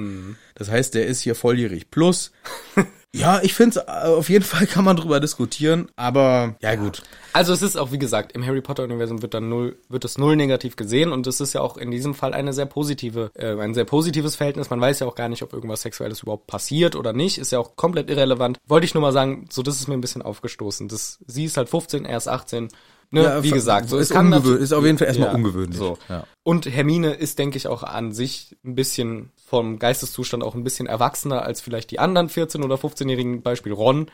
S1: Das heißt, der ist hier volljährig plus. Ja, ich finde auf jeden Fall kann man drüber diskutieren, aber ja gut.
S2: Also es ist auch, wie gesagt, im Harry Potter Universum wird dann null, wird das null negativ gesehen und es ist ja auch in diesem Fall eine sehr positive, äh, ein sehr positives Verhältnis. Man weiß ja auch gar nicht, ob irgendwas Sexuelles überhaupt passiert oder nicht. Ist ja auch komplett irrelevant. Wollte ich nur mal sagen, so das ist mir ein bisschen aufgestoßen. Das, sie ist halt 15, er ist 18. Ne,
S1: Ja,
S2: wie
S1: ver-
S2: gesagt, so
S1: ist
S2: es kann
S1: ungewö-
S2: natu-
S1: ist auf jeden Fall erstmal ungewöhnlich.
S2: So.
S1: Ja.
S2: Und Hermine ist, denke ich, auch an sich ein bisschen vom Geisteszustand auch ein bisschen erwachsener als vielleicht die anderen 14 oder 15-jährigen, Beispiel Ron.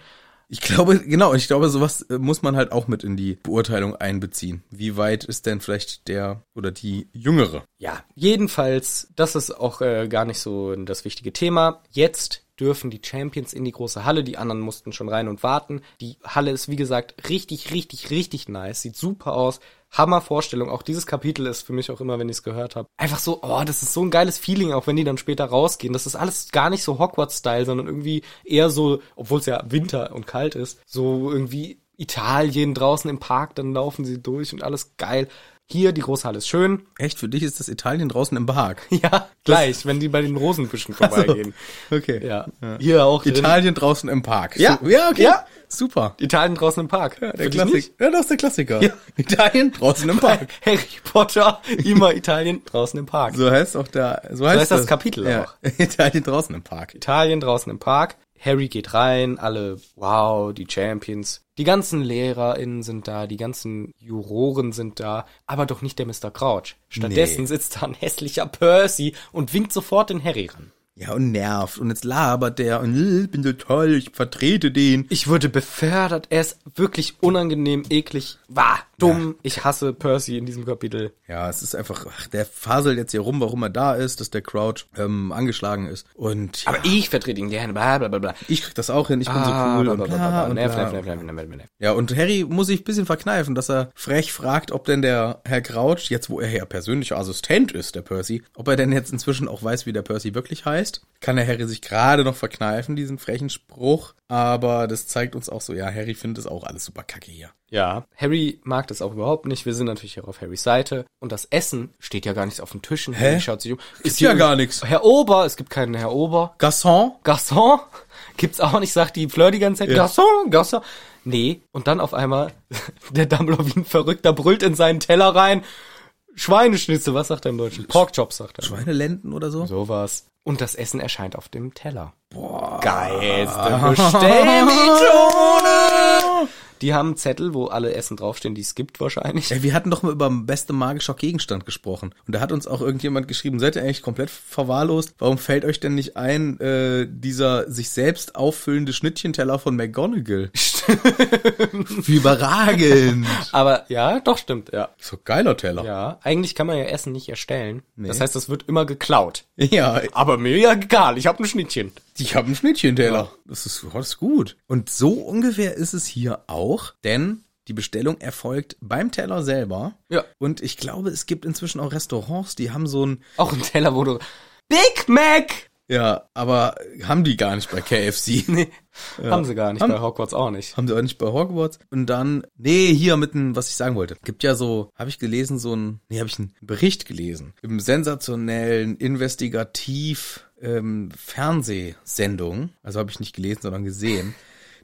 S1: Ich glaube, genau, ich glaube, sowas äh, muss man halt auch mit in die Beurteilung einbeziehen. Wie weit ist denn vielleicht der oder die Jüngere?
S2: Ja, jedenfalls, das ist auch äh, gar nicht so das wichtige Thema. Jetzt dürfen die Champions in die große Halle, die anderen mussten schon rein und warten. Die Halle ist, wie gesagt, richtig, richtig, richtig nice, sieht super aus. Hammer Vorstellung, auch dieses Kapitel ist für mich auch immer, wenn ich es gehört habe, einfach so, oh, das ist so ein geiles Feeling, auch wenn die dann später rausgehen. Das ist alles gar nicht so Hogwarts-Style, sondern irgendwie eher so, obwohl es ja Winter und kalt ist, so irgendwie Italien draußen im Park, dann laufen sie durch und alles geil. Hier, die große Halle ist schön,
S1: Echt, für dich ist das Italien draußen im Park. Also,
S2: ja, gleich, wenn die bei den Rosenbüschen vorbeigehen.
S1: Okay.
S2: Ja. Hier auch drin.
S1: Italien draußen im Park.
S2: Ja.
S1: Su- ja, okay.
S2: Ja.
S1: Super.
S2: Italien draußen im Park. Ja,
S1: Ja, das ist der Klassiker.
S2: Ja.
S1: Italien draußen im Park.
S2: Harry Potter, immer Italien draußen im Park.
S1: So heißt auch der, so heißt,
S2: heißt das Kapitel
S1: ja.
S2: auch.
S1: Italien draußen im Park.
S2: Italien draußen im Park. Harry geht rein, alle, wow, die Champions. Die ganzen LehrerInnen sind da, die ganzen Juroren sind da, aber doch nicht der Mr. Crouch. Stattdessen
S1: Nee.
S2: sitzt da ein hässlicher Percy und winkt sofort den Harry ran.
S1: Ja, und nervt. Und jetzt labert der und "Äh, ich bin so toll, ich vertrete den.
S2: Ich wurde befördert. Er ist wirklich unangenehm, eklig, wahr, dumm. Ich hasse Percy in diesem Kapitel.
S1: Ja, es ist einfach, ach, der faselt jetzt hier rum, warum er da ist, dass der Crouch ähm, angeschlagen ist. Und
S2: Aber Ah, ich vertrete ihn gerne, bla bla bla bla.
S1: ich krieg das auch hin, ich bin so cool. und bla und
S2: Nerv,
S1: bla.
S2: nerv, nerv, nerv, nerv, nerv.
S1: Ja, und Harry muss sich ein bisschen verkneifen, dass er frech fragt, ob denn der Herr Crouch, jetzt wo er ja persönlicher Assistent ist, der Percy, ob er denn jetzt inzwischen auch weiß, wie der Percy wirklich heißt. Kann der Harry sich gerade noch verkneifen, diesen frechen Spruch. Aber das zeigt uns auch so, ja, Harry findet es auch alles super kacke hier.
S2: Ja. Harry mag das auch überhaupt nicht. Wir sind natürlich hier auf Harrys Seite. Und das Essen steht ja gar nicht auf dem Tisch. Und Harry schaut sich um. Ist
S1: ja gar nichts.
S2: Herr Ober, es gibt keinen Herr Ober.
S1: Gasson,
S2: Garçon gibt's auch nicht, sagt die Fleur die ganze Zeit. Garçon, Garçon. Nee, und dann auf einmal der Dumbledore wie ein Verrückter brüllt in seinen Teller rein. Schweineschnitzel, was sagt er im Deutschen? Porkchops sagt er.
S1: Schweinelenden oder so?
S2: Sowas. Und das Essen erscheint auf dem Teller. Boah. Geilste Bestellmethode! Die haben einen Zettel, wo alle Essen draufstehen, die es gibt wahrscheinlich.
S1: Ey, wir hatten doch mal über den beste magischer Gegenstand gesprochen. Und da hat uns auch irgendjemand geschrieben, seid ihr eigentlich komplett verwahrlost? Warum fällt euch denn nicht ein, äh, dieser sich selbst auffüllende Schnittchenteller von McGonagall? Wie überragend.
S2: Aber ja, doch stimmt, ja.
S1: So geiler Teller.
S2: Ja, eigentlich kann man ja Essen nicht erstellen. Das heißt, das wird immer geklaut.
S1: Ja,
S2: Aber mir ja egal, ich habe ein Schnittchen.
S1: ich habe einen Schnittchenteller. Das, ist, oh, das ist gut. Und so ungefähr ist es hier auch, denn die Bestellung erfolgt beim Teller selber.
S2: Ja.
S1: Und ich glaube, es gibt inzwischen auch Restaurants, die haben so ein
S2: Auch ein Teller, wo du Big Mac!
S1: Ja, aber haben die gar nicht bei KFC.
S2: Nee, haben sie gar nicht, bei Hogwarts auch nicht.
S1: Haben sie auch nicht bei Hogwarts. Und dann, nee, hier mit dem, was ich sagen wollte. Gibt ja so, habe ich gelesen, so ein, nee, habe ich einen Bericht gelesen. Im sensationellen, investigativ ähm, Fernsehsendung. Also habe ich nicht gelesen, sondern gesehen.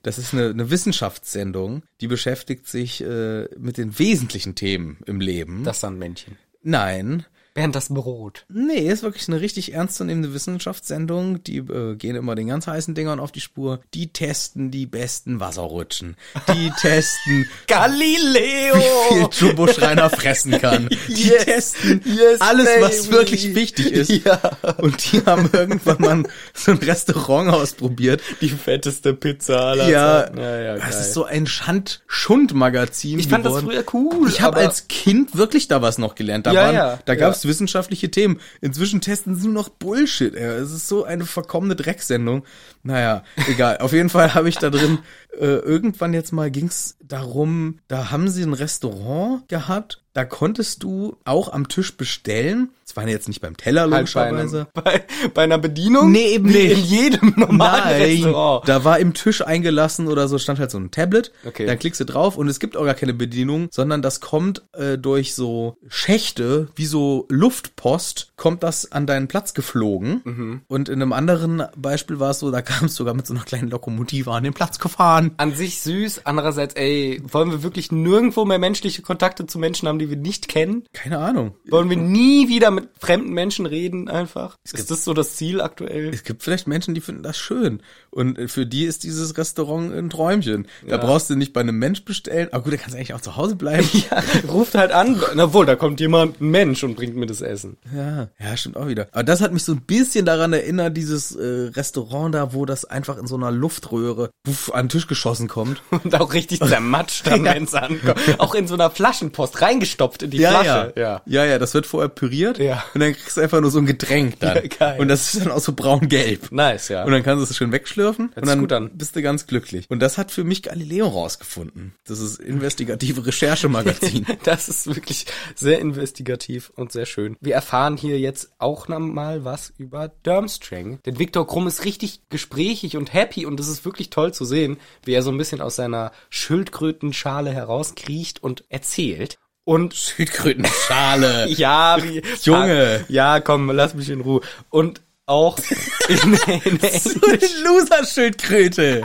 S1: Das ist eine, eine Wissenschaftssendung, die beschäftigt sich äh, mit den wesentlichen Themen im Leben.
S2: Das Sandmännchen.
S1: Nein,
S2: Während das Brot.
S1: Nee, ist wirklich eine richtig ernstzunehmende Wissenschaftssendung. Die äh, gehen immer den ganz heißen Dingern auf die Spur. Die testen die besten Wasserrutschen. Die testen, wie viel
S2: Galileo!
S1: Jumbo Schreiner fressen kann. Die
S2: Oh. Yes,
S1: testen
S2: yes,
S1: alles, was
S2: baby.
S1: wirklich wichtig ist.
S2: Ja.
S1: Und die haben irgendwann mal so ein Restaurant ausprobiert.
S2: Die fetteste Pizza aller
S1: Ja,
S2: Zeiten. ja, ja,
S1: das
S2: geil.
S1: ist so ein Schand-Schund-Magazin.
S2: Ich fand das früher cool.
S1: Ich habe
S2: aber-
S1: als Kind wirklich da was noch gelernt. Da,
S2: Ja,
S1: waren,
S2: ja,
S1: da
S2: ja.
S1: gab es wissenschaftliche Themen. Inzwischen testen sie nur noch Bullshit. Ey. Es ist so eine verkommene Drecksendung. Naja, egal. Auf jeden Fall habe ich da drin, äh, irgendwann jetzt mal ging's darum, da haben sie ein Restaurant gehabt, da konntest du auch am Tisch bestellen. Das war jetzt nicht beim Teller
S2: Halt bei, einem,
S1: logischerweise.
S2: bei, bei einer Bedienung?
S1: Nee, eben
S2: Wie
S1: nicht.
S2: In jedem normalen Restaurant.
S1: da war im Tisch eingelassen oder so, stand halt so ein Tablet.
S2: Okay.
S1: Dann klickst du drauf und es gibt auch gar keine Bedienung, sondern das kommt äh, durch so Schächte, wie so Luftpost, kommt das an deinen Platz geflogen.
S2: Mhm.
S1: Und in einem anderen Beispiel war es so, da kam es sogar mit so einer kleinen Lokomotive an den Platz gefahren.
S2: An sich süß, andererseits, ey, wollen wir wirklich nirgendwo mehr menschliche Kontakte zu Menschen haben, die wir nicht kennen?
S1: Keine Ahnung.
S2: Wollen wir nie wieder mit fremden Menschen reden einfach? Ist das so das Ziel aktuell?
S1: Es gibt vielleicht Menschen, die finden das schön. Und äh, für die ist dieses Restaurant ein Träumchen. Da brauchst du nicht bei einem Mensch bestellen. Aber gut, da kannst du eigentlich auch zu Hause bleiben.
S2: Ja, ruft halt an. Na wohl, da kommt jemand, ein Mensch, und bringt mir das Essen.
S1: Ja, ja, stimmt auch wieder. Aber das hat mich so ein bisschen daran erinnert, dieses äh, Restaurant da, wo das einfach in so einer Luftröhre puff, an den Tisch geschossen kommt.
S2: Und auch richtig zermatscht dann,
S1: Ja.
S2: wenn's ankommt. Auch in so einer Flaschenpost reingestopft in die Flasche.
S1: ja. Ja, ja, das wird vorher püriert
S2: Ja.
S1: und dann kriegst du einfach nur so ein Getränk dann.
S2: Ja, geil.
S1: Und das ist dann auch so braun-gelb.
S2: Nice, ja.
S1: Und dann kannst du es schön wegschlürfen und
S2: sich
S1: dann
S2: gut an.
S1: bist du ganz glücklich. Und das hat für mich Galileo rausgefunden. Das ist investigative Recherchemagazin.
S2: Das ist wirklich sehr investigativ und sehr schön. Wir erfahren hier jetzt auch nochmal was über Durmstrang. Denn Viktor Krumm ist richtig gesprächig und happy und es ist wirklich toll zu sehen, wie er so ein bisschen aus seiner Schildkrötenschale herauskriecht und erzählt. Und
S1: Schildkrötenschale.
S2: ja, wie,
S1: Junge.
S2: Ja, komm, lass mich in Ruhe. Und auch in, in
S1: so eine Loser-Schildkröte.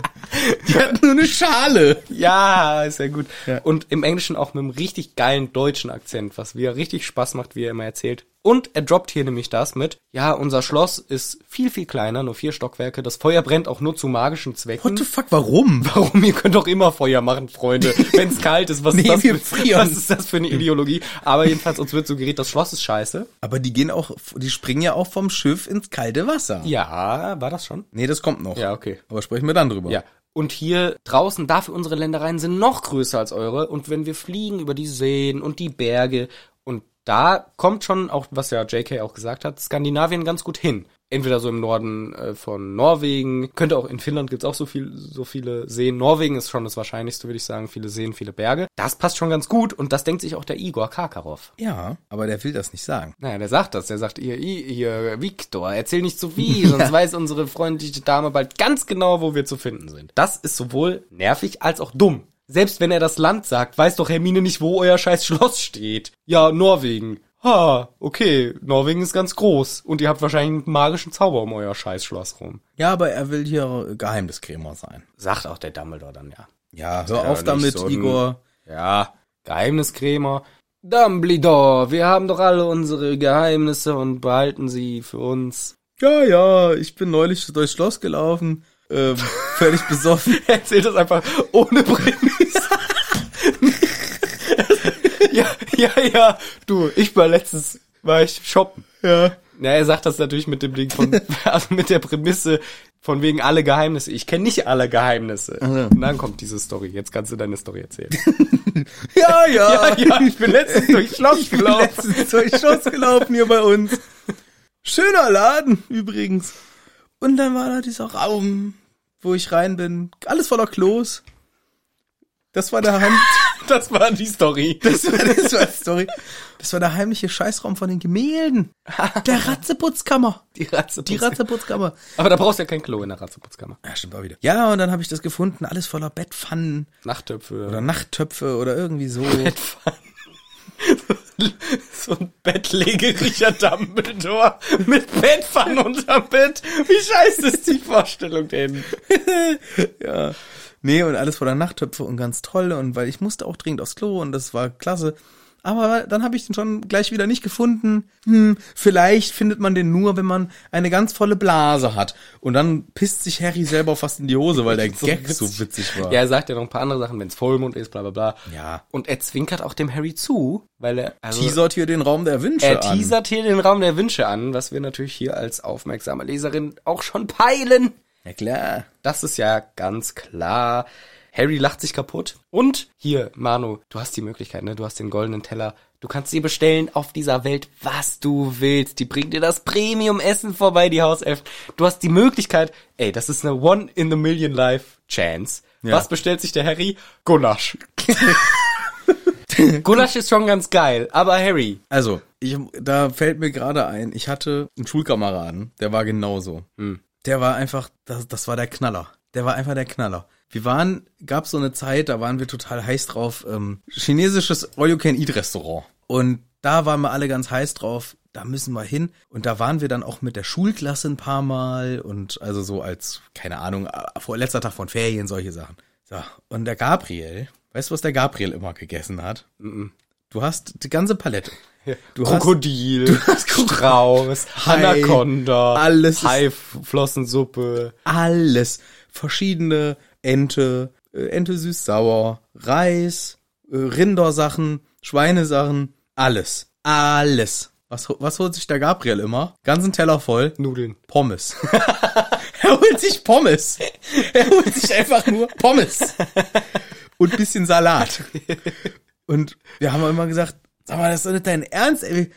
S1: Die hat nur eine Schale.
S2: Ja, ist ja gut.
S1: Ja.
S2: Und im Englischen auch mit einem richtig geilen deutschen Akzent, was wieder richtig Spaß macht, wie er immer erzählt. Und er droppt hier nämlich das mit, ja, unser Schloss ist viel, viel kleiner, nur vier Stockwerke. Das Feuer brennt auch nur zu magischen
S1: What
S2: Zwecken.
S1: the fuck, warum?
S2: Warum? Ihr könnt doch immer Feuer machen, Freunde. Wenn es kalt ist, was,
S1: Nee,
S2: ist
S1: wir
S2: das für,
S1: frieren.
S2: was ist das für eine Ideologie? Aber jedenfalls, uns wird suggeriert, das Schloss ist scheiße.
S1: Aber die gehen auch, die springen ja auch vom Schiff ins kalte Wasser.
S2: Ja, war das schon?
S1: Nee, das kommt noch.
S2: Ja, okay.
S1: Aber sprechen wir dann drüber.
S2: Ja. Und hier draußen, dafür unsere Ländereien sind noch größer als eure. Und wenn wir fliegen über die Seen und die Berge, und da kommt schon auch, was ja JK auch gesagt hat, Skandinavien ganz gut hin. Entweder so im Norden äh, von Norwegen, könnte auch in Finnland gibt's auch so viel, so viele Seen. Norwegen ist schon das Wahrscheinlichste, würde ich sagen. Viele Seen, viele Berge. Das passt schon ganz gut und das denkt sich auch der Igor Karkaroff.
S1: Ja, aber der will das nicht sagen.
S2: Naja, der sagt das. Der sagt, ihr, ihr, ihr Viktor, erzähl nicht zu viel, sonst weiß unsere freundliche Dame bald ganz genau, wo wir zu finden sind. Das ist sowohl nervig als auch dumm. Selbst wenn er das Land sagt, weiß doch Hermine nicht, wo euer scheiß Schloss steht. Ja, Norwegen. Ha, okay, Norwegen ist ganz groß und ihr habt wahrscheinlich einen magischen Zauber um euer scheiß Schloss rum.
S1: Ja, aber er will hier Geheimniskrämer sein.
S2: Sagt auch der Dumbledore dann, ja.
S1: Ja, hör
S2: ja
S1: auf
S2: nicht
S1: damit,
S2: so ein-
S1: Igor.
S2: Ja, Geheimniskrämer. Dumbledore, wir haben doch alle unsere Geheimnisse und behalten sie für uns.
S1: Ja, ja, ich bin neulich durchs Schloss gelaufen, ähm, völlig besoffen.
S2: Er erzählt das einfach ohne Prämisse. ja, ja, ja. Du, ich war letztens, war ich shoppen.
S1: Ja.
S2: Ja, er sagt das natürlich mit dem Ding von, also mit der Prämisse von wegen alle Geheimnisse. Ich kenne nicht alle Geheimnisse. Und dann kommt diese Story. Jetzt kannst du deine Story erzählen.
S1: Ja, ja.
S2: ja, ja, ich bin letztens durchs Schloss
S1: Ich bin
S2: gelaufen.
S1: letztens durchs Schloss gelaufen hier bei uns. Schöner Laden übrigens. Und dann war da dieser Raum, wo ich rein bin. Alles voller Klos. Das war der Hand.
S2: Das war die Story.
S1: Das war, das war, sorry. Das war der heimliche Scheißraum von den Gemälden. Der Ratzeputzkammer.
S2: Die Ratze.
S1: Die Ratzeputzkammer.
S2: Aber da brauchst du ja kein Klo in der Ratzeputzkammer.
S1: Ja, stimmt auch wieder. Ja, und dann habe ich das gefunden, alles voller Bettpfannen
S2: Nachttöpfe.
S1: oder Nachttöpfe oder irgendwie so.
S2: Bettfahren. so ein bettlägerischer Dumbledore mit Bettpfannen unterm Bett. Wie scheiße ist die Vorstellung denn?
S1: ja. Äh, Nee, und alles voller Nachttöpfe und ganz toll und weil ich musste auch dringend aufs Klo und das war klasse. Aber dann habe ich den schon gleich wieder nicht gefunden. Hm, vielleicht findet man den nur, wenn man eine ganz volle Blase hat. Und dann pisst sich Harry selber fast in die Hose, weil der Gag so witzig war.
S2: Ja, er sagt ja noch ein paar andere Sachen, wenn es Vollmond ist, bla bla bla.
S1: Ja.
S2: Und er zwinkert auch dem Harry zu, weil er... Also,
S1: teasert hier den Raum der Wünsche
S2: er
S1: an.
S2: teasert hier den Raum der Wünsche an, was wir natürlich hier als aufmerksame Leserin auch schon peilen.
S1: Ja klar.
S2: Das ist ja ganz klar. Harry lacht sich kaputt. Und hier, Manu, du hast die Möglichkeit, ne? Du hast den goldenen Teller. Du kannst dir bestellen auf dieser Welt, was du willst. Die bringen dir das Premium-Essen vorbei, die Hauselfen. Du hast die Möglichkeit, ey, das ist eine One-in-the-Million-Life-Chance.
S1: Ja.
S2: Was bestellt sich der Harry? Gulasch. Gulasch ist schon ganz geil, aber Harry,
S1: Also, ich, da fällt mir gerade ein, ich hatte einen Schulkameraden, der war genauso. Der war einfach, das, das war der Knaller. Der war einfach der Knaller. Wir waren, gab so eine Zeit, da waren wir total heiß drauf, ähm, chinesisches All-You-Can-Eat-Restaurant. Und da waren wir alle ganz heiß drauf, da müssen wir hin. Und da waren wir dann auch mit der Schulklasse ein paar Mal und also so als, keine Ahnung, äh, vor letzter Tag von Ferien, solche Sachen. So, und der Gabriel, weißt du, was der Gabriel immer gegessen hat? Du hast die ganze Palette. Du hast-
S2: Krokodil, Strauß,
S1: Hai,
S2: Anaconda,
S1: alles ist-
S2: Haiflossensuppe.
S1: alles. Verschiedene Ente, äh, Ente süß-sauer, Reis, äh, Rindersachen, Schweinesachen, alles. Alles. Was, ho- was holt sich der Gabriel immer? Ganzen Teller voll.
S2: Nudeln.
S1: Pommes. er holt sich Pommes. Er holt sich einfach nur Pommes. Und ein bisschen Salat. Und wir haben immer gesagt, sag mal, das ist doch nicht dein Ernst, ey.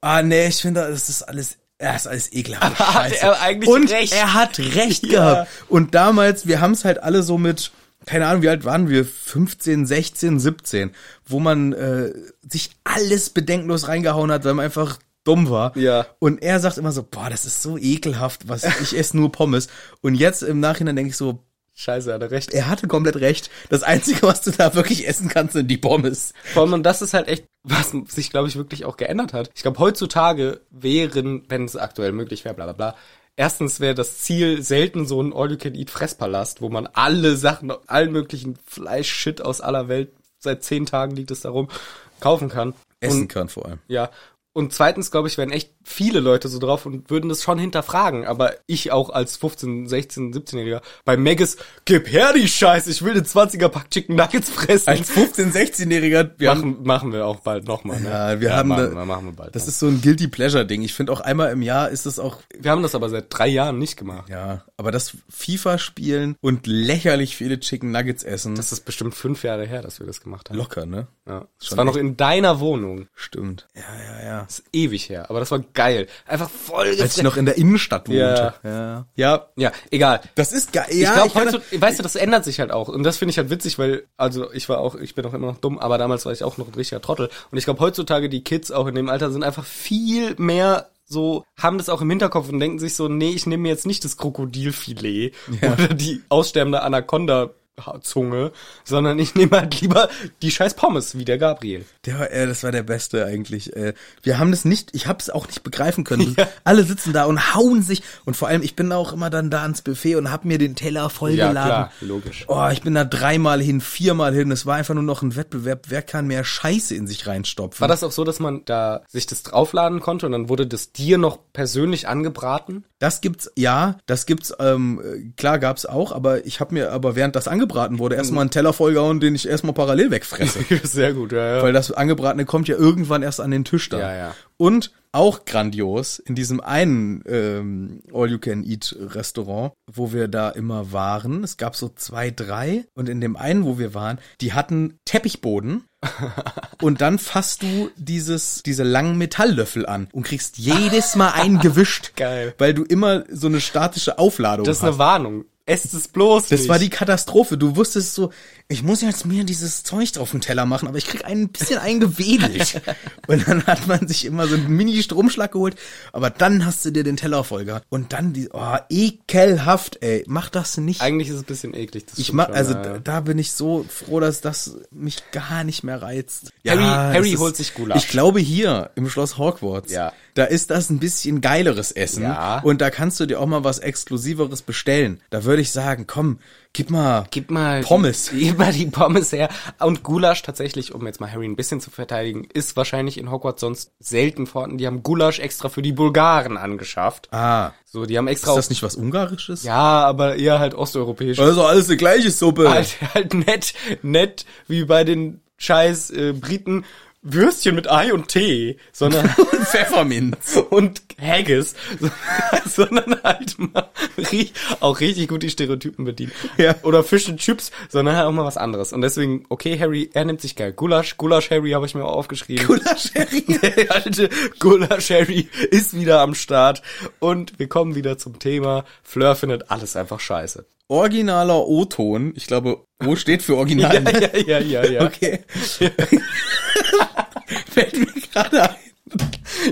S1: Ah, nee, ich finde, das ist alles, das ist alles ekelhaft.
S2: Aber hat
S1: Scheiße.
S2: er eigentlich
S1: Und
S2: recht?
S1: er hat recht gehabt. Und damals, wir haben es halt alle so mit, keine Ahnung, wie alt waren wir? 15, 16, 17. Wo man äh, sich alles bedenkenlos reingehauen hat, weil man einfach dumm war.
S2: Ja.
S1: Und er sagt immer so, boah, das ist so ekelhaft, was ich esse nur Pommes. Und jetzt im Nachhinein denke ich so,
S2: Scheiße, hat er recht.
S1: er hatte komplett recht. Das Einzige, was du da wirklich essen kannst, sind die Pommes.
S2: Vor allem, und das ist halt echt, was sich, glaube ich, wirklich auch geändert hat. Ich glaube, heutzutage wären, wenn es aktuell möglich wäre, bla bla bla, erstens wäre das Ziel selten so ein All-You-Can-Eat-Fresspalast, wo man alle Sachen, allen möglichen Fleisch-Shit aus aller Welt, seit zehn Tagen liegt es darum, kaufen kann.
S1: Essen kann vor allem.
S2: Ja. Und zweitens, glaube ich, wären echt viele Leute so drauf und würden das schon hinterfragen. Aber ich auch als 15, 16, 17-Jähriger bei Megas, gib her die Scheiße, ich will den 20er-Pack Chicken Nuggets fressen.
S1: Als 15-, 16-Jähriger, wir haben
S2: machen, machen wir auch bald nochmal. Ne?
S1: Ja, wir haben
S2: machen,
S1: da-
S2: wir, machen wir bald.
S1: Das
S2: noch.
S1: ist so ein Guilty Pleasure Ding. Ich finde auch einmal im Jahr ist es auch,
S2: wir haben das aber seit drei Jahren nicht gemacht.
S1: ja, aber das FIFA spielen und lächerlich viele Chicken Nuggets essen.
S2: Das ist bestimmt fünf Jahre her, dass wir das gemacht haben.
S1: locker, ne?
S2: Ja. Das
S1: Schon
S2: war noch in deiner Wohnung.
S1: Stimmt. Ja, ja, ja.
S2: Das ist ewig her, aber das war geil. Einfach voll
S1: Als ich
S2: gefre-
S1: noch in der Innenstadt wohnte.
S2: Ja.
S1: Ja. Ja.
S2: Ja, egal.
S1: Das ist geil.
S2: Ich
S1: Ja,
S2: glaube,
S1: kann das-
S2: heutzutage, weißt du, das ändert sich halt auch. Und das finde ich halt witzig, weil, also ich war auch, ich bin auch immer noch dumm, aber damals war ich auch noch ein richtiger Trottel. Und ich glaube, heutzutage die Kids auch in dem Alter sind einfach viel mehr so, haben das auch im Hinterkopf und denken sich so, nee, ich nehme mir jetzt nicht das Krokodilfilet oder die aussterbende Anaconda. Zunge, sondern ich nehme halt lieber die scheiß Pommes wie der Gabriel.
S1: Der, war- äh, das war der Beste eigentlich. Äh, wir haben das nicht, ich habe es auch nicht begreifen können. Alle sitzen da und hauen sich und vor allem ich bin auch immer dann da ans Buffet und hab mir den Teller vollgeladen.
S2: Ja, klar, logisch.
S1: Oh, ich bin da dreimal hin, viermal hin. Es war einfach nur noch ein Wettbewerb. Wer kann mehr Scheiße in sich reinstopfen?
S2: War das auch so, dass man da sich das draufladen konnte und dann wurde das dir noch persönlich angebraten?
S1: Das gibt's, ja, das gibt's, ähm, äh, klar gab's auch, aber ich habe mir aber während das angebraten wurde,
S2: Mhm.
S1: erstmal einen Teller vollgehauen, den ich erstmal parallel wegfresse.
S2: Sehr gut, ja, ja.
S1: Weil das Angebratene kommt ja irgendwann erst an den Tisch dann.
S2: Ja, ja.
S1: Und auch grandios in diesem einen ähm, All-You-Can-Eat-Restaurant, wo wir da immer waren. Es gab so zwei, drei. Und in dem einen, wo wir waren, die hatten Teppichboden. und dann fasst du dieses, diese langen Metalllöffel an und kriegst jedes Mal einen gewischt.
S2: Geil.
S1: Weil du immer so eine statische Aufladung
S2: Das ist
S1: hast.
S2: eine Warnung. Esst es bloß
S1: Das
S2: nicht.
S1: war die Katastrophe. Du wusstest so, ich muss jetzt mir dieses Zeug drauf den Teller machen, aber ich krieg ein bisschen eingewedelt. und dann hat man sich immer so einen Mini-Stromschlag geholt, aber dann hast du dir den Teller voll gehabt. Und dann die, oh, ekelhaft, ey. Mach das nicht.
S2: Eigentlich ist es ein bisschen eklig. Das
S1: ich
S2: stimmt
S1: mach,
S2: schon,
S1: also
S2: ja,
S1: da,
S2: ja.
S1: da bin ich so froh, dass das mich gar nicht mehr reizt.
S2: Harry- Harry
S1: es ist-
S2: holt sich Gulasch.
S1: Ich glaube hier im Schloss Hogwarts,
S2: Ja.
S1: da ist das ein bisschen geileres Essen
S2: Ja.
S1: und da kannst du dir auch mal was Exklusiveres bestellen. Da würde ich sagen, komm, gib mal,
S2: Gib mal
S1: Pommes.
S2: Die, gib mal die Pommes her. Und Gulasch tatsächlich, um jetzt mal Harry ein bisschen zu verteidigen, ist wahrscheinlich in Hogwarts sonst selten vorhanden. Die haben Gulasch extra für die Bulgaren angeschafft.
S1: Ah,
S2: So, die haben extra.
S1: ist
S2: auf-
S1: das nicht was Ungarisches?
S2: ja, aber eher halt osteuropäisch.
S1: Also alles die gleiche Suppe.
S2: Halt, halt nett, nett, wie bei den scheiß äh, Briten Würstchen mit Ei und Tee, sondern
S1: Pfefferminz.
S2: und Haggis, so- sondern halt mal ri- auch richtig gut die Stereotypen bedienen.
S1: Ja.
S2: Oder Fisch und Chips, sondern halt auch mal was anderes. Und deswegen, okay, Harry, er nimmt sich geil. Gulasch, Gulasch Harry habe ich mir auch aufgeschrieben.
S1: Gulasch-Harry.
S2: Der alte Gulasch Harry ist wieder am Start. Und wir kommen wieder zum Thema. Fleur findet alles einfach scheiße.
S1: Originaler O-Ton. Ich glaube, O steht für Original. ne?
S2: ja, ja, ja, ja.
S1: Okay. Fällt mir gerade ein.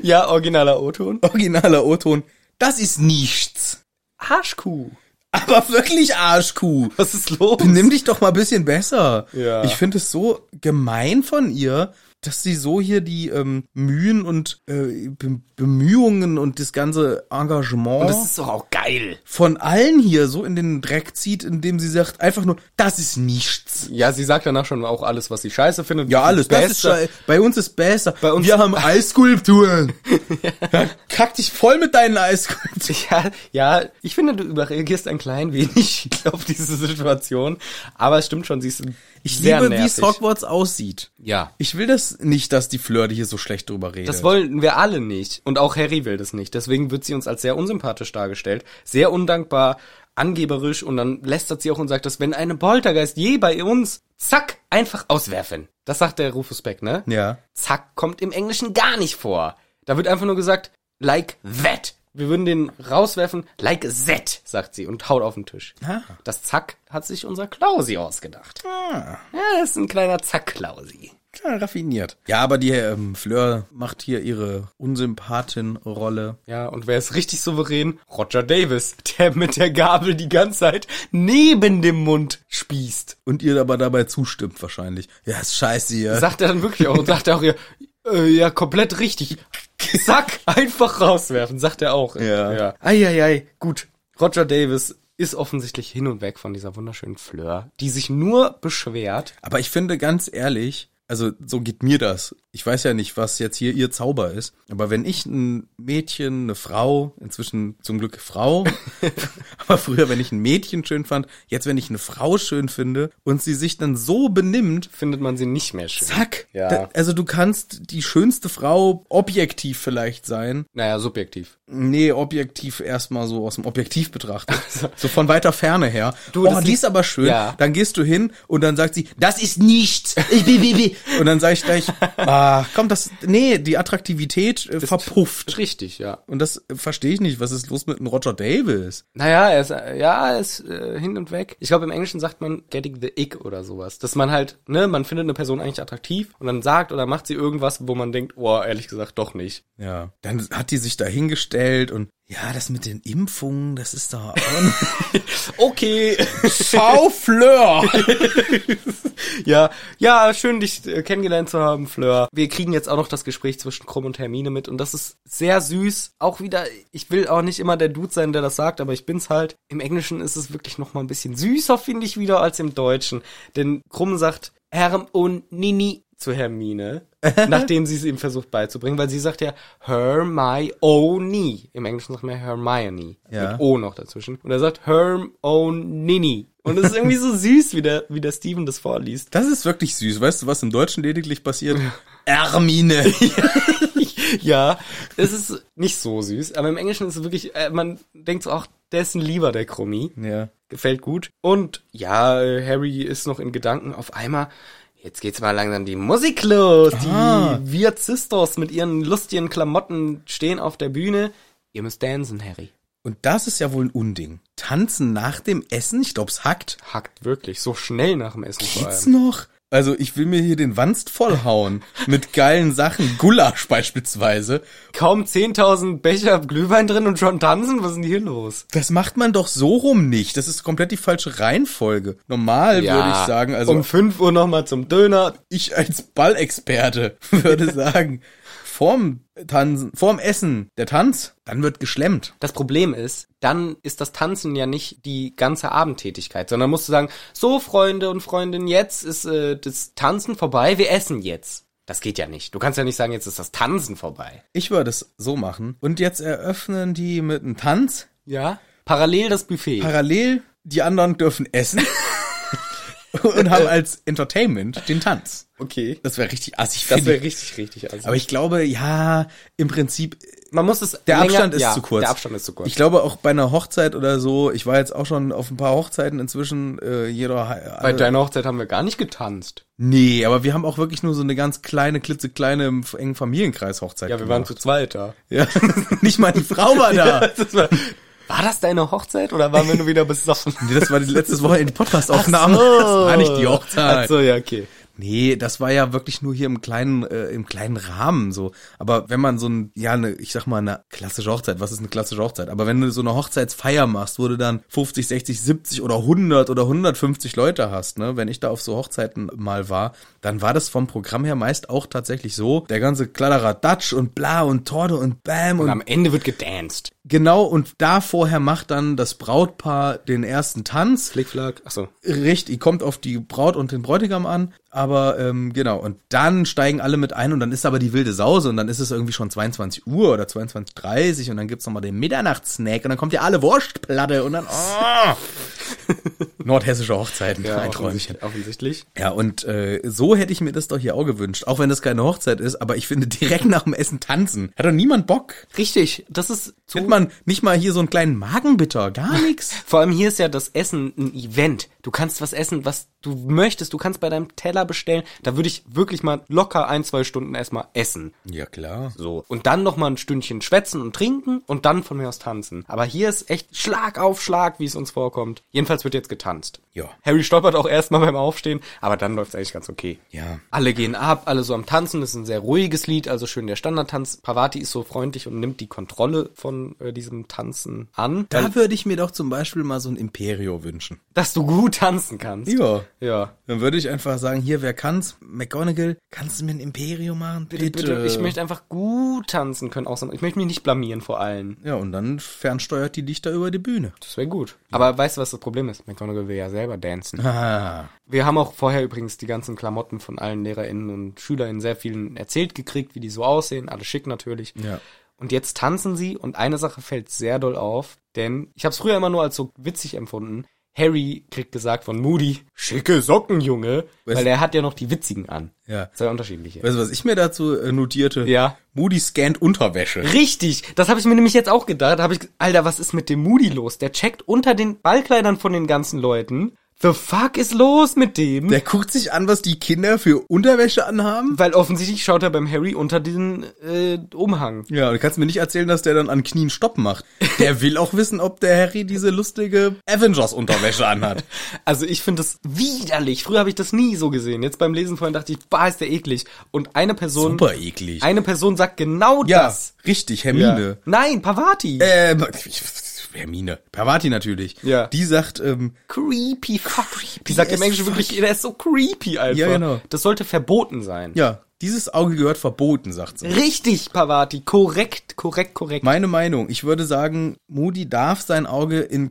S2: Ja, originaler O-Ton.
S1: Originaler O-Ton. Das ist nichts.
S2: Arschkuh.
S1: Aber wirklich Arschkuh.
S2: Was ist los?
S1: Nimm dich doch mal ein bisschen besser.
S2: Ja.
S1: Ich finde es so gemein von ihr, dass sie so hier die ähm, Mühen und äh, Be Bemühungen und das ganze Engagement
S2: Das ist doch auch geil.
S1: von allen hier so in den Dreck zieht, indem sie sagt einfach nur, das ist nichts.
S2: Ja, sie sagt danach schon auch alles, was sie scheiße findet.
S1: Ja, alles. Das ist
S2: Beste.
S1: schei- bei uns ist besser. Bei
S2: uns-
S1: Wir haben Eisskulpturen. ja. Kack dich voll mit deinen Eisskulpturen.
S2: Ja, ja, ich finde, du überreagierst ein klein wenig auf diese Situation. Aber es stimmt schon, sie ist
S1: Ich
S2: sehr
S1: liebe, wie
S2: nervig.
S1: es Hogwarts aussieht.
S2: Ja.
S1: Ich will das nicht, dass die Flirte hier so schlecht drüber redet.
S2: Das wollen wir alle nicht. Und auch Harry will das nicht. Deswegen wird sie uns als sehr unsympathisch dargestellt, sehr undankbar, angeberisch und dann lästert sie auch und sagt, dass wenn eine Poltergeist je bei uns, zack, einfach auswerfen. Das sagt der Rufus Beck, ne?
S1: ja.
S2: Zack kommt im Englischen gar nicht vor. Da wird einfach nur gesagt, like that. Wir würden den rauswerfen, like that, sagt sie und haut auf den Tisch.
S1: Ah.
S2: Das Zack hat sich unser Klausi ausgedacht.
S1: Ah.
S2: Ja, das ist ein kleiner Zack-Klausi.
S1: Ja, raffiniert. Ja, aber die ähm, Fleur macht hier ihre Unsympathin-Rolle.
S2: Ja, und wer ist richtig souverän? Roger Davis, der mit der Gabel die ganze Zeit neben dem Mund spießt.
S1: Und ihr aber dabei zustimmt wahrscheinlich. Ja, ist scheiße hier.
S2: Sagt er dann wirklich auch und sagt er auch ihr, äh, ja, komplett richtig. Zack, einfach rauswerfen, sagt er auch.
S1: Ja.
S2: ja. Eieiei, gut. Roger Davis ist offensichtlich hin und weg von dieser wunderschönen Fleur, die sich nur beschwert.
S1: Aber ich finde ganz ehrlich, also so geht mir das. Ich weiß ja nicht, was jetzt hier ihr Zauber ist. Aber wenn ich ein Mädchen, eine Frau, inzwischen zum Glück Frau, aber früher, wenn ich ein Mädchen schön fand, jetzt, wenn ich eine Frau schön finde und sie sich dann so benimmt,
S2: Findet man sie nicht mehr schön.
S1: zack.
S2: Ja.
S1: Da, also du kannst die schönste Frau objektiv vielleicht sein.
S2: Naja, subjektiv.
S1: Nee, objektiv erstmal so aus dem Objektiv betrachtet. So von weiter Ferne her.
S2: Also. Du,
S1: oh,
S2: das
S1: die
S2: liegt-
S1: ist aber schön.
S2: Ja.
S1: Dann gehst du hin und dann sagt sie, das ist nichts. Ich bin, bin, bin. Und dann sage ich gleich, ah, komm, das, nee, die Attraktivität äh, verpufft.
S2: Richtig, ja.
S1: Und das äh, verstehe ich nicht. Was ist los mit einem Roger Davis?
S2: Naja, er ist, äh, ja, er ist äh, hin und weg. Ich glaube, im Englischen sagt man getting the ick oder sowas. Dass man halt, ne, man findet eine Person eigentlich attraktiv und dann sagt oder macht sie irgendwas, wo man denkt, oh, ehrlich gesagt, doch nicht.
S1: Ja. Dann hat die sich da hingestellt und, ja, das mit den Impfungen, das ist da auch
S2: Okay.
S1: Schaufleur.
S2: ja, ja, schön, dich äh, kennengelernt zu haben, Fleur. Wir kriegen jetzt auch noch das Gespräch zwischen Krumm und Hermine mit und das ist sehr süß. Auch wieder, ich will auch nicht immer der Dude sein, der das sagt, aber ich bin's halt. Im Englischen ist es wirklich noch mal ein bisschen süßer, finde ich, wieder als im Deutschen. Denn Krumm sagt Herm und Nini zu Hermine, nachdem sie es ihm versucht beizubringen, weil sie sagt ja Hermione. Im Englischen sagt man Hermione.
S1: Ja.
S2: Mit O noch dazwischen. Und er sagt Hermione. Und es ist irgendwie so süß, wie der, wie der Steven das vorliest.
S1: Das ist wirklich süß. Weißt du, was im Deutschen lediglich passiert? Ermine.
S2: ja, es ist nicht so süß, aber im Englischen ist es wirklich, äh, man denkt so, ach, der ist ein Lieber, der Krummi.
S1: Ja.
S2: Gefällt gut. Und ja, äh, Harry ist noch in Gedanken auf einmal. Jetzt geht's mal langsam die Musik los.
S1: Ah.
S2: Die Weird Sisters mit ihren lustigen Klamotten stehen auf der Bühne. Ihr müsst tanzen, Harry.
S1: Und das ist ja wohl ein Unding. Tanzen nach dem Essen? Ich glaub's hackt.
S2: Hackt wirklich so schnell nach dem Essen vor
S1: Geht's
S2: allem.
S1: noch? Also ich will mir hier den Wanst vollhauen. mit geilen Sachen. Gulasch beispielsweise.
S2: Kaum 10.000 Becher Glühwein drin und schon tanzen? Was ist denn hier los?
S1: Das macht man doch so rum nicht. Das ist komplett die falsche Reihenfolge. Normal würde ich sagen. Also
S2: um 5 Uhr nochmal zum Döner.
S1: ich als Ballexperte würde sagen, vorm Tanzen, vorm Essen, der Tanz, dann wird geschlemmt.
S2: Das Problem ist, dann ist das Tanzen ja nicht die ganze Abendtätigkeit, sondern musst du sagen, so Freunde und Freundinnen, jetzt ist äh, das Tanzen vorbei, wir essen jetzt. Das geht ja nicht. Du kannst ja nicht sagen, jetzt ist das Tanzen vorbei.
S1: Ich würde es so machen. Und jetzt eröffnen die mit einem Tanz.
S2: Ja? Parallel das Buffet.
S1: parallel, die anderen dürfen essen. und haben als Entertainment den Tanz.
S2: Okay.
S1: Das wäre richtig assig,
S2: Das
S1: finde
S2: wäre
S1: ich.
S2: richtig, richtig. Also,
S1: Aber ich glaube, ja, im Prinzip,
S2: man muss es.
S1: der
S2: länger-
S1: Abstand ist
S2: ja,
S1: zu kurz.
S2: Der Abstand ist zu kurz.
S1: Ich glaube auch bei einer Hochzeit oder so, ich war jetzt auch schon auf ein paar Hochzeiten inzwischen, äh, jeder...
S2: Bei
S1: alle-
S2: deiner Hochzeit haben wir gar nicht getanzt.
S1: Nee, aber wir haben auch wirklich nur so eine ganz kleine, klitzekleine, im engen Familienkreis Hochzeit.
S2: Ja, wir waren zu zweit da.
S1: Ja. Nicht mal die Frau war da.
S2: Das war, war das deine Hochzeit oder waren wir nur wieder besoffen?
S1: Nee, das war die letztes Wochenende die Podcast-Aufnahme.
S2: So.
S1: Das war nicht die Hochzeit.
S2: Ach so, ja, okay.
S1: Nee, das war ja wirklich nur hier im kleinen, äh, im kleinen Rahmen so. Aber wenn man so ein, ja, ne, ich sag mal, eine klassische Hochzeit, was ist eine klassische Hochzeit? Aber wenn du so eine Hochzeitsfeier machst, wo du dann 50, 60, 70 oder 100 oder 150 Leute hast, ne? Wenn ich da auf so Hochzeiten mal war, dann war das vom Programm her meist auch tatsächlich so. Der ganze Kladderadatsch und bla und Torte und Bam und
S2: Und am Ende wird gedanced.
S1: genau und da vorher macht dann das Brautpaar den ersten Tanz.
S2: Flickflack. Achso.
S1: Richtig, kommt auf die Braut und den Bräutigam an, aber ähm, genau, und dann steigen alle mit ein und dann ist aber die wilde Sause und dann ist es irgendwie schon 22 Uhr oder 22.30 Uhr und dann gibt's noch nochmal den Mitternachtssnack und dann kommt ja alle Wurstplatte und dann oh! nordhessische Hochzeiten, ein Träumchen.
S2: offensichtlich. offensichtlich.
S1: Ja, und äh, so hätte ich mir das doch hier auch gewünscht, auch wenn das keine Hochzeit ist, aber ich finde direkt nach dem Essen tanzen, hat doch niemand Bock.
S2: Richtig, das ist zu.
S1: Nimmt man nicht mal hier so einen kleinen Magenbitter, gar nix.
S2: Vor allem hier ist ja das Essen ein Event. Du kannst was essen, was du möchtest. Du kannst bei deinem Teller bestellen. Da würde ich wirklich mal locker ein, zwei Stunden erstmal essen.
S1: ja, klar.
S2: So. Und dann noch mal ein Stündchen schwätzen und trinken und dann von mir aus tanzen. Aber hier ist echt Schlag auf Schlag, wie es uns vorkommt. Jedenfalls wird jetzt getanzt.
S1: Ja.
S2: Harry stolpert auch erstmal beim Aufstehen, aber dann läuft's eigentlich ganz okay.
S1: Ja.
S2: Alle gehen ab, alle so am Tanzen. Das ist ein sehr ruhiges Lied, also schön der Standardtanz. Pavati ist so freundlich und nimmt die Kontrolle von äh, diesem Tanzen an.
S1: Da würde ich mir doch zum Beispiel mal so ein Imperio wünschen.
S2: dass du gut tanzen kannst.
S1: Ja.
S2: Ja.
S1: Dann würde ich einfach sagen, hier, wer kann's? McGonagall, kannst du mir ein Imperio machen? Bitte.
S2: Bitte. Ich möchte einfach gut tanzen können. Außer, ich möchte mich nicht blamieren vor allen.
S1: ja, und dann fernsteuert die Lichter über die Bühne.
S2: Das wäre gut. Aber weißt du, was das Problem ist? McGonagall will ja selber dancen.
S1: Ah.
S2: Wir haben auch vorher übrigens die ganzen Klamotten von allen LehrerInnen und SchülerInnen sehr vielen erzählt gekriegt, wie die so aussehen. Alles schick natürlich.
S1: Ja.
S2: Und jetzt tanzen sie und eine Sache fällt sehr doll auf, denn ich habe es früher immer nur als so witzig empfunden. Harry kriegt gesagt von Moody, schicke Socken, Junge,
S1: Was-
S2: weil er hat ja noch die witzigen an.
S1: Ja.
S2: Zwei unterschiedliche.
S1: Weißt du, was ich mir dazu äh, notierte?
S2: Ja.
S1: Moody scannt Unterwäsche.
S2: Richtig, das habe ich mir nämlich jetzt auch gedacht. Hab ich, ge- Alter, was ist mit dem Moody los? Der checkt unter den Ballkleidern von den ganzen Leuten. The fuck ist los mit dem?
S1: Der guckt sich an, was die Kinder für Unterwäsche anhaben.
S2: Weil offensichtlich schaut er beim Harry unter den äh, Umhang.
S1: Ja, und du kannst mir nicht erzählen, dass der dann an Knien Stopp macht. Der will auch wissen, ob der Harry diese lustige Avengers-Unterwäsche anhat.
S2: Also ich finde das widerlich. Früher habe ich das nie so gesehen. Jetzt beim Lesen vorhin dachte ich, bah, ist der eklig. Und eine Person,
S1: Super eklig.
S2: eine Person sagt genau
S1: ja,
S2: das.
S1: richtig, Hermine.
S2: Nein, Pavati.
S1: Ähm, ich- Hermine. Parvati natürlich.
S2: Ja.
S1: Die sagt, ähm,
S2: creepy, fuck. Die sagt
S1: as
S2: im Englischen
S1: fuck.
S2: wirklich, der ist so creepy einfach.
S1: Ja, genau.
S2: Das sollte verboten sein.
S1: ja, dieses Auge gehört verboten, sagt sie.
S2: Richtig, Pavati. Korrekt, korrekt, korrekt.
S1: Meine Meinung, ich würde sagen, Moody darf sein Auge in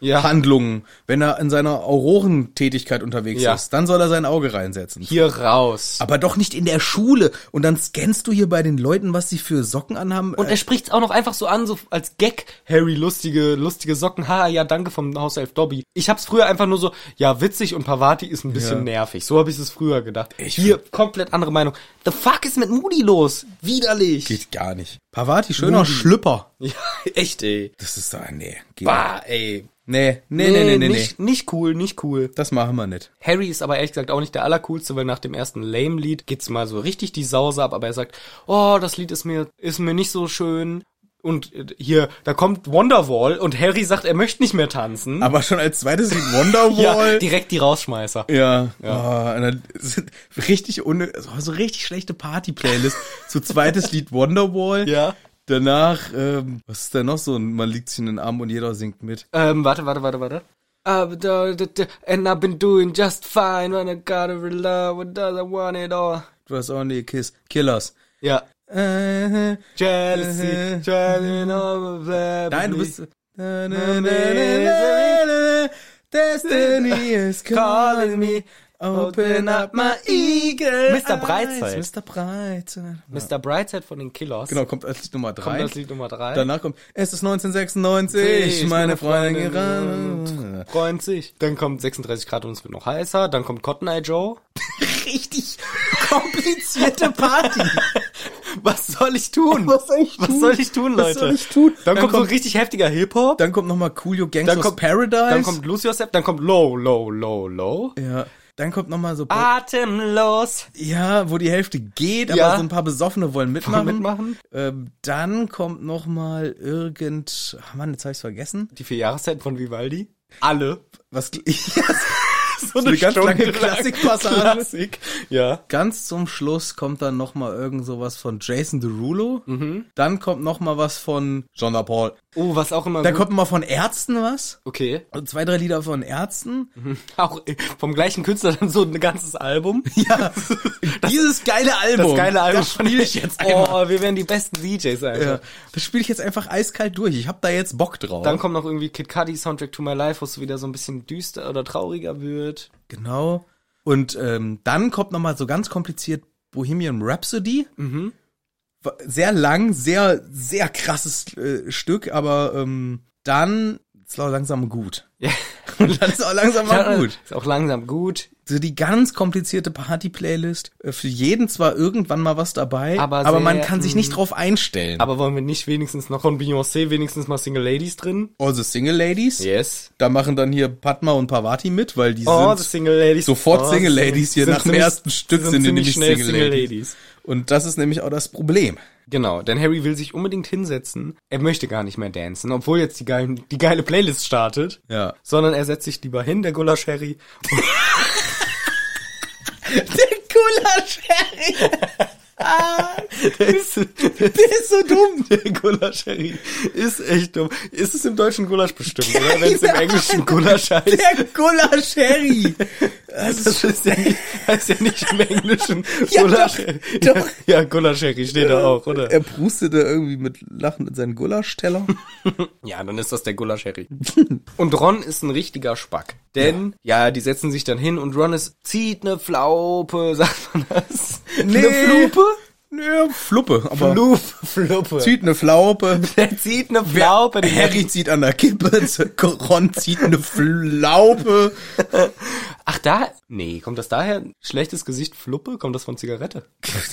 S2: Ja.
S1: Kampfhandlungen, wenn er in seiner Aurorentätigkeit unterwegs
S2: Ja.
S1: ist, dann soll er sein Auge reinsetzen.
S2: Hier raus.
S1: Aber doch nicht in der Schule. Und dann scannst du hier bei den Leuten, was sie für Socken anhaben. Äh,
S2: Und er spricht's auch noch einfach so an, so als Gag. Harry, lustige, lustige Socken. Ha, ja, danke vom Hauself Dobby. Ich hab's früher einfach nur so, ja, witzig und Pavati ist ein bisschen
S1: Ja.
S2: nervig. So habe ich es früher gedacht. Hier, komplett andere Meinung. The fuck ist mit Moody los? Widerlich.
S1: geht gar nicht. Parvati, schöner Schlüpper.
S2: Ja, echt, ey.
S1: Das ist da, nee. Geht.
S2: Bah, ey. Äh,
S1: Nee, nee, nee, nee, nee, nee.
S2: nicht, nicht cool, nicht cool.
S1: Das machen wir nicht.
S2: Harry ist aber ehrlich gesagt auch nicht der allercoolste, weil nach dem ersten Lame-Lied geht's mal so richtig die Sause ab, aber er sagt, oh, das Lied ist mir, ist mir nicht so schön. Und äh, hier, da kommt Wonderwall und Harry sagt, er möchte nicht mehr tanzen.
S1: Aber schon als zweites Lied Wonderwall.
S2: Ja, direkt die Rausschmeißer.
S1: Ja, ja. Oh, und dann sind richtig ohne, so so richtig schlechte Party-Playlist. so zweites Lied Wonderwall.
S2: Ja.
S1: Danach, ähm, was ist da noch so? ein Man liegt sich in den Arm und jeder singt mit.
S2: Ähm, warte, warte, warte, warte. Uh, da, da, da, And I've been doing just fine when I gotta rely what does I want it all.
S1: It was only a kiss. Killers.
S2: Ja.
S1: Äh,
S2: Jealousy, driving all of
S1: Mhm. nein, du bist. Destiny is calling me. Open up my eagle
S2: Mr. Brightside.
S1: eyes, Mr. Breitseid.
S2: Mr. Brightside von den Killers.
S1: Genau, kommt als Lied Nummer 3.
S2: Kommt als Lied Nummer drei.
S1: Danach kommt, es ist 1996, meine Freundin gerannt.
S2: freut sich. Dann kommt 36 Grad und es wird noch heißer. Dann kommt Cotton Eye Joe.
S1: Richtig komplizierte Party.
S2: Was soll ich tun?
S1: Was soll ich tun?
S2: Was soll ich tun,
S1: Was
S2: Leute?
S1: soll ich tun?
S2: Dann,
S1: Dann
S2: kommt so
S1: kommt-
S2: richtig heftiger Hip-Hop.
S1: Dann kommt nochmal Coolio Gangsters Paradise.
S2: Dann kommt Lose Yourself. Dann kommt Low, Low, Low, Low.
S1: ja, dann kommt nochmal so,
S2: Atemlos.
S1: ja, wo die Hälfte geht, aber
S2: Ja.
S1: so ein paar Besoffene wollen mitmachen.
S2: mitmachen?
S1: Ähm, dann kommt nochmal irgend, ach Mann, jetzt habe ich's vergessen.
S2: Die vier Jahreszeiten von Vivaldi. Alle.
S1: Was, so
S2: So
S1: eine ganz
S2: Stunde
S1: lange
S2: lang.
S1: Klassikpassage.
S2: Klassik. Ja.
S1: Ganz zum Schluss kommt dann noch mal irgend sowas von Jason Derulo.
S2: Mhm.
S1: Dann kommt noch mal was von John Paul.
S2: Oh, was auch immer.
S1: Dann
S2: gut-
S1: kommt mal von Ärzten was.
S2: okay.
S1: Und Zwei, drei Lieder von Ärzten.
S2: Auch äh, vom gleichen Künstler dann so ein ganzes Album.
S1: Ja, dieses geile Album.
S2: Das geile Album
S1: Das spiele ich jetzt einfach.
S2: Oh, wir werden die besten DJs einfach.
S1: Ja, das spiele ich jetzt einfach eiskalt durch. Ich habe da jetzt Bock drauf.
S2: Dann kommt noch irgendwie Kid Cudi Soundtrack to My Life, wo es wieder so ein bisschen düster oder trauriger wird.
S1: genau. Und ähm, dann kommt noch mal so ganz kompliziert Bohemian Rhapsody.
S2: Mhm.
S1: Wa- Sehr lang, sehr, sehr krasses äh, Stück, aber ähm, dann ist auch langsam gut.
S2: Ja.
S1: Und dann ist auch langsam mal gut.
S2: Ist auch langsam gut.
S1: So die ganz komplizierte Party-Playlist. äh, Für jeden zwar irgendwann mal was dabei, aber,
S2: Aber
S1: man
S2: sehr,
S1: kann sich
S2: mm.
S1: nicht drauf einstellen.
S2: Aber wollen wir nicht wenigstens noch von Beyoncé wenigstens mal Single Ladies drin?
S1: All the Also Single Ladies,
S2: Yes.
S1: da machen dann hier Padma und Parvati mit, weil die
S2: Oh, the
S1: sind
S2: Single Ladies.
S1: sofort
S2: Oh,
S1: Single
S2: sind-
S1: Ladies hier
S2: sind
S1: nach dem
S2: ziemlich-
S1: ersten Stück sind, die
S2: ziemlich
S1: nämlich
S2: schnell
S1: Single, Ladies. Und das ist nämlich auch das Problem.
S2: Genau, denn Harry will sich unbedingt hinsetzen. Er möchte gar nicht mehr dancen, obwohl jetzt die, geilen, die geile Playlist startet.
S1: Ja.
S2: Sondern er setzt sich lieber hin, der Gulasch Harry.
S1: Der Gulasch, Harry,
S2: Der ist,
S1: der ist so dumm.
S2: der Gulasch Harry ist echt dumm. Ist es im Deutschen Gulasch bestimmt, oder? Wenn es im Englischen Gulasch heißt.
S1: Der Gulasch, Harry. Das ist
S2: Das ist ja nicht, heißt ja nicht im Englischen
S1: Ja,
S2: Gulasch.
S1: doch,
S2: Ja, ja, Gulasch Harry steht da auch, oder?
S1: Er prustete irgendwie mit Lachen in seinen Gulaschteller.
S2: Ja, dann ist das der Gulasch-Harry. und Ron ist ein richtiger Spack. Denn, ja. die setzen sich dann hin und Ron ist, zieht ne Flaupe, sagt man das?
S1: Nee.
S2: Ne Flupe?
S1: Nö, Fluppe, aber
S2: Flup, Fluppe.
S1: zieht eine Flaupe.
S2: der zieht ne Flaupe. der
S1: Harry zieht an der Kippe, Ron zieht eine Flaupe.
S2: Ach, da? Nee, kommt das daher? Schlechtes Gesicht, Fluppe? Kommt das von Zigarette?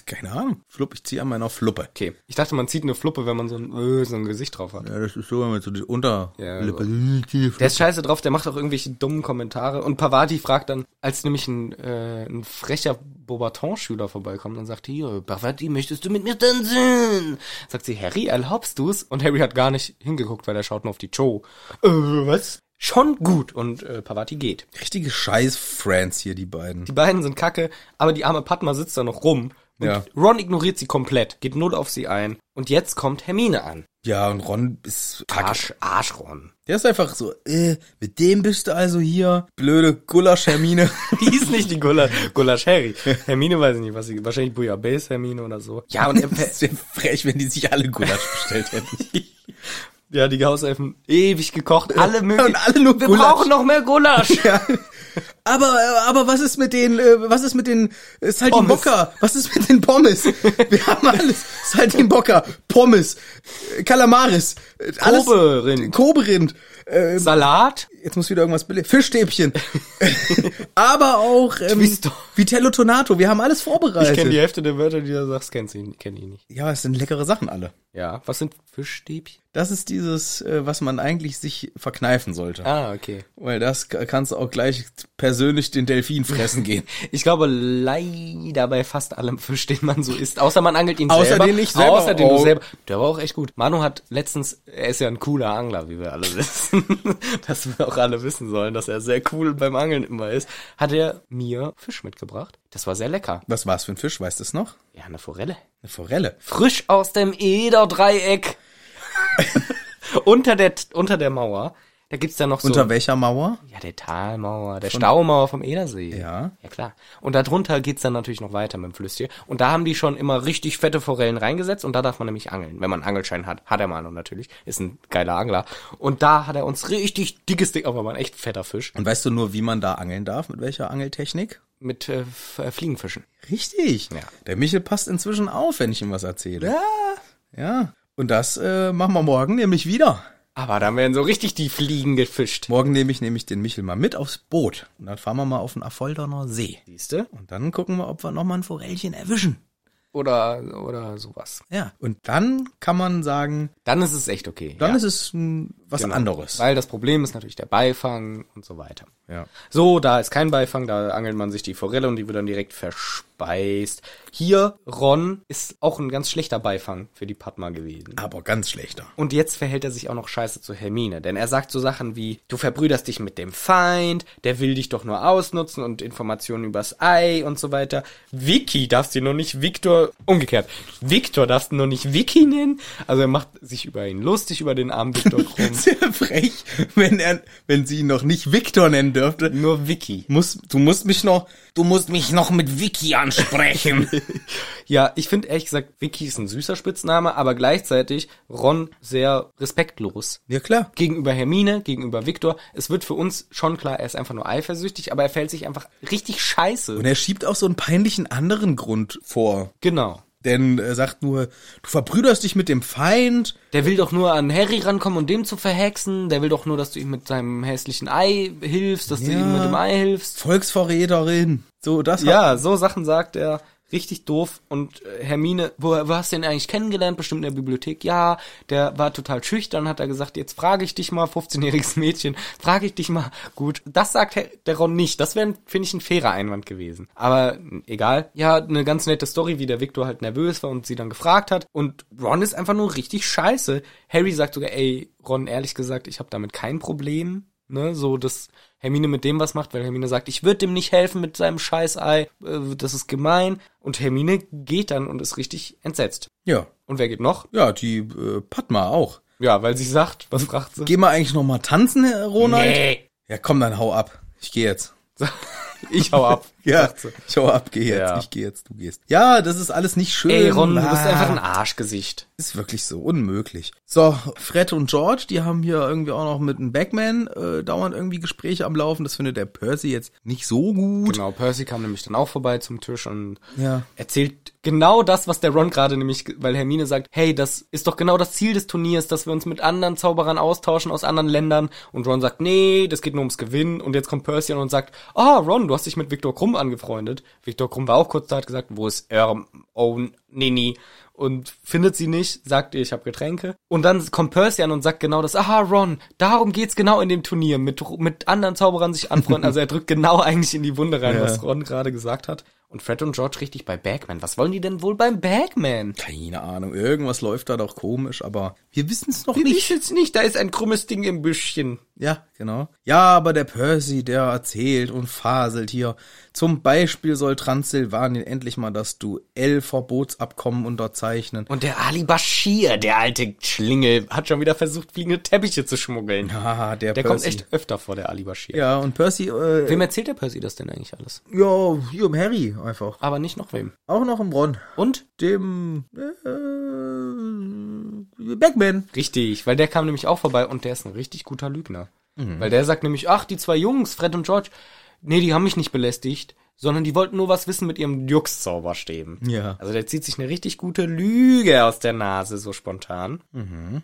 S1: Keine Ahnung. Flupp, ich ziehe an meiner Fluppe.
S2: Okay. Ich dachte, man zieht ne Fluppe, wenn man so ein, äh, so ein Gesicht drauf hat.
S1: Ja, das ist so, wenn man so die Unterlippe.
S2: Ja,
S1: so.
S2: Der ist scheiße drauf, der macht auch irgendwelche dummen Kommentare. Und Pavati fragt dann, als nämlich ein, äh, ein frecher Beaubaton-Schüler vorbeikommt und sagt, hier, Pavati, möchtest du mit mir tanzen? Sagt sie, Harry, erlaubst du's? Und Harry hat gar nicht hingeguckt, weil er schaut nur auf die Show. Äh, was? Schon gut. Und äh, Pavati geht.
S1: Richtige Scheiß-Friends hier, die beiden.
S2: Die beiden sind kacke, aber die arme Padma sitzt da noch rum. Und
S1: Ja.
S2: Ron ignoriert sie komplett, geht null auf sie ein. Und jetzt kommt Hermine an.
S1: Ja, und Ron ist kacke.
S2: Arsch, Arsch Ron.
S1: Der ist einfach so, äh, mit dem bist du also hier. Blöde Gulasch-Hermine.
S2: Die ist nicht die Gula Gulasch Harry. Hermine weiß ich nicht, was sie, wahrscheinlich Bouillabaisse Hermine oder so. Ja, und er,
S1: Es wäre frech, wenn die sich alle Gulasch bestellt hätten.
S2: ja, die Hauselfen ewig gekocht, alle
S1: Und
S2: möglichen.
S1: alle nur
S2: Wir
S1: Gulasch.
S2: brauchen noch mehr Gulasch.
S1: Ja. Aber, äh, aber was ist mit den, äh, was ist mit den äh, Saltimbocca? Was ist mit den Pommes? Wir haben alles. Saltimbocca, Pommes, äh, Kalamaris, äh, alles.
S2: Koberind.
S1: Koberind. Äh,
S2: Salat?
S1: jetzt muss wieder irgendwas billig. Fischstäbchen. aber auch ähm,
S2: Twisto.
S1: Vitello Tonato. Wir haben alles
S2: Ich kenne die
S1: vorbereitet.
S2: Hälfte der Wörter, die du sagst, kennst du kenn ich nicht.
S1: Ja, es sind leckere Sachen alle.
S2: Ja, was sind Fischstäbchen?
S1: Das ist dieses, äh, was man eigentlich sich verkneifen sollte.
S2: Ah, okay.
S1: Weil das k- kannst du auch gleich persönlich den Delfin fressen gehen.
S2: Ich glaube leider bei fast allem Fisch, den man so isst, außer man angelt ihn
S1: Außer
S2: selber.
S1: den ich selber.
S2: Außer den
S1: Oh.
S2: du selber. Der war auch echt gut. Manu hat letztens, er ist ja ein cooler Angler, wie wir alle wissen, dass wir auch alle wissen sollen, dass er sehr cool beim Angeln immer ist, hat er mir Fisch mitgebracht. Das war sehr lecker.
S1: Was war's für ein Fisch? Weißt du es noch?
S2: Ja, eine Forelle.
S1: Eine Forelle.
S2: Frisch aus dem Ederdreieck. unter der unter der Mauer. Da gibt's dann noch so
S1: Unter welcher Mauer?
S2: ja, der Talmauer, der Staumauer vom Edersee.
S1: Ja.
S2: Ja, klar. Und darunter geht's dann natürlich noch weiter mit dem Flüsschen. Und da haben die schon immer richtig fette Forellen reingesetzt und da darf man nämlich angeln. Wenn man einen Angelschein hat, hat er Manu natürlich. Ist ein geiler Angler. Und da hat er uns richtig dickes Ding, aber war ein echt fetter Fisch.
S1: Und weißt du nur, wie man da angeln darf? Mit welcher Angeltechnik?
S2: mit äh, F- äh, Fliegenfischen.
S1: Richtig.
S2: Ja.
S1: Der Michel passt inzwischen auf, wenn ich ihm was erzähle.
S2: Ja.
S1: Ja. Und das äh, machen wir morgen nämlich wieder.
S2: Aber dann werden so richtig die Fliegen gefischt.
S1: Morgen nehme ich nämlich den Michel mal mit aufs Boot. Und dann fahren wir mal auf den Affolderner See.
S2: Siehste?
S1: Und dann gucken wir, ob wir nochmal ein Forellchen erwischen.
S2: Oder, oder sowas.
S1: Ja. Und dann kann man sagen,
S2: Dann ist es echt okay.
S1: dann
S2: ja.
S1: ist es hm, was
S2: Genau.
S1: anderes.
S2: Weil das Problem ist natürlich der Beifang und so weiter.
S1: Ja.
S2: So, da ist kein Beifang, da angelt man sich die Forelle und die wird dann direkt verspeist. Hier, Ron, ist auch ein ganz schlechter Beifang für die Padma gewesen.
S1: Aber ganz schlechter.
S2: Und jetzt verhält er sich auch noch scheiße zu Hermine, denn er sagt so Sachen wie, du verbrüderst dich mit dem Feind, der will dich doch nur ausnutzen und Informationen übers Ei und so weiter. Vicky darfst du nur nicht Victor, umgekehrt, Victor darfst du nur nicht Vicky nennen. Also er macht sich über ihn lustig, über den armen Victor Krumm.
S1: Sehr frech, wenn er, wenn sie ihn noch nicht Viktor nennen dürfte.
S2: nur Vicky.
S1: Muss, du musst mich noch, du musst mich noch mit Vicky ansprechen.
S2: Ja, ich finde ehrlich gesagt, Vicky ist ein süßer Spitzname, aber gleichzeitig Ron sehr respektlos.
S1: ja klar.
S2: Gegenüber Hermine, gegenüber Victor. Es wird für uns schon klar, er ist einfach nur eifersüchtig, aber er fällt sich einfach richtig scheiße.
S1: Und er schiebt auch so einen peinlichen anderen Grund vor.
S2: Genau.
S1: Denn er sagt nur, du verbrüderst dich mit dem Feind.
S2: Der will doch nur an Harry rankommen und dem zu verhexen. Der will doch nur, dass du ihm mit seinem hässlichen Ei hilfst, dass du
S1: Ja.
S2: ihm mit dem Ei hilfst.
S1: Volksverräterin. So, das hat-
S2: Ja, so Sachen sagt er. Richtig doof. Und äh, Hermine, wo, wo hast du den eigentlich kennengelernt? Bestimmt in der Bibliothek. Ja, der war total schüchtern, hat er gesagt, jetzt frage ich dich mal, 15-jähriges Mädchen, frage ich dich mal. Gut, das sagt Herr- der Ron nicht. Das wäre, finde ich, ein fairer Einwand gewesen. Aber n- egal. Ja, eine ganz nette Story, wie der Victor halt nervös war und sie dann gefragt hat. Und Ron ist einfach nur richtig scheiße. Harry sagt sogar, ey, Ron, ehrlich gesagt, ich habe damit kein Problem ne, so dass Hermine mit dem was macht, weil Hermine sagt, ich würde dem nicht helfen mit seinem Scheißei, äh, das ist gemein. Und Hermine geht dann und ist richtig entsetzt.
S1: ja.
S2: Und wer geht noch?
S1: Ja, die äh, Padma auch.
S2: Ja, weil sie sagt, was fragt sie?
S1: Geh mal eigentlich noch mal tanzen, Herr Ronald?
S2: Nee.
S1: Ja, komm, dann hau ab. Ich geh jetzt.
S2: Ich hau ab.
S1: Ja,
S2: sagt sie.
S1: ich hau ab, geh jetzt.
S2: Ja.
S1: Ich geh jetzt, du gehst. Ja, das ist alles nicht schön.
S2: Ey, Ron, du bist
S1: Ah.
S2: einfach ein Arschgesicht.
S1: Ist wirklich so, unmöglich. So, Fred und George, die haben hier irgendwie auch noch mit einem Backman äh, dauernd irgendwie Gespräche am Laufen. Das findet der Percy jetzt nicht so gut.
S2: Genau, Percy kam nämlich dann auch vorbei zum Tisch und
S1: Ja.
S2: erzählt genau das, was der Ron gerade nämlich, weil Hermine sagt, hey, das ist doch genau das Ziel des Turniers, dass wir uns mit anderen Zauberern austauschen aus anderen Ländern. Und Ron sagt, nee, das geht nur ums Gewinnen. Und jetzt kommt Percy an und sagt, ah, Ron, du hast dich mit Viktor Krumm angefreundet. Viktor Krumm war auch kurz da, hat gesagt, wo ist Erm, Owen, Nini? Und findet sie nicht, sagt ihr, ich habe Getränke. Und dann kommt Percy an und sagt genau das, aha, Ron, darum geht's genau in dem Turnier, mit, mit anderen Zauberern sich anfreunden. Also er drückt genau eigentlich in die Wunde rein, was Ron gerade gesagt hat. Und Fred und George richtig bei Bagman. Was wollen die denn wohl beim Bagman?
S1: Keine Ahnung, irgendwas läuft da doch komisch, aber wir wissen es noch nicht.
S2: Ich jetzt nicht, da ist ein krummes Ding im Büschchen.
S1: Ja, genau. Ja, aber der Percy, der erzählt und faselt hier. Zum Beispiel soll Transsilvanien endlich mal das Duellverbotsabkommen unterzeichnen.
S2: Und der Ali Bashir, der alte Schlingel, hat schon wieder versucht, fliegende Teppiche zu schmuggeln.
S1: Ah, der,
S2: Der
S1: Percy.
S2: kommt echt öfter vor, der Ali Bashir.
S1: Ja, und Percy, äh,
S2: Wem erzählt der Percy das denn eigentlich alles?
S1: ja, hier im Harry einfach.
S2: Aber nicht noch wem.
S1: Auch noch im Ron.
S2: Und?
S1: Dem, äh, Backman.
S2: Richtig, weil der kam nämlich auch vorbei und der ist ein richtig guter Lügner. Weil der sagt nämlich, ach, die zwei Jungs, Fred und George, nee, die haben mich nicht belästigt, sondern die wollten nur was wissen mit ihrem Juxzauberstäben.
S1: Ja.
S2: Also der zieht sich eine richtig gute Lüge aus der Nase, so spontan.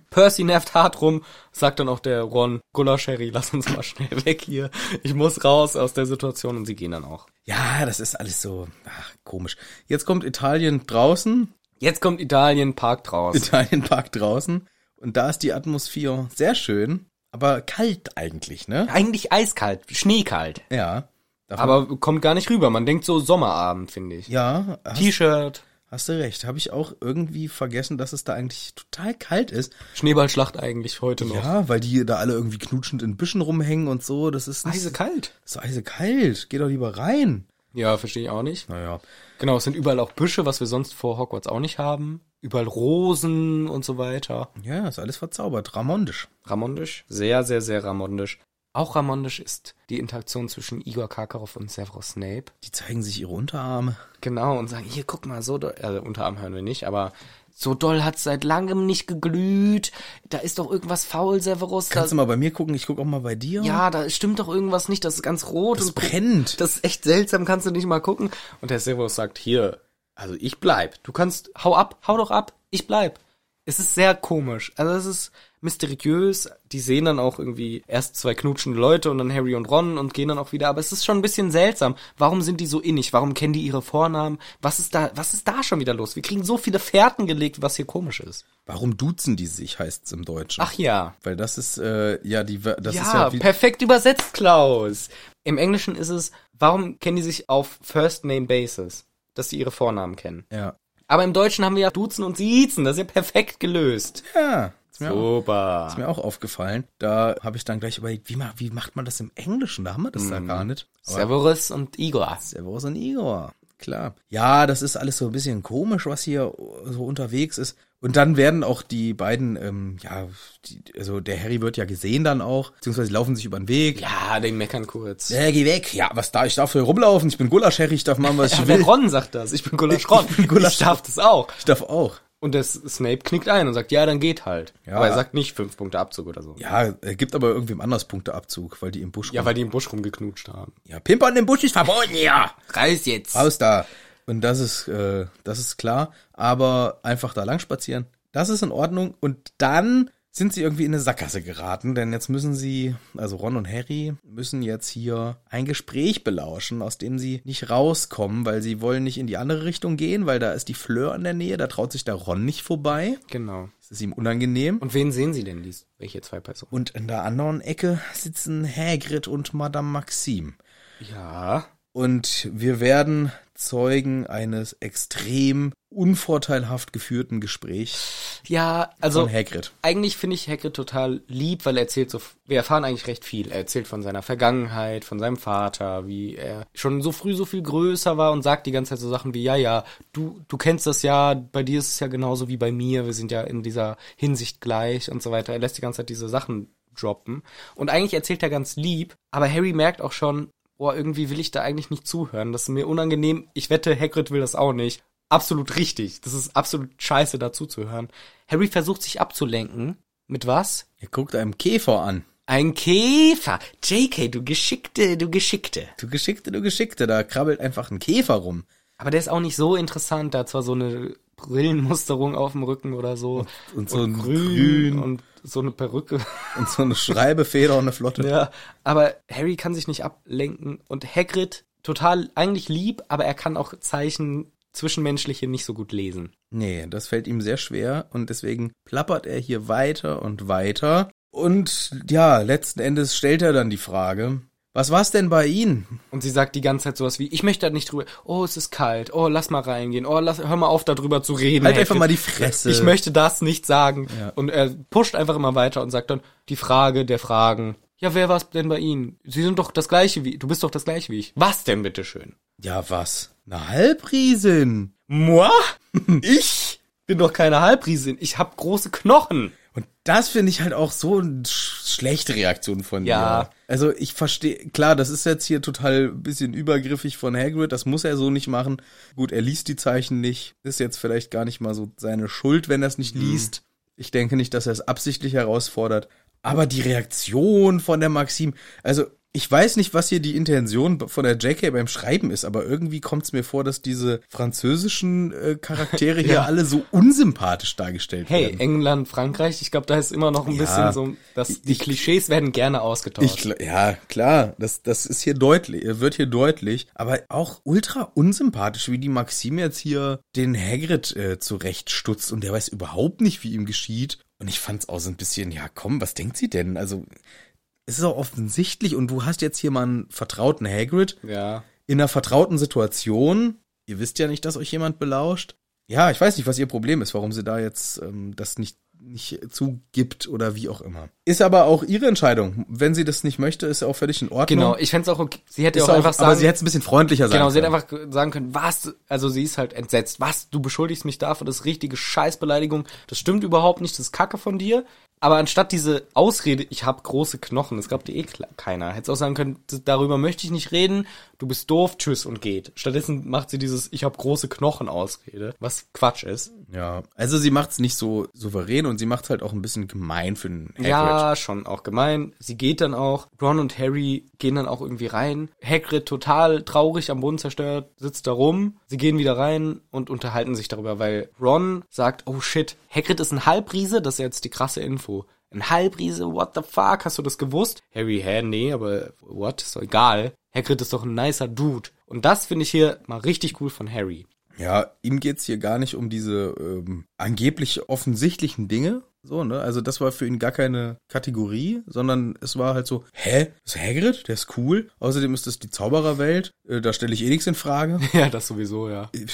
S2: Percy nervt hart rum, sagt dann auch der Ron, Gulascheri, lass uns mal schnell weg hier. Ich muss raus aus der Situation und sie gehen dann auch.
S1: Ja, das ist alles so, ach, komisch. Jetzt kommt Italien draußen.
S2: Jetzt kommt Italien, parkt raus.
S1: Italienpark draußen. Und da ist die Atmosphäre sehr schön, aber kalt eigentlich, ne?
S2: Eigentlich eiskalt, schneekalt.
S1: Ja. Davon-
S2: Aber kommt gar nicht rüber. Man denkt so Sommerabend, finde ich.
S1: ja, hast,
S2: T-Shirt,
S1: hast du recht. Habe ich auch irgendwie vergessen, dass es da eigentlich total kalt ist.
S2: Schneeballschlacht eigentlich heute noch.
S1: Ja, weil die da alle irgendwie knutschend in Büschen rumhängen und so. Das ist nicht
S2: Eisekalt.
S1: so eisekalt. Geh doch lieber rein.
S2: Ja, verstehe ich auch nicht.
S1: Naja.
S2: Genau, es sind überall auch Büsche, was wir sonst vor Hogwarts auch nicht haben. Überall Rosen und so weiter.
S1: Ja, ist alles verzaubert. Ramondisch.
S2: Ramondisch. Sehr, sehr, sehr ramondisch. Auch ramondisch ist die Interaktion zwischen Igor Karkaroff und Severus Snape.
S1: Die zeigen sich ihre Unterarme.
S2: Genau, und sagen, hier, guck mal, so, do- also Unterarm hören wir nicht, aber So doll hat's seit langem nicht geglüht. Da ist doch irgendwas faul, Severus. Da,
S1: Kannst du mal bei mir gucken? Ich gucke auch mal bei dir.
S2: ja, da stimmt doch irgendwas nicht. Das ist ganz rot.
S1: Es
S2: und
S1: brennt.
S2: das ist echt seltsam, kannst du nicht mal gucken.
S3: Und der Severus sagt, hier, also ich bleib.
S2: Du kannst, hau ab, hau doch ab, ich bleib. Es ist sehr komisch. Also es ist mysteriös. Die sehen dann auch irgendwie erst zwei knutschende Leute und dann Harry und Ron und gehen dann auch wieder. Aber es ist schon ein bisschen seltsam. Warum sind die so innig? Warum kennen die ihre Vornamen? Was ist da, was ist da schon wieder los? Wir kriegen so viele Fährten gelegt, was hier komisch ist.
S1: Warum duzen die sich, heißt es im Deutschen.
S2: Ach ja.
S1: Weil das ist, äh, ja, die, das ist
S2: Ja,
S1: ja, wie,
S2: perfekt übersetzt, Klaus. Im Englischen ist es, warum kennen die sich auf First Name Basis? Dass sie ihre Vornamen kennen.
S1: ja.
S2: Aber im Deutschen haben wir ja Duzen und Siezen. Das ist ja perfekt gelöst.
S1: Ja. Ist mir, auch,
S3: Super.
S1: ist mir auch aufgefallen. Da habe ich dann gleich überlegt, wie, ma, wie macht man das im Englischen? Da haben wir das da gar nicht. Aber
S2: Severus und Igor.
S1: Servus und Igor. Klar. Ja, das ist alles so ein bisschen komisch, was hier so unterwegs ist. Und dann werden auch die beiden, ähm, ja, die, also der Harry wird ja gesehen dann auch, beziehungsweise laufen sich über den Weg.
S3: Ja, den meckern kurz.
S1: Äh, geh weg. Ja, was da? Ich darf hier rumlaufen. Ich bin Gulasch-Harry. Ich darf machen, was ich
S2: Der
S1: will.
S2: Ron sagt das. Ich bin Gulasch Ron.
S1: Ich bin Gulasch
S2: ich darf das auch.
S1: Ich darf auch.
S3: Und der Snape knickt ein und sagt, ja, dann geht halt.
S1: Ja.
S3: Aber er sagt nicht fünf Punkte Abzug oder so.
S1: Ja, äh, gibt aber irgendwem anders Punkteabzug, weil die im Busch
S3: Ja,
S1: rum-
S3: weil die im Busch rumgeknutscht haben.
S1: ja, Pimpern im Busch ist verboten, ja.
S2: Reiß jetzt.
S1: Raus da. Und das ist, äh, das ist klar. Aber einfach da lang spazieren, das ist in Ordnung. Und dann sind sie irgendwie in eine Sackgasse geraten, denn jetzt müssen sie, also Ron und Harry, müssen jetzt hier ein Gespräch belauschen, aus dem sie nicht rauskommen, weil sie wollen nicht in die andere Richtung gehen, weil da ist die Fleur in der Nähe, da traut sich der Ron nicht vorbei.
S3: Genau.
S1: Es ist ihm unangenehm.
S3: Und wen sehen sie denn, dies? Welche zwei Personen?
S1: Und in der anderen Ecke sitzen Hagrid und Madame Maxim.
S3: Ja.
S1: Und wir werden Zeugen eines extrem unvorteilhaft geführten Gesprächs
S2: Ja, also
S1: von Hagrid.
S2: eigentlich finde ich Hagrid total lieb, weil er erzählt so, f- wir erfahren eigentlich recht viel. Er erzählt von seiner Vergangenheit, von seinem Vater, wie er schon so früh so viel größer war und sagt die ganze Zeit so Sachen wie, ja, ja, du, du kennst das ja, bei dir ist es ja genauso wie bei mir, wir sind ja in dieser Hinsicht gleich und so weiter. Er lässt die ganze Zeit diese Sachen droppen. Und eigentlich erzählt er ganz lieb, aber Harry merkt auch schon, boah, irgendwie will ich da eigentlich nicht zuhören. Das ist mir unangenehm. Ich wette, Hagrid will das auch nicht. Absolut richtig. Das ist absolut scheiße, dazu zu hören. Harry versucht sich abzulenken. Mit was?
S1: Er guckt einem Käfer an.
S2: Ein Käfer. JK, du Geschickte, du Geschickte.
S1: Du Geschickte, du Geschickte, da krabbelt einfach ein Käfer rum.
S2: Aber der ist auch nicht so interessant. Da hat zwar so eine Brillenmusterung auf dem Rücken oder so. Und,
S1: und so ein Grün.
S2: und so eine Perücke.
S1: Und so eine Schreibefeder und eine Flotte.
S2: Ja, aber Harry kann sich nicht ablenken und Hagrid total eigentlich lieb, aber er kann auch Zeichen zwischenmenschliche nicht so gut lesen.
S1: Nee, das fällt ihm sehr schwer und deswegen plappert er hier weiter und weiter. Und ja, letzten Endes stellt er dann die Frage, was war's denn bei Ihnen?
S2: Und sie sagt die ganze Zeit sowas wie, ich möchte da nicht drüber, oh, es ist kalt, oh, lass mal reingehen, oh, lass, hör mal auf, darüber zu reden.
S1: Halt einfach
S2: Hagrid.
S1: mal die Fresse.
S2: Ich möchte das nicht sagen.
S1: Ja.
S2: Und er pusht einfach immer weiter und sagt dann, die Frage der Fragen. Ja, wer war's denn bei Ihnen? Sie sind doch das gleiche wie, du bist doch das gleiche wie ich. Was denn bitteschön?
S1: Ja, was? Eine Halbriesin.
S2: Moi? ich bin doch keine Halbriesin, ich hab große Knochen.
S1: Und das finde ich halt auch so eine sch schlechte Reaktion von
S2: Ja.
S1: dir. Also ich verstehe, klar, das ist jetzt hier total ein bisschen übergriffig von Hagrid, das muss er so nicht machen. Gut, er liest die Zeichen nicht, ist jetzt vielleicht gar nicht mal so seine Schuld, wenn er es
S2: Mhm.
S1: nicht liest. Ich denke nicht, dass er es absichtlich herausfordert. Aber die Reaktion von der Maxim, also ich weiß nicht, was hier die Intention von der JK beim Schreiben ist, aber irgendwie kommt es mir vor, dass diese französischen äh, Charaktere hier alle so unsympathisch dargestellt
S2: Hey,
S1: werden.
S2: England, Frankreich, ich glaube, da ist immer noch ein bisschen so, dass die Klischees werden gerne
S1: Ich,
S2: ausgetauscht.
S1: gl- ja, klar, das, das ist hier deutlich, äh, wird hier deutlich, aber auch ultra unsympathisch, wie die Maxime jetzt hier den Hagrid äh, zurechtstutzt und der weiß überhaupt nicht, wie ihm geschieht. Und ich fand's auch so ein bisschen, ja komm, was denkt sie denn? Also, es ist auch offensichtlich und du hast jetzt hier mal einen vertrauten Hagrid
S3: Ja.
S1: in einer vertrauten Situation. Ihr wisst ja nicht, dass euch jemand belauscht. Ja, ich weiß nicht, was ihr Problem ist, warum sie da jetzt ähm, das nicht nicht zugibt oder wie auch immer. Ist aber auch ihre Entscheidung. Wenn sie das nicht möchte, ist ja auch völlig in Ordnung.
S2: Genau, ich fänd's auch okay. Sie hätte
S1: ne? Ist
S2: auch,
S1: auch,
S2: einfach
S1: aber
S2: sagen,
S1: sie hätte es ein bisschen freundlicher sein
S2: genau, sie hätte
S1: können.
S2: einfach ge- sagen können, was, also sie ist halt entsetzt. Was, du beschuldigst mich dafür, das ist richtige Scheißbeleidigung. Das stimmt überhaupt nicht, das ist Kacke von dir. Aber anstatt diese Ausrede, ich habe große Knochen, das glaubt dir eh kla- keiner. Hätte auch sagen können, d- darüber möchte ich nicht reden, du bist doof, tschüss und geht. Stattdessen macht sie dieses, ich habe große Knochen Ausrede, was Quatsch ist.
S1: Ja, also sie macht's nicht so souverän und sie macht's halt auch ein bisschen gemein für den Hagrid.
S2: Ja, schon auch gemein. Sie geht dann auch. Ron und Harry gehen dann auch irgendwie rein. Hagrid total traurig am Boden zerstört, sitzt da rum. Sie gehen wieder rein und unterhalten sich darüber, weil Ron sagt, oh shit, Hagrid ist ein Halbriese, das ist jetzt die krasse Info. Ein Halbriese, what the fuck, hast du das gewusst? Harry, hä, nee, aber what, ist doch egal. Hagrid ist doch ein nicer Dude. Und das finde ich hier mal richtig cool von Harry.
S1: Ja, ihm geht's hier gar nicht um diese ähm, angeblich offensichtlichen Dinge. So, ne? Also das war für ihn gar keine Kategorie, sondern es war halt so, hä? Das ist Hagrid? Der ist cool. Außerdem ist das die Zaubererwelt. Äh, da stelle ich eh nichts in Frage.
S2: Ja, das sowieso, ja.
S1: Ich-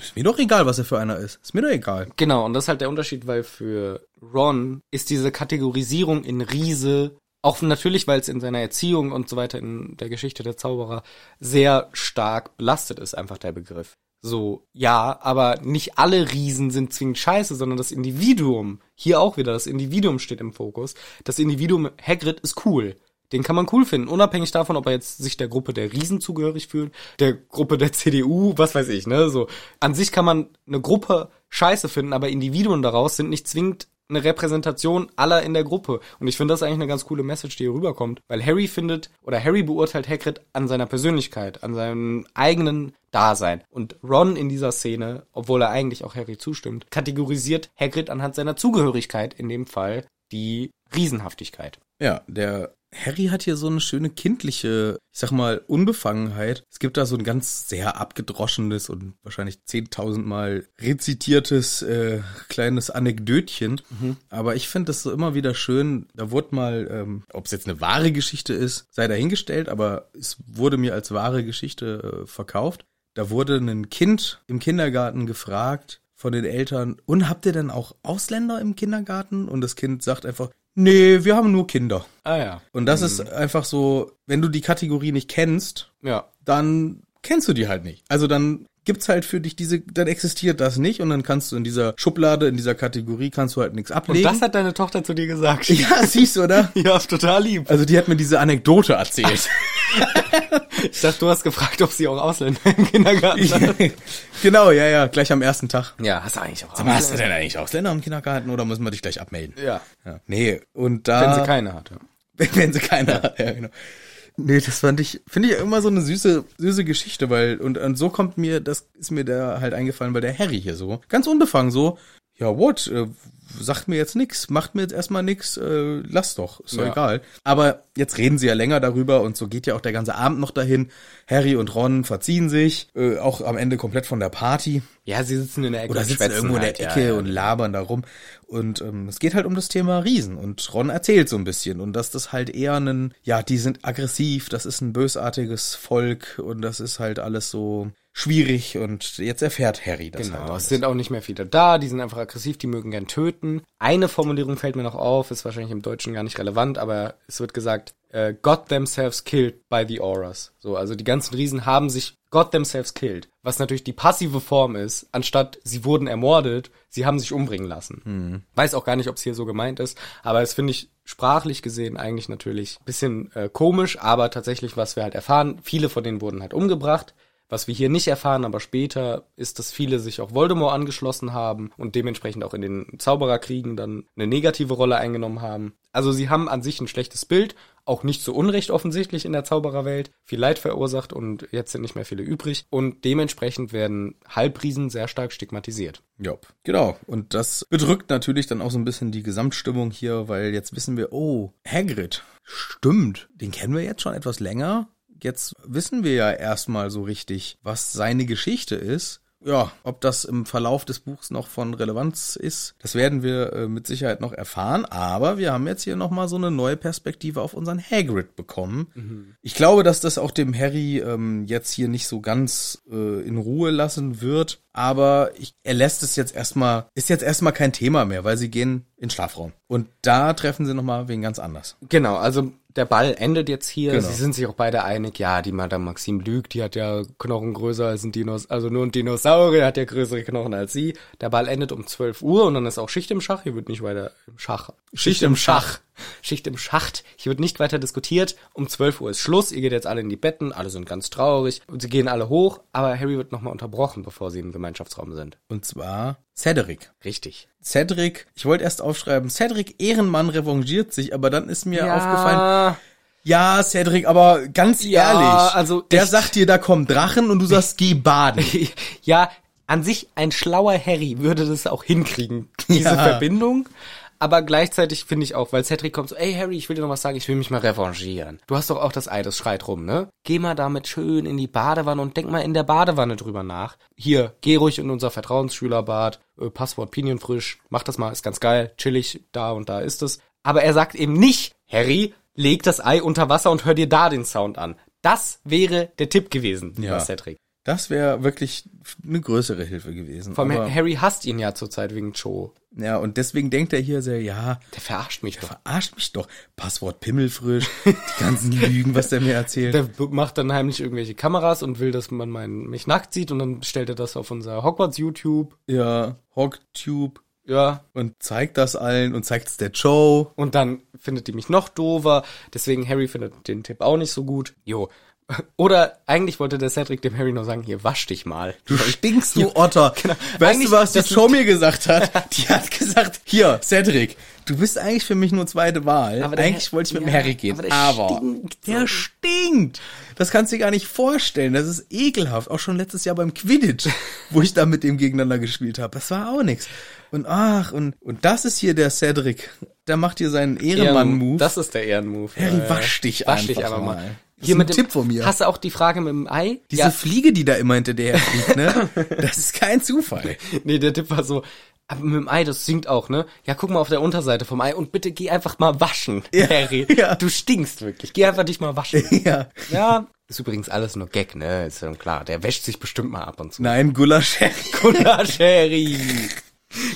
S1: ist mir doch egal, was er für einer ist. Ist mir doch egal.
S2: Genau, und das ist halt der Unterschied, weil für Ron ist diese Kategorisierung in Riese, auch natürlich, weil es in seiner Erziehung und so weiter in der Geschichte der Zauberer sehr stark belastet ist, einfach der Begriff. So, ja, aber nicht alle Riesen sind zwingend scheiße, sondern das Individuum, hier auch wieder, das Individuum steht im Fokus. Das Individuum Hagrid ist cool. Den kann man cool finden, unabhängig davon, ob er jetzt sich der Gruppe der Riesen zugehörig fühlt, der Gruppe der CDU, was weiß ich, ne, so. An sich kann man eine Gruppe scheiße finden, aber Individuen daraus sind nicht zwingend eine Repräsentation aller in der Gruppe. Und ich finde das eigentlich eine ganz coole Message, die hier rüberkommt, weil Harry findet oder Harry beurteilt Hagrid an seiner Persönlichkeit, an seinem eigenen Dasein. Und Ron in dieser Szene, obwohl er eigentlich auch Harry zustimmt, kategorisiert Hagrid anhand seiner Zugehörigkeit, in dem Fall die Riesenhaftigkeit.
S1: Ja, der Harry hat hier so eine schöne kindliche, ich sag mal, Unbefangenheit. Es gibt da so ein ganz sehr abgedroschenes und wahrscheinlich zehntausendmal rezitiertes äh, kleines Anekdötchen. Aber ich finde das so immer wieder schön. Da wurde mal, ähm, ob es jetzt eine wahre Geschichte ist, sei dahingestellt, aber es wurde mir als wahre Geschichte äh, verkauft. Da wurde ein Kind im Kindergarten gefragt von den Eltern, und habt ihr denn auch Ausländer im Kindergarten? Und das Kind sagt einfach, nee, wir haben nur Kinder.
S2: Ah ja.
S1: Und das ist einfach so, wenn du die Kategorie nicht kennst,
S2: Ja.
S1: dann kennst du die halt nicht. Also dann gibt's halt für dich diese, dann existiert das nicht und dann kannst du in dieser Schublade, in dieser Kategorie kannst du halt nichts ablegen.
S2: Das hat deine Tochter zu dir gesagt.
S1: ja, siehst du, oder?
S2: Ja, total lieb.
S1: Also die hat mir diese Anekdote erzählt.
S2: Ich dachte, du hast gefragt, ob sie auch Ausländer im Kindergarten hat.
S1: genau, ja, ja, gleich am ersten Tag.
S2: Ja, hast du eigentlich auch
S1: Aber hast du denn eigentlich Ausländer im Kindergarten oder muss man dich gleich abmelden?
S2: Ja.
S1: ja. Nee, und da...
S2: Wenn sie keine hatte.
S1: wenn, wenn sie keiner hat, ja, genau. Nee, das fand ich, finde ich immer so eine süße, süße Geschichte, weil, und, und so kommt mir, das ist mir da halt eingefallen, weil der Harry hier so, ganz unbefangen so, ja, what, äh, sagt mir jetzt nix, macht mir jetzt erstmal nix, äh, lass doch, ist doch
S2: Ja.
S1: egal. Aber jetzt reden sie ja länger darüber und so geht ja auch der ganze Abend noch dahin. Harry und Ron verziehen sich, äh, auch am Ende komplett von der Party.
S2: Ja, sie sitzen in der Ecke.
S1: Oder
S2: und
S1: sitzen
S2: schwätzen
S1: irgendwo in der
S2: halt, ja,
S1: Ecke
S2: ja.
S1: und labern da rum. Und ähm, es geht halt um das Thema Riesen. Und Ron erzählt so ein bisschen. Und dass das halt eher ein, ja, die sind aggressiv, das ist ein bösartiges Volk und das ist halt alles so schwierig. Und jetzt erfährt Harry das
S2: Genau,
S1: halt.
S2: es
S1: alles.
S2: sind auch nicht mehr viele da, die sind einfach aggressiv, die mögen gern töten. Eine Formulierung fällt mir noch auf, ist wahrscheinlich im Deutschen gar nicht relevant, aber es wird gesagt, äh, got themselves killed by the auras. So, also die ganzen Riesen haben sich got themselves killed, was natürlich die passive Form ist, anstatt sie wurden ermordet, sie haben sich umbringen lassen. Weiß auch gar nicht, ob es hier so gemeint ist, aber es finde ich sprachlich gesehen eigentlich natürlich ein bisschen äh, komisch, aber tatsächlich, was wir halt erfahren, viele von denen wurden halt umgebracht. Was wir hier nicht erfahren, aber später ist, dass viele sich auch Voldemort angeschlossen haben und dementsprechend auch in den Zaubererkriegen dann eine negative Rolle eingenommen haben. Also sie haben an sich ein schlechtes Bild, auch nicht so unrecht offensichtlich in der Zaubererwelt, viel Leid verursacht und jetzt sind nicht mehr viele übrig und dementsprechend werden Halbriesen sehr stark stigmatisiert.
S1: Job. Genau. Und das bedrückt natürlich dann auch so ein bisschen die Gesamtstimmung hier, weil jetzt wissen wir, oh, Hagrid. Stimmt. Den kennen wir jetzt schon etwas länger. Jetzt wissen wir ja erstmal so richtig, was seine Geschichte ist. Ja, ob das im Verlauf des Buchs noch von Relevanz ist, das werden wir äh, mit Sicherheit noch erfahren. Aber wir haben jetzt hier nochmal so eine neue Perspektive auf unseren Hagrid bekommen. Ich glaube, dass das auch dem Harry ähm, jetzt hier nicht so ganz äh, in Ruhe lassen wird. Aber ich, er lässt es jetzt erstmal, ist jetzt erstmal kein Thema mehr, weil sie gehen in den Schlafraum. Und da treffen sie nochmal wen ganz anders.
S2: Genau, also der Ball endet jetzt hier.
S1: Genau.
S2: Sie sind sich auch beide einig. Ja, die Madame Maxim lügt. Die hat ja Knochen größer als ein Dinosaurier. Also nur ein Dinosaurier hat ja größere Knochen als sie. Der Ball endet um 12 Uhr und dann ist auch Schicht im Schach. Hier wird nicht weiter im Schach. Schicht im Schach. Schicht im Schacht. Hier wird nicht weiter diskutiert. Um 12 Uhr ist Schluss. Ihr geht jetzt alle in die Betten. Alle sind ganz traurig. Und sie gehen alle hoch. Aber Harry wird nochmal unterbrochen, bevor sie im Gemeinschaftsraum sind.
S1: Und zwar Cedric.
S2: Richtig.
S1: Cedric, ich wollte erst aufschreiben, Cedric Ehrenmann revanchiert sich, aber dann ist mir aufgefallen,
S2: Aufgefallen.
S1: ja, Cedric, aber ganz
S2: Ja,
S1: ehrlich,
S2: also
S1: der
S2: echt.
S1: sagt dir, da kommen Drachen und du sagst, geh baden.
S2: ja, an sich ein schlauer Harry würde das auch hinkriegen, diese
S1: Ja.
S2: Verbindung. Aber gleichzeitig finde ich auch, weil Cedric kommt so, ey Harry, ich will dir noch was sagen, ich will mich mal revanchieren. Du hast doch auch das Ei, das schreit rum, ne? Geh mal damit schön in die Badewanne und denk mal in der Badewanne drüber nach. Hier, geh ruhig in unser Vertrauensschülerbad, äh, Passwort Pinienfrisch, mach das mal, ist ganz geil, chillig, da und da ist es. Aber er sagt eben nicht, Harry, leg das Ei unter Wasser und hör dir da den Sound an. Das wäre der Tipp gewesen, lieber
S1: Ja.
S2: Cedric.
S1: Das wäre wirklich eine größere Hilfe gewesen.
S2: Vor allem
S1: aber,
S2: Harry hasst ihn ja zurzeit wegen Cho.
S1: ja, und deswegen denkt er hier sehr, ja,
S2: Der verarscht mich doch.
S1: verarscht mich doch. Passwort Pimmelfrisch, die ganzen Lügen, was der mir erzählt.
S2: Der b- macht dann heimlich irgendwelche Kameras und will, dass man meinen, mich nackt sieht und dann stellt er das auf unser Hogwarts-YouTube.
S1: ja, Hogtube
S2: Ja.
S1: und zeigt das allen und zeigt es der Joe.
S2: Und dann findet die mich noch dover. Deswegen Harry findet den Tipp auch nicht so gut. Jo. Oder eigentlich wollte der Cedric dem Harry nur sagen, hier wasch dich mal.
S1: Du stinkst, du Otter. Weißt
S2: genau. Eigentlich,
S1: du, was die
S2: das-
S1: Show mir gesagt hat? Die hat gesagt, hier, Cedric, du bist eigentlich für mich nur zweite Wahl.
S2: Aber der
S1: eigentlich
S2: Herr-
S1: wollte ich mit dem
S2: ja,
S1: Harry gehen.
S2: aber
S1: Aber,
S2: der stinkt
S1: der stinkt. Das kannst du dir gar nicht vorstellen. Das ist ekelhaft. Auch schon letztes Jahr beim Quidditch, wo ich da mit dem gegeneinander gespielt habe. Das war auch nichts. Und ach, und, und das ist hier der Cedric. Der macht hier seinen Ehrenmann-Move.
S2: Das ist der Ehrenmove.
S1: Harry,
S2: Ja.
S1: wasch dich
S2: wasch
S1: einfach
S2: dich einfach mal.
S1: mal. Das
S2: Hier
S1: ist
S2: mit
S1: ein
S2: dem,
S1: Tipp von mir.
S2: Hast du auch die Frage mit dem Ei?
S1: Diese Fliege, die da immer hinter dir herfliegt, ne? Das ist kein Zufall.
S2: Nee, der Tipp war so, aber mit dem Ei, das singt auch, ne? Ja, guck mal auf der Unterseite vom Ei und bitte geh einfach mal waschen, Harry.
S1: ja.
S2: Du stinkst wirklich. Geh einfach dich mal waschen.
S1: Ja.
S2: ja. Ist übrigens alles nur Gag, ne? Ist ja klar. Der wäscht sich bestimmt mal ab und zu.
S1: Nein, Gulasch Harry.
S2: Gulasch Harry.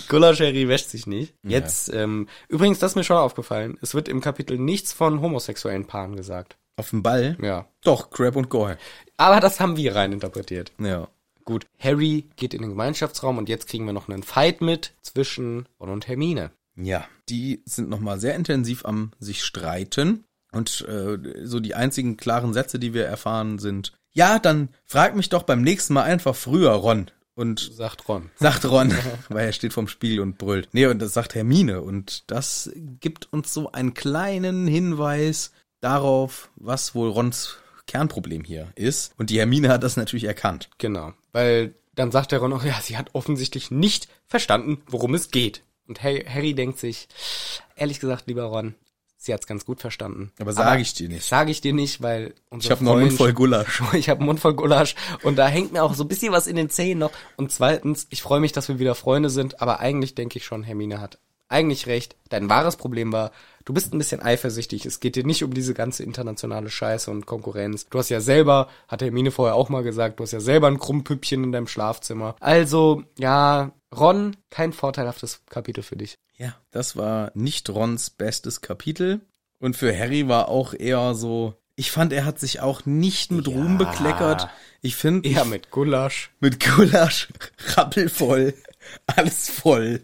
S2: Gulasch Harry wäscht sich nicht. Jetzt, ähm, übrigens, das ist mir schon aufgefallen. Es wird im Kapitel nichts von homosexuellen Paaren gesagt.
S1: Auf dem Ball?
S2: Ja.
S1: Doch, Crab und Goyle.
S2: Aber das haben wir reininterpretiert.
S1: Ja.
S2: Gut, Harry geht in den Gemeinschaftsraum und jetzt kriegen wir noch einen Fight mit zwischen Ron und Hermine.
S1: Ja. Die sind nochmal sehr intensiv am sich streiten. Und äh, so die einzigen klaren Sätze, die wir erfahren, sind, ja, dann frag mich doch beim nächsten Mal einfach früher, Ron. Und
S2: Sagt Ron.
S1: sagt Ron, weil er steht vorm Spiegel und brüllt. Nee, und das sagt Hermine. Und das gibt uns so einen kleinen Hinweis darauf, was wohl Rons Kernproblem hier ist. Und die Hermine hat das natürlich erkannt.
S2: Genau, weil dann sagt der Ron auch, ja, sie hat offensichtlich nicht verstanden, worum es geht. Und Harry, Harry denkt sich, ehrlich gesagt, lieber Ron, sie hat's ganz gut verstanden.
S1: Aber sage ich dir nicht.
S2: Sage ich dir nicht, weil unser
S1: Ich habe noch einen Mund voll Gulasch.
S2: Ich habe einen Mund voll Gulasch und da hängt mir auch so ein bisschen was in den Zähnen noch. Und zweitens, ich freue mich, dass wir wieder Freunde sind, aber eigentlich denke ich schon, Hermine hat eigentlich recht. Dein wahres Problem war, du bist ein bisschen eifersüchtig. Es geht dir nicht um diese ganze internationale Scheiße und Konkurrenz. Du hast ja selber, hat Hermine vorher auch mal gesagt, du hast ja selber ein Krummpüppchen in deinem Schlafzimmer. Also, ja, Ron, kein vorteilhaftes Kapitel für dich.
S1: Ja, das war nicht Rons bestes Kapitel. Und für Harry war auch eher so, ich fand, er hat sich auch nicht mit Ruhm bekleckert. Ich finde,
S2: Ja, mit Gulasch.
S1: mit Gulasch, rappelvoll, alles voll.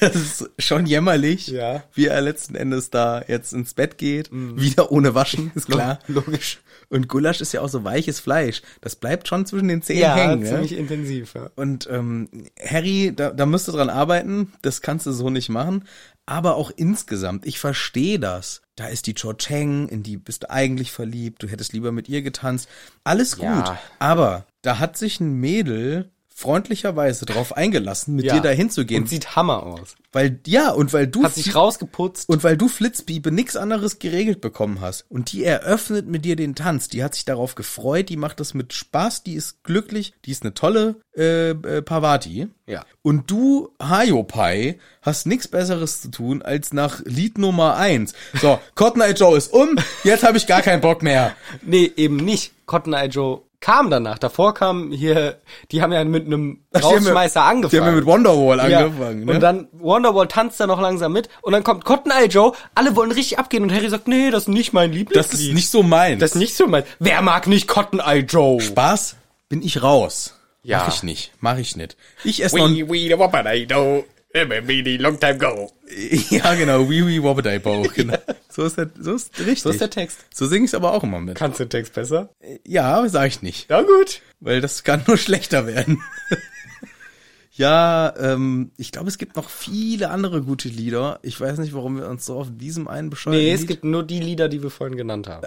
S1: Das ist schon jämmerlich,
S2: Ja. Mhm.
S1: wie er letzten Endes da jetzt ins Bett geht. Wieder ohne Waschen, ist klar.
S2: Logisch.
S1: Und Gulasch ist ja auch so weiches Fleisch. Das bleibt schon zwischen den Zähnen
S2: Ja,
S1: hängen. ne?
S2: ziemlich intensiv. Ja.
S1: Und ähm, Harry, da, da müsst ihr dran arbeiten, das kannst du so nicht machen. Aber auch insgesamt, ich verstehe das. Da ist die Cho Chang, in die bist du eigentlich verliebt, du hättest lieber mit ihr getanzt. Alles gut.
S2: Ja.
S1: Aber da hat sich ein Mädel freundlicherweise drauf eingelassen, mit
S2: Ja.
S1: dir dahin zu gehen.
S2: Und sieht Hammer aus.
S1: weil, ja, und weil du
S2: Hat sich rausgeputzt.
S1: und weil du Flitzbiebe nix anderes geregelt bekommen hast und die eröffnet mit dir den Tanz, die hat sich darauf gefreut, die macht das mit Spaß, die ist glücklich, die ist eine tolle äh, äh, Pavati.
S2: Ja.
S1: Und du, Hayopai, hast nix besseres zu tun, als nach Lied Nummer eins. So, Cotton Eye Joe ist um, jetzt habe ich gar keinen Bock mehr.
S2: Nee, eben nicht. Cotton Eye Joe kam danach. Davor kam hier, die haben ja mit einem
S1: die haben ja-
S2: Rausschmeißer angefangen.
S1: Die haben ja mit Wonderwall
S2: Ja,
S1: angefangen, ne?
S2: Und dann Wonderwall tanzt da noch langsam mit und dann kommt Cotton Eye Joe, alle wollen richtig abgehen und Harry sagt, nee, das ist nicht mein Lieblingslied.
S1: das ist nicht so meins.
S2: das ist nicht so mein. Wer mag nicht Cotton Eye Joe?
S1: Spaß, bin ich raus.
S2: Ja.
S1: Mach ich nicht, mach ich nicht. Ich esse noch ein
S2: we the whopper I know. Maybe long time go.
S1: Ja, genau, Wee Wee Wobbeday Bow, genau. So ist der, so ist richtig. So
S2: ist der Text.
S1: So singe ich aber auch immer mit.
S2: Kannst du den Text besser?
S1: Ja, aber sag ich nicht,
S2: Ja gut.
S1: weil das kann nur schlechter werden. ja, ähm, ich glaube, es gibt noch viele andere gute Lieder. Ich weiß nicht, warum wir uns so auf diesem einen bescheuerten
S2: Nee, es
S1: Lied-
S2: gibt nur die Lieder, die wir vorhin genannt haben.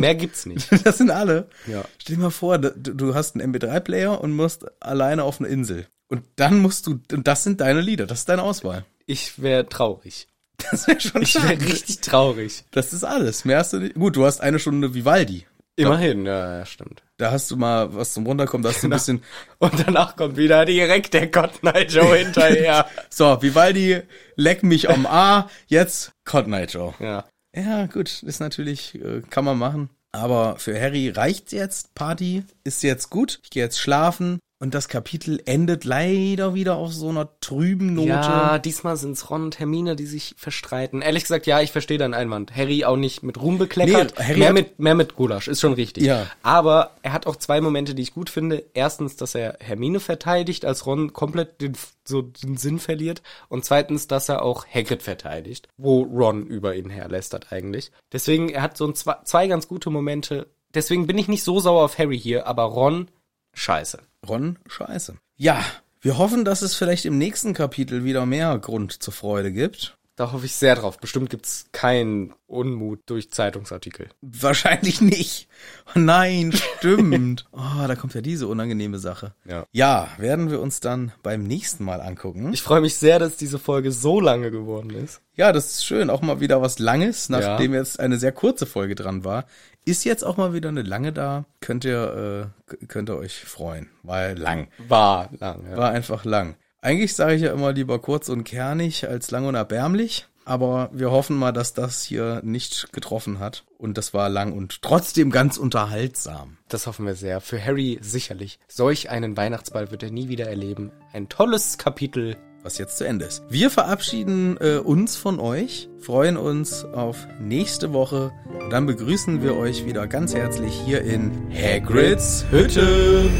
S2: Mehr gibt's nicht.
S1: Das sind alle.
S2: Ja.
S1: Stell dir mal vor, du, du hast einen MP3-Player und musst alleine auf eine Insel. Und dann musst du, und das sind deine Lieder, das ist deine Auswahl.
S2: Ich wäre traurig.
S1: Das wäre schon
S2: Ich wäre
S1: schade.
S2: richtig traurig.
S1: Das ist alles. Mehr hast du nicht. Gut, du hast eine Stunde Vivaldi.
S2: Immerhin, ja, ja stimmt.
S1: Da hast du mal was zum Runterkommen, da hast du ein bisschen.
S2: Und danach kommt wieder direkt der Cotton Eye Joe hinterher.
S1: So, Vivaldi, leck mich am A, jetzt Cotton Eye Joe.
S2: ja.
S1: Ja, gut, ist natürlich, äh, kann man machen. Aber für Harry reicht's jetzt, Party ist jetzt gut, ich gehe jetzt schlafen. Und das Kapitel endet leider wieder auf so einer trüben Note.
S2: Ja, diesmal sind's Ron und Hermine, die sich verstreiten. Ehrlich gesagt, ja, ich verstehe deinen Einwand. Harry auch nicht mit Ruhm bekleckert,
S1: Nee, Harry
S2: mehr,
S1: hat-
S2: mit, mehr mit Gulasch, ist schon richtig.
S1: Ja.
S2: Aber er hat auch zwei Momente, die ich gut finde. Erstens, dass er Hermine verteidigt, als Ron komplett den, so den Sinn verliert. Und zweitens, dass er auch Hagrid verteidigt, wo Ron über ihn herlästert eigentlich. Deswegen, er hat so ein, zwei, zwei ganz gute Momente. Deswegen bin ich nicht so sauer auf Harry hier, aber Ron, scheiße.
S1: Ron, scheiße. Ja, wir hoffen, dass es vielleicht im nächsten Kapitel wieder mehr Grund zur Freude gibt.
S2: Da hoffe ich sehr drauf. Bestimmt gibt's keinen Unmut durch Zeitungsartikel.
S1: Wahrscheinlich nicht. Oh nein, stimmt. Oh, da kommt ja diese unangenehme Sache.
S2: Ja.
S1: Ja, werden wir uns dann beim nächsten Mal angucken.
S2: Ich freue mich sehr, dass diese Folge so lange geworden ist.
S1: Ja, das ist schön. Auch mal wieder was Langes,
S2: Ja.
S1: nachdem jetzt eine sehr kurze Folge dran war. Ist jetzt auch mal wieder eine lange da. Könnt ihr, äh, k- könnt ihr euch freuen. War lang.
S2: War lange.
S1: War einfach lang. Eigentlich sage ich ja immer lieber kurz und kernig als lang und erbärmlich. Aber wir hoffen mal, dass das hier nicht getroffen hat. Und das war lang und trotzdem ganz unterhaltsam.
S2: Das hoffen wir sehr. Für Harry sicherlich. Solch einen Weihnachtsball wird er nie wieder erleben. Ein tolles Kapitel.
S1: was jetzt zu Ende ist. Wir verabschieden äh, uns von euch, freuen uns auf nächste Woche und dann begrüßen wir euch wieder ganz herzlich hier in Hagrids Hütte.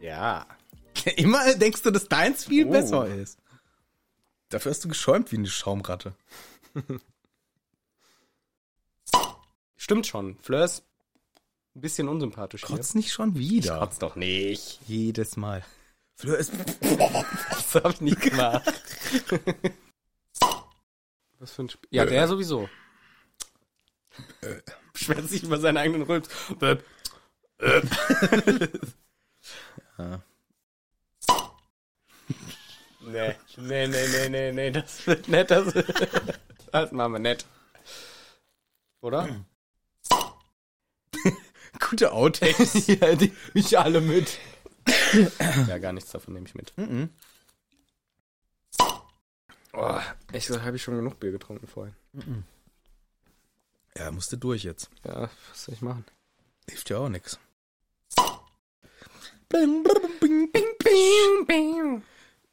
S2: Ja.
S1: Immer denkst du, dass deins viel
S2: Oh.
S1: besser ist. Dafür hast du geschäumt wie eine Schaumratte.
S2: Stimmt schon. Fleur ist ein bisschen unsympathisch
S1: Trotz nicht schon
S2: hier.
S1: wieder.
S2: Trotz doch nicht.
S1: Jedes Mal. Fleur ist
S2: Das habe ich nicht gemacht. Was für ein Äh, Spiel. Ja, der sowieso. Beschwert sich über seinen eigenen Rülps. Bäh.
S1: Ah.
S2: Nee, nee, nee, nee, nee, nee, das wird nett, das, das machen wir nett. Oder?
S1: gute Outtake.
S2: ja, die, mich alle mit. ja, gar nichts davon nehme ich mit. Oh, echt, da habe ich schon genug Bier getrunken vorhin.
S1: Ja, musste durch jetzt.
S2: Ja, was soll ich machen?
S1: Hilft ja auch nix.